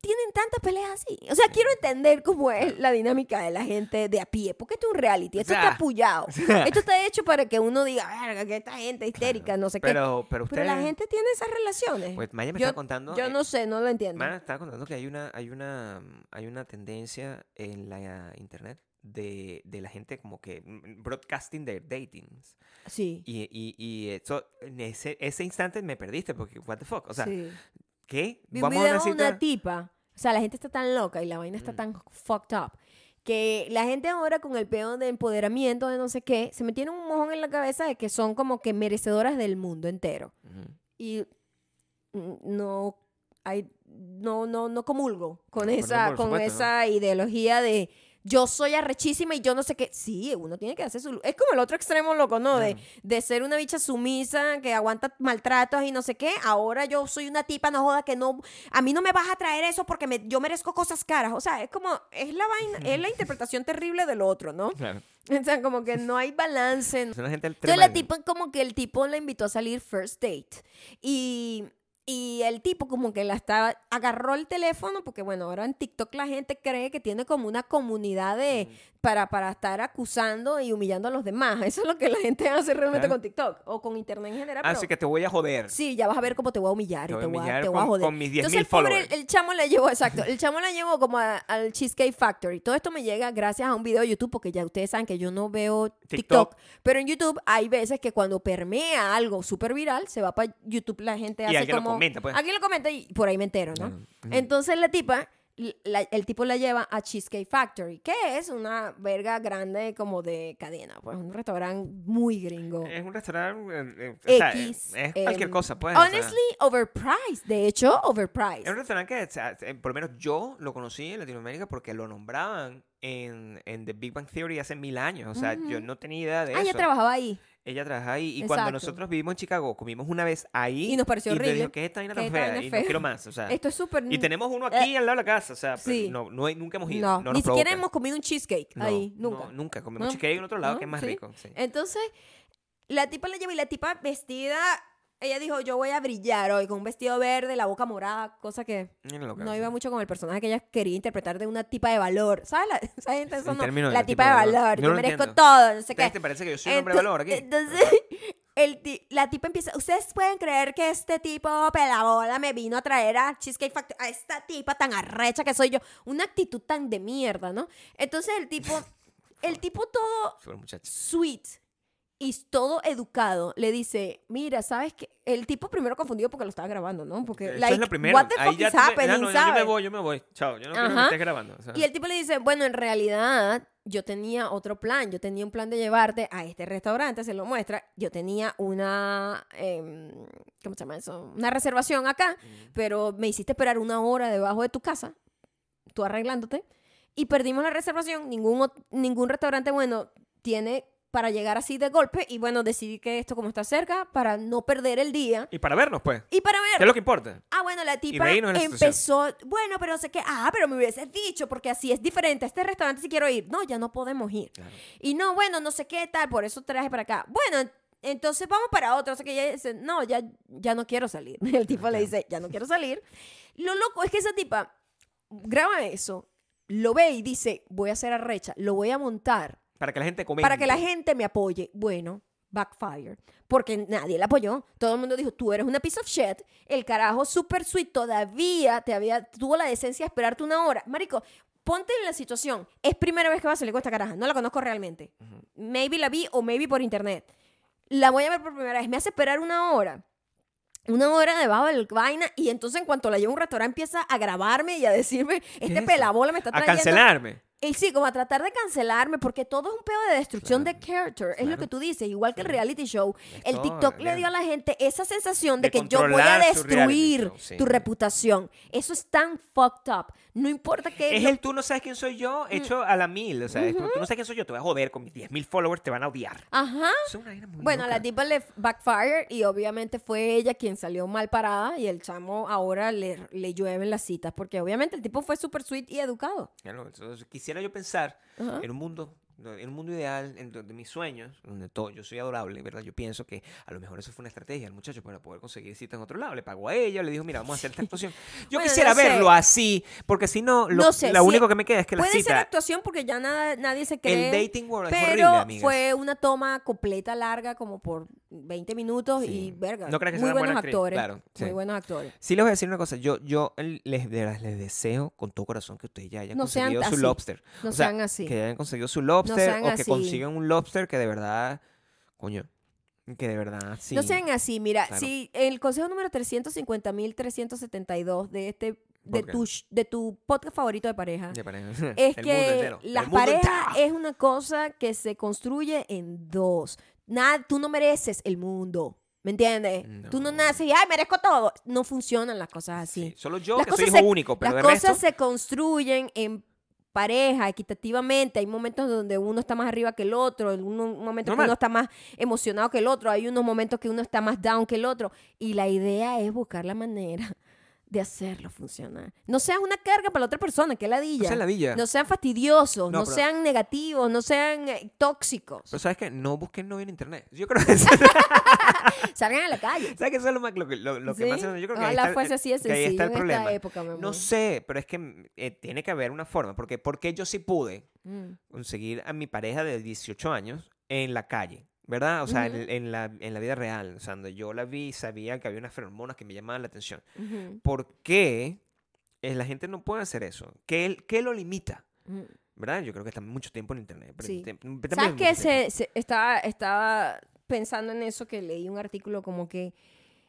Speaker 1: tienen tantas peleas así. O sea, quiero entender cómo es la dinámica de la gente de a pie. Porque esto es un reality. Esto
Speaker 2: O sea,
Speaker 1: está apoyado.
Speaker 2: o sea.
Speaker 1: esto está hecho para que uno diga, verga, que esta gente histérica, no sé qué.
Speaker 2: Pero,
Speaker 1: Pero
Speaker 2: pero ustedes.
Speaker 1: la gente tiene esas relaciones.
Speaker 2: Pues Maya me
Speaker 1: Yo-
Speaker 2: está contando.
Speaker 1: Yo
Speaker 2: eh,
Speaker 1: no sé, no lo entiendo.
Speaker 2: Maya me estaba contando que hay una, hay una, mm, hay una tendencia en la internet de, de la gente como que mm, broadcasting their datings.
Speaker 1: sí.
Speaker 2: Y, y, y eso, en ese, ese instante me perdiste porque, what the fuck, o sea,
Speaker 1: sí.
Speaker 2: ¿qué?
Speaker 1: Vi un video de
Speaker 2: cita?
Speaker 1: una tipa. O sea, la gente está tan loca y la vaina está tan fucked up. Que la gente ahora con el pedo de empoderamiento, de no sé qué, se me tiene un mojón en la cabeza de que son como que merecedoras del mundo entero.
Speaker 2: Ujú.
Speaker 1: y mm, no hay no no no comulgo con
Speaker 2: No,
Speaker 1: esa
Speaker 2: por
Speaker 1: con
Speaker 2: supuesto, ¿no?
Speaker 1: esa ideología de yo soy arrechísima y yo no sé qué. Sí, uno tiene que hacer su... Es como el otro extremo, loco, ¿no? De,
Speaker 2: Claro.
Speaker 1: de ser una bicha sumisa que aguanta maltratos y no sé qué. Ahora yo soy una tipa, no joda, que no... A mí no me vas a traer eso porque me- yo merezco cosas caras. O sea, es como... Es la vaina... es la interpretación terrible del otro, ¿no?
Speaker 2: Claro.
Speaker 1: O sea, como que no hay balance.
Speaker 2: Es una gente
Speaker 1: Entonces la
Speaker 2: tremenda.
Speaker 1: tipa como que el tipo la invitó a salir first date y, Y el tipo como que la estaba, agarró el teléfono, porque bueno, ahora en TikTok la gente cree que tiene como una comunidad de, para, para estar acusando y humillando a los demás. Eso es lo que la gente hace realmente
Speaker 2: Claro.
Speaker 1: con TikTok o con internet en general.
Speaker 2: Así
Speaker 1: pero-
Speaker 2: Ah, que te voy a joder.
Speaker 1: Sí, ya vas a ver cómo te voy a humillar
Speaker 2: Te
Speaker 1: y
Speaker 2: voy
Speaker 1: te
Speaker 2: a
Speaker 1: voy a,
Speaker 2: humillar
Speaker 1: te voy a
Speaker 2: con-
Speaker 1: joder.
Speaker 2: con mis 10.000
Speaker 1: Entonces, el pobre,
Speaker 2: followers.
Speaker 1: El, el chamo la llevó, exacto. El chamo la llevó como a- al Cheesecake Factory. Todo esto me llega gracias a un video de YouTube, porque ya ustedes saben que yo no veo TikTok.
Speaker 2: TikTok.
Speaker 1: Pero en YouTube hay veces que cuando permea algo súper viral, se va para YouTube, la gente
Speaker 2: Y
Speaker 1: hace
Speaker 2: alguien lo
Speaker 1: como...
Speaker 2: comenta, pues.
Speaker 1: Alguien lo comenta y por ahí me entero, ¿no?
Speaker 2: Claro.
Speaker 1: Entonces la tipa... la- el tipo la lleva a Cheesecake Factory, que es una verga grande como de cadena, pues un restaurante muy gringo.
Speaker 2: Es un restaurante. eh, eh, o sea,
Speaker 1: X.
Speaker 2: es cualquier
Speaker 1: em,
Speaker 2: cosa, pues. o sea.
Speaker 1: Honestly, overpriced. De hecho, overpriced.
Speaker 2: Es un restaurante que, o sea, eh, por lo menos yo lo conocí en Latinoamérica porque lo nombraban en, en The Big Bang Theory hace mil años. O sea, yo
Speaker 1: Ujú.
Speaker 2: no tenía idea de
Speaker 1: Ah,
Speaker 2: eso.
Speaker 1: ya trabajaba ahí.
Speaker 2: Ella trabajaba ahí. Y cuando
Speaker 1: Exacto.
Speaker 2: nosotros vivimos en Chicago, comimos una vez ahí.
Speaker 1: Y nos pareció
Speaker 2: yo
Speaker 1: horrible.
Speaker 2: dije, ¿qué es esta vaina
Speaker 1: Qué
Speaker 2: tan fea?
Speaker 1: vaina
Speaker 2: Y
Speaker 1: fea.
Speaker 2: no quiero más. O sea,
Speaker 1: Esto es súper.
Speaker 2: Ah. y tenemos uno aquí al lado de la casa. O sea, pero
Speaker 1: Sí.
Speaker 2: no, no, hay- nunca hemos ido.
Speaker 1: No,
Speaker 2: no
Speaker 1: ni
Speaker 2: nos
Speaker 1: siquiera
Speaker 2: provoca.
Speaker 1: hemos comido un cheesecake
Speaker 2: No,
Speaker 1: ahí.
Speaker 2: no,
Speaker 1: Nunca.
Speaker 2: nunca. Comimos
Speaker 1: No.
Speaker 2: cheesecake en otro lado que es
Speaker 1: No,
Speaker 2: más
Speaker 1: sí.
Speaker 2: rico. sí.
Speaker 1: Entonces, la tipa la lleva y la tipa vestida. Ella dijo: Yo voy a brillar hoy con un vestido verde, la boca morada, cosa que
Speaker 2: Mira lo que
Speaker 1: no
Speaker 2: hace.
Speaker 1: iba mucho con el personaje que ella quería interpretar de una tipa de valor. ¿Sabes? La, esa gente, eso
Speaker 2: El
Speaker 1: no.
Speaker 2: término de
Speaker 1: la tipa de valor,
Speaker 2: Yo
Speaker 1: yo
Speaker 2: no lo
Speaker 1: merezco
Speaker 2: entiendo.
Speaker 1: todo, no sé qué.
Speaker 2: ¿Ustedes te parece que yo soy un hombre de
Speaker 1: Ento-
Speaker 2: valor aquí?
Speaker 1: Entonces, el ti- la tipa empieza. Ustedes pueden creer que este tipo pelabola me vino a traer a Cheesecake Factory, a esta tipa tan arrecha que soy yo. Una actitud tan de mierda, ¿no? Entonces, el tipo, el tipo todo
Speaker 2: Sobre muchachos.
Speaker 1: sweet y todo educado le dice: Mira, ¿sabes qué? El tipo primero confundido porque lo estaba grabando, ¿no? Porque,
Speaker 2: Eso
Speaker 1: like,
Speaker 2: es lo primero.
Speaker 1: what the
Speaker 2: Ahí
Speaker 1: fuck
Speaker 2: ya
Speaker 1: is
Speaker 2: tú me- ya
Speaker 1: happening,
Speaker 2: no, Yo
Speaker 1: ¿sabes?
Speaker 2: me voy, yo me voy. Chao, yo no quiero que me
Speaker 1: Ajá.
Speaker 2: estés grabando. o sea.
Speaker 1: Y el tipo le dice, bueno, en realidad yo tenía otro plan, yo tenía un plan de llevarte a este restaurante, se lo muestra, yo tenía una, em, ¿cómo se llama eso? Una reservación acá,
Speaker 2: Mm.
Speaker 1: pero me hiciste esperar una hora debajo de tu casa, tú arreglándote, y perdimos la reservación, ningún, ot- ningún restaurante bueno tiene para llegar así de golpe, y bueno, decidí que esto como está cerca, para no perder el día,
Speaker 2: Y para vernos, pues.
Speaker 1: y para
Speaker 2: ¿Qué
Speaker 1: ver...
Speaker 2: es lo que importa?
Speaker 1: Ah, bueno, la tipa
Speaker 2: reírnos de la
Speaker 1: empezó, bueno, pero no sé qué, ah, pero me hubieses dicho, porque así es diferente, a este restaurante si quiero ir, no, ya no podemos ir. Y no, bueno, no sé qué tal, por eso traje para acá. Bueno, entonces vamos para otro, o sea que ella dice, no, ya, ya no quiero salir. El tipo le dice, ya no quiero salir. Lo loco es que esa tipa graba eso, lo ve y dice, voy a hacer arrecha, lo voy a montar
Speaker 2: Para que la gente comente.
Speaker 1: para que la gente me apoye. Bueno, backfire. Porque nadie la apoyó. Todo el mundo dijo, tú eres una piece of shit. El carajo super sweet todavía te había, tuvo la decencia de esperarte una hora. Marico, ponte en la situación. Es primera vez que va a salir con esta caraja. No la conozco realmente. Maybe la vi o maybe por internet. La voy a ver por primera vez. Me hace esperar una hora. Una hora debajo del vaina y entonces en cuanto la llevo a un restaurante empieza a grabarme y a decirme,
Speaker 2: es
Speaker 1: este
Speaker 2: eso?
Speaker 1: pelabola me está
Speaker 2: A
Speaker 1: trayendo
Speaker 2: cancelarme.
Speaker 1: y sí, como a tratar de cancelarme, porque todo es un pedo de destrucción de character, es lo
Speaker 2: claro.
Speaker 1: que tú dices, igual que el reality show.
Speaker 2: Es
Speaker 1: El
Speaker 2: todo,
Speaker 1: TikTok le
Speaker 2: Adriana.
Speaker 1: dio a la gente esa sensación de,
Speaker 2: De
Speaker 1: que yo voy a
Speaker 2: controlar su
Speaker 1: destruir
Speaker 2: reality show, sí.
Speaker 1: tu reputación. Eso es tan fucked up. No importa que...
Speaker 2: Es el tú no sabes quién soy yo
Speaker 1: Mm.
Speaker 2: hecho a la mil. O sea, es como, tú no sabes quién soy yo, te voy a joder con mis 10.000 followers, te van a odiar.
Speaker 1: Ajá.
Speaker 2: Es una vaina muy
Speaker 1: Bueno, a
Speaker 2: loca.
Speaker 1: la tipa le backfire y obviamente fue ella quien salió mal parada y el chamo ahora le, le llueven las citas, porque obviamente el tipo fue súper sweet y educado.
Speaker 2: Claro, entonces, quisiera yo pensar
Speaker 1: Ajá.
Speaker 2: en un mundo en un mundo ideal en donde mis sueños donde todo yo soy adorable verdad yo pienso que a lo mejor eso fue una estrategia del muchacho para poder conseguir cita en otro lado le pagó a ella le dijo mira vamos a hacer esta actuación yo
Speaker 1: Bueno,
Speaker 2: quisiera
Speaker 1: no sé.
Speaker 2: verlo así porque si no lo,
Speaker 1: No sé,
Speaker 2: lo
Speaker 1: sí,
Speaker 2: único que me queda es que la
Speaker 1: Puede ser
Speaker 2: cita
Speaker 1: actuación porque ya nada, nadie se cree.
Speaker 2: el dating world es horrible
Speaker 1: Pero
Speaker 2: amigas
Speaker 1: fue una toma completa larga, como por 20 minutos
Speaker 2: Sí.
Speaker 1: y verga.
Speaker 2: No creas que sea
Speaker 1: muy
Speaker 2: una
Speaker 1: buenos
Speaker 2: buena actriz,
Speaker 1: actores.
Speaker 2: claro, sí.
Speaker 1: Muy buenos actores.
Speaker 2: Sí les voy a decir una cosa, yo, yo les, de verdad, les deseo con todo corazón que ustedes ya hayan
Speaker 1: No sean
Speaker 2: conseguido su
Speaker 1: así,
Speaker 2: lobster.
Speaker 1: No
Speaker 2: O sea,
Speaker 1: sean así.
Speaker 2: Que hayan conseguido su lobster
Speaker 1: sean
Speaker 2: o que
Speaker 1: así.
Speaker 2: consigan un lobster que de verdad, coño, que de verdad sí.
Speaker 1: No sean así. Mira,
Speaker 2: Claro.
Speaker 1: si el consejo número 350.372 de este de
Speaker 2: Ok.
Speaker 1: tu, sh- de tu podcast favorito de pareja
Speaker 2: de pareja.
Speaker 1: es
Speaker 2: Del mundo
Speaker 1: que
Speaker 2: entero,
Speaker 1: las
Speaker 2: del mundo
Speaker 1: parejas
Speaker 2: entero.
Speaker 1: es una cosa que se construye en dos. Nada, tú no mereces el mundo. ¿Me entiendes? Tú no
Speaker 2: No.
Speaker 1: naces y, ay, merezco todo. No funcionan las cosas así.
Speaker 2: Sí, Solo yo
Speaker 1: Las
Speaker 2: que soy
Speaker 1: cosas
Speaker 2: hijo
Speaker 1: se-
Speaker 2: único, pero
Speaker 1: Las
Speaker 2: de
Speaker 1: cosas
Speaker 2: resto,
Speaker 1: se construyen en pareja, equitativamente. Hay momentos donde uno está más arriba que el otro, en uno- un momento
Speaker 2: Normal.
Speaker 1: que uno está más emocionado que el otro, hay unos momentos que uno está más down que el otro. Y la idea es buscar la manera de hacerlo funcionar. No seas una carga para la otra persona, que ladilla.
Speaker 2: No sean ladilla.
Speaker 1: No sean fastidiosos, no,
Speaker 2: No, pero- Pues,
Speaker 1: sean negativos, no sean eh, tóxicos.
Speaker 2: Pero sabes que no busquen novio en internet. Yo creo que eso,
Speaker 1: Salgan a la calle.
Speaker 2: ¿sabes que eso es lo, más- lo que- lo- lo que
Speaker 1: ¿Sí? Ah,
Speaker 2: más... Yo creo que ahí
Speaker 1: Ojalá
Speaker 2: está, el-
Speaker 1: fuese así de
Speaker 2: que ahí
Speaker 1: sencillo
Speaker 2: está el
Speaker 1: en
Speaker 2: problema.
Speaker 1: esta época, mi amor.
Speaker 2: No sé, pero es que eh, tiene que haber una forma. Porque, porque yo sí pude
Speaker 1: Mm.
Speaker 2: conseguir a mi pareja de 18 años en la calle, ¿verdad? O sea, en-
Speaker 1: Ujú.
Speaker 2: en, la, en la vida real. O sea, cuando yo la vi, sabía que había unas feromonas que me llamaban la atención.
Speaker 1: Ujú.
Speaker 2: ¿Por qué eh, la gente no puede hacer eso? ¿Qué, el- qué lo limita?
Speaker 1: Mm.
Speaker 2: ¿Verdad? Yo creo que está mucho tiempo en internet. pero
Speaker 1: Sí.
Speaker 2: tem- también
Speaker 1: ¿Sabes
Speaker 2: mucho
Speaker 1: qué? Se,
Speaker 2: tiempo.
Speaker 1: se- estaba, estaba pensando en eso que leí un artículo como que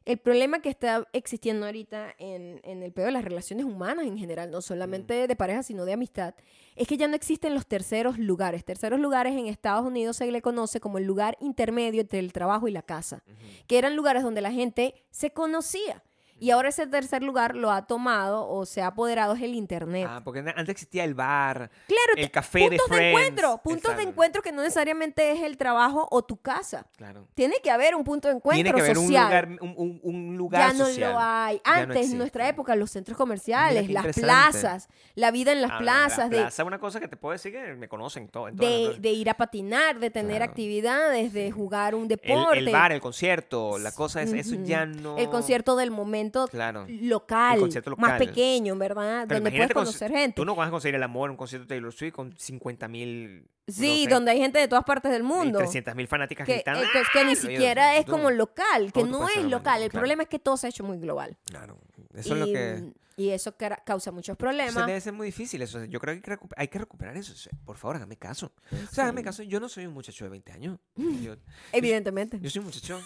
Speaker 1: el problema que está existiendo ahorita en, en el peor de las relaciones humanas en general, no solamente de pareja, sino de amistad, es que ya no existen los terceros lugares. Terceros lugares en Estados Unidos se le conoce como el lugar intermedio entre el trabajo y la casa,
Speaker 2: Ujú.
Speaker 1: que eran lugares donde la gente se conocía. Y ahora ese tercer lugar lo ha tomado o se ha apoderado es el Internet.
Speaker 2: Ah, porque na- antes existía el bar,
Speaker 1: claro, te-
Speaker 2: el café
Speaker 1: puntos de,
Speaker 2: Friends,
Speaker 1: encuentro, puntos de
Speaker 2: exacto.
Speaker 1: encuentro que no necesariamente es el trabajo o tu casa.
Speaker 2: Claro.
Speaker 1: Tiene que haber un punto de encuentro
Speaker 2: Tiene que haber
Speaker 1: social.
Speaker 2: un lugar, un, un- un
Speaker 1: ya
Speaker 2: lugar
Speaker 1: no
Speaker 2: social.
Speaker 1: lo hay.
Speaker 2: Ya no
Speaker 1: Antes, en nuestra
Speaker 2: existe.
Speaker 1: época, los centros
Speaker 2: Mira
Speaker 1: comerciales,
Speaker 2: qué
Speaker 1: las
Speaker 2: interesante.
Speaker 1: plazas, la vida en las
Speaker 2: Ah, no,
Speaker 1: plazas,
Speaker 2: la
Speaker 1: de,
Speaker 2: plaza es una cosa que te puedo decir que me conocen todo. en todas las
Speaker 1: de,
Speaker 2: plazas.
Speaker 1: de ir a patinar, de tener
Speaker 2: Claro.
Speaker 1: actividades, de jugar un
Speaker 2: el,
Speaker 1: deporte.
Speaker 2: el bar, el concierto, la cosa es, eso
Speaker 1: Ujú.
Speaker 2: ya no.
Speaker 1: El concierto del momento
Speaker 2: Claro.
Speaker 1: local,
Speaker 2: El concierto
Speaker 1: más
Speaker 2: local.
Speaker 1: pequeño, ¿verdad? donde
Speaker 2: Pero
Speaker 1: puedes
Speaker 2: imagínate con-
Speaker 1: conocer gente.
Speaker 2: Tú no vas a conseguir el amor en un concierto de Taylor Swift con 50 mil.
Speaker 1: sí, donde hay gente de todas partes del mundo.
Speaker 2: 300 mil fanáticas
Speaker 1: que,
Speaker 2: gritando.
Speaker 1: eh, que- que ni
Speaker 2: "Ah",
Speaker 1: siquiera
Speaker 2: oye,
Speaker 1: es como
Speaker 2: tú-
Speaker 1: local, que
Speaker 2: todo te
Speaker 1: no
Speaker 2: puede
Speaker 1: es
Speaker 2: ser
Speaker 1: local.
Speaker 2: romántico,
Speaker 1: El
Speaker 2: claro.
Speaker 1: problema es que todo se ha hecho muy global.
Speaker 2: Claro. Eso es lo
Speaker 1: y, mm,
Speaker 2: que.
Speaker 1: y eso cara- causa muchos problemas.
Speaker 2: Eso debe ser muy difícil. Eso. Yo creo que hay que recu- hay que recuperar eso. Por favor, hágame caso. O sea, hágame caso. Yo no soy un muchacho de 20 años. Yo,
Speaker 1: Evidentemente.
Speaker 2: Yo soy un muchacho.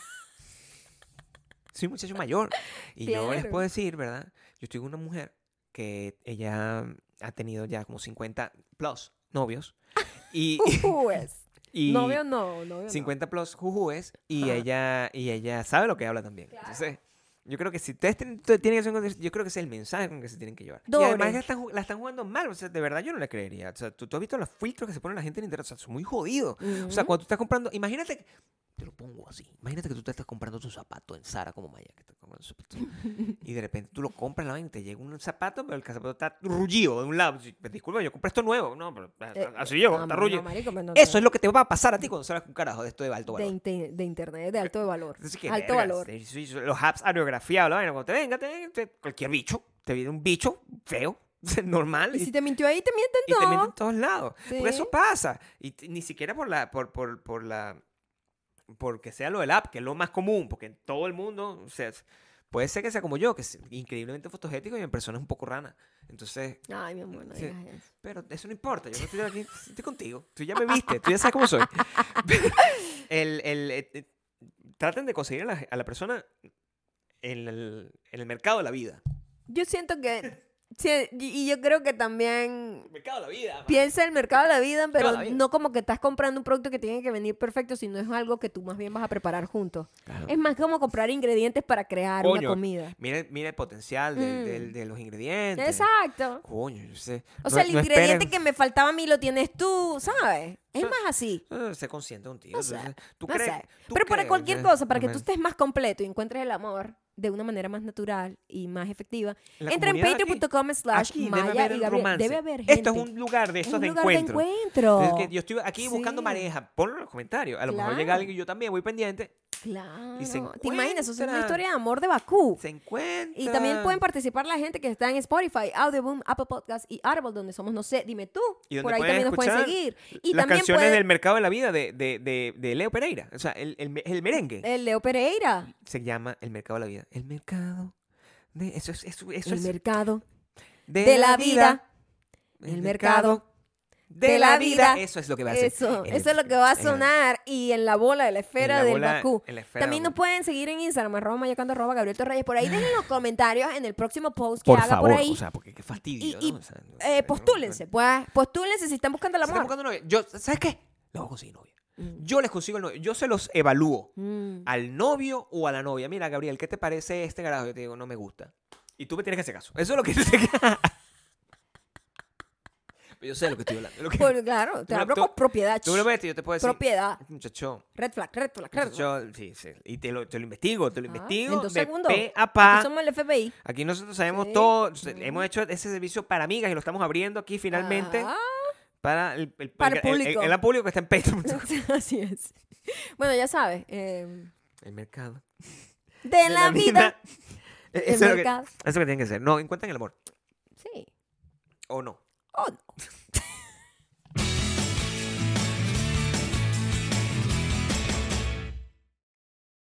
Speaker 2: Soy un muchacho mayor. Y yo les
Speaker 1: Claro.
Speaker 2: puedo decir, ¿verdad? Yo estoy con una mujer que ella ha tenido ya como 50 plus novios. Y,
Speaker 1: Pues,
Speaker 2: y
Speaker 1: novio no, novio no.
Speaker 2: 50 plus jujúes. Y
Speaker 1: Ajá.
Speaker 2: ella, y ella sabe lo que habla también.
Speaker 1: Claro.
Speaker 2: Entonces, yo creo que si ustedes tienen, ustedes tienen que hacer un concierto, yo creo que ese es el mensaje con que se tienen que llevar. Y
Speaker 1: Dore.
Speaker 2: además la están, ju- la están jugando mal. O sea, de verdad yo no le creería. O sea, tú, tú has visto los filtros que se ponen la gente en internet. O sea, son muy jodidos. O sea,
Speaker 1: Ujú.
Speaker 2: cuando tú estás comprando, imagínate, que- te lo pongo así, imagínate que tú te estás comprando tu zapato en Zara como Maya, que te compran un zapato, y de repente tú lo compras, la vaina, y te llega un zapato, pero el zapato está rullido de un lado. Sí, pero Disculpa, yo compré esto nuevo, no, pero a-
Speaker 1: Eh,
Speaker 2: a- así llegó,
Speaker 1: no,
Speaker 2: está
Speaker 1: no,
Speaker 2: rullido.
Speaker 1: marico, pero no-
Speaker 2: Eso es lo que te va a pasar a ti cuando salgas un carajo de esto de alto
Speaker 1: de,
Speaker 2: valor.
Speaker 1: inte- de internet, de alto valor.
Speaker 2: Entonces, que
Speaker 1: alto
Speaker 2: verga,
Speaker 1: valor.
Speaker 2: sí, eh, sí, sí, Los apps aerografiados, la vaina, cuando te venga, te venga, te- cualquier bicho, te viene un bicho feo, normal,
Speaker 1: Y
Speaker 2: y
Speaker 1: si te mintió ahí, te mienten
Speaker 2: y te meten
Speaker 1: todo.
Speaker 2: en todos lados. Porque
Speaker 1: Sí.
Speaker 2: eso pasa. Y t- ni siquiera por la, por, por, por la, porque sea lo del app, que es lo más común, porque en todo el mundo, o sea, es- puede ser que sea como yo, que es increíblemente fotogético y en persona es un poco rana. Entonces,
Speaker 1: Ay, mi amor, no
Speaker 2: Sí.
Speaker 1: digas eso.
Speaker 2: pero eso no importa, yo no estoy aquí, estoy contigo. Tú ya me viste, tú ya sabes cómo soy. el, el, eh, eh, traten de conseguir a la, a la persona en el, en el mercado de la vida.
Speaker 1: Yo siento que. sí, y y yo creo que también.
Speaker 2: El mercado de la vida. man.
Speaker 1: Piensa en el mercado de la vida, pero
Speaker 2: de la vida.
Speaker 1: no como que estás comprando un producto que tiene que venir perfecto, sino es algo que tú más bien vas a preparar juntos.
Speaker 2: Claro.
Speaker 1: Es más como comprar ingredientes para crear una
Speaker 2: Coño,
Speaker 1: comida.
Speaker 2: Mira, el- mira el potencial del-
Speaker 1: Mm.
Speaker 2: del- de los ingredientes.
Speaker 1: Exacto.
Speaker 2: Coño, yo sé. e-,
Speaker 1: O sea, el ingrediente que me faltaba a mí lo tienes tú, ¿sabes? Es
Speaker 2: sea,
Speaker 1: más así.
Speaker 2: que. Eh, Sé consciente contigo.
Speaker 1: No sé,
Speaker 2: entonces, ¿tú
Speaker 1: No
Speaker 2: crees-
Speaker 1: sé.
Speaker 2: tú
Speaker 1: Pero para
Speaker 2: crees,
Speaker 1: cualquier
Speaker 2: eh?
Speaker 1: cosa, para que tú
Speaker 2: Bueno,
Speaker 1: estés más completo y encuentres el amor de una manera más natural y más efectiva,
Speaker 2: la
Speaker 1: entra en
Speaker 2: comunidad aquí-
Speaker 1: patreon.com slash
Speaker 2: aquí debe
Speaker 1: maya
Speaker 2: haber
Speaker 1: y
Speaker 2: un
Speaker 1: Gabriel.
Speaker 2: romance.
Speaker 1: Debe haber gente.
Speaker 2: Esto es un lugar de esos
Speaker 1: un
Speaker 2: de
Speaker 1: lugar
Speaker 2: encuentro.
Speaker 1: de encuentro.
Speaker 2: Es que yo estoy aquí buscando
Speaker 1: Sí.
Speaker 2: pareja. Ponlo en los comentarios. A lo mejor llega
Speaker 1: Claro.
Speaker 2: alguien que yo también voy pendiente.
Speaker 1: Claro.
Speaker 2: Y se
Speaker 1: ¿Te imaginas? Eso es una
Speaker 2: encuentran.
Speaker 1: historia de amor de Bakú.
Speaker 2: Se encuentra.
Speaker 1: Y también pueden participar la gente que está en Spotify, Audioboom, Apple Podcast y Audible, donde somos, no sé, dime tú.
Speaker 2: Y donde
Speaker 1: Por ahí
Speaker 2: pueden
Speaker 1: también nos pueden
Speaker 2: escuchar
Speaker 1: seguir. Y
Speaker 2: Las
Speaker 1: también
Speaker 2: canciones
Speaker 1: pueden-
Speaker 2: del mercado de la vida de, de, de, de Leo Pereira. O sea, el, el, el merengue.
Speaker 1: el Leo Pereira,
Speaker 2: Se llama El mercado de la vida. El mercado. De, eso es. Eso, eso
Speaker 1: el
Speaker 2: es
Speaker 1: mercado de la vida. El mercado de la vida.
Speaker 2: Eso es lo que va a hacer.
Speaker 1: Eso,
Speaker 2: En
Speaker 1: eso es
Speaker 2: el-
Speaker 1: lo que va a
Speaker 2: en el-
Speaker 1: sonar y en la bola de la esfera
Speaker 2: en la
Speaker 1: del
Speaker 2: bola-
Speaker 1: Bakú.
Speaker 2: en la esfera
Speaker 1: También
Speaker 2: del
Speaker 1: nos pueden seguir en Instagram, arroba mayacando, arroba Gabriel Torreyes. Por ahí dejen los comentarios en el próximo post que
Speaker 2: Por
Speaker 1: haga
Speaker 2: favor,
Speaker 1: por ahí.
Speaker 2: o sea, porque qué fastidio.
Speaker 1: Y- y,
Speaker 2: ¿no? O sea, no-
Speaker 1: Eh,
Speaker 2: no-
Speaker 1: postúlense, pues. Postúlense si están buscando el
Speaker 2: Si están
Speaker 1: amor.
Speaker 2: buscando novia, Yo, ¿Sabes qué? Les voy a conseguir novia.
Speaker 1: Mm.
Speaker 2: Yo les consigo el novio. Yo se los evalúo.
Speaker 1: Mm.
Speaker 2: Al novio o a la novia. Mira, Gabriel, ¿qué te parece este garajo? Yo te digo, no me gusta. Y tú me tienes que hacer caso. Eso es lo que te Yo sé de lo que estoy hablando. de Lo que...
Speaker 1: Pues claro, te
Speaker 2: Tú me-
Speaker 1: hablo
Speaker 2: tú-
Speaker 1: con propiedad.
Speaker 2: Tú me lo metes y yo te puedo decir,
Speaker 1: Propiedad.
Speaker 2: muchacho,
Speaker 1: Red flag, red flag, red flag.
Speaker 2: muchacho, sí, sí. Y te lo, te lo investigo, te lo
Speaker 1: Ah,
Speaker 2: investigo
Speaker 1: en dos
Speaker 2: de
Speaker 1: segundos.
Speaker 2: pe a
Speaker 1: Aquí
Speaker 2: pa.
Speaker 1: somos el FBI.
Speaker 2: Aquí nosotros sabemos
Speaker 1: Sí.
Speaker 2: todo. se- Hemos hecho ese servicio para amigas y lo estamos abriendo aquí finalmente
Speaker 1: Ah.
Speaker 2: para el, el,
Speaker 1: Para el
Speaker 2: El,
Speaker 1: público.
Speaker 2: el público que está en Patreon.
Speaker 1: Así es. Bueno, ya sabes. eh,
Speaker 2: El mercado.
Speaker 1: de la vida.
Speaker 2: Eh,
Speaker 1: El
Speaker 2: Eso es, lo que, eso
Speaker 1: mercado.
Speaker 2: es lo que tienen que hacer. No, encuentran el amor.
Speaker 1: Sí.
Speaker 2: O no.
Speaker 1: Oh, no.